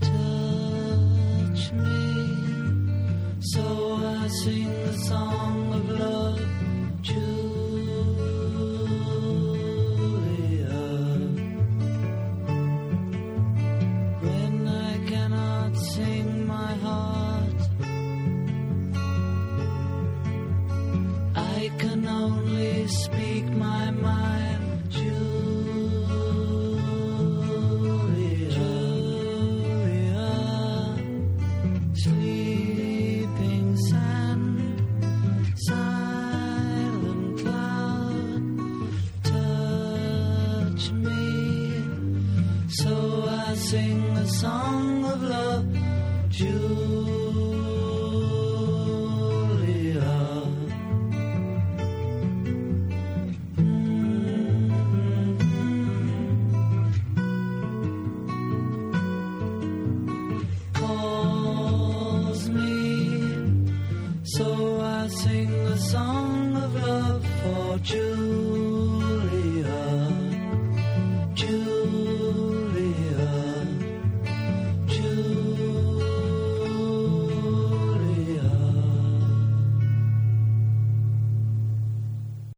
E: touch me. So I sing the song of love, Julia. When I cannot sing my heart, I can only speak my mind, Julia. Julia sleeping sand, silent cloud, touch me. So I sing the song of love, Julia.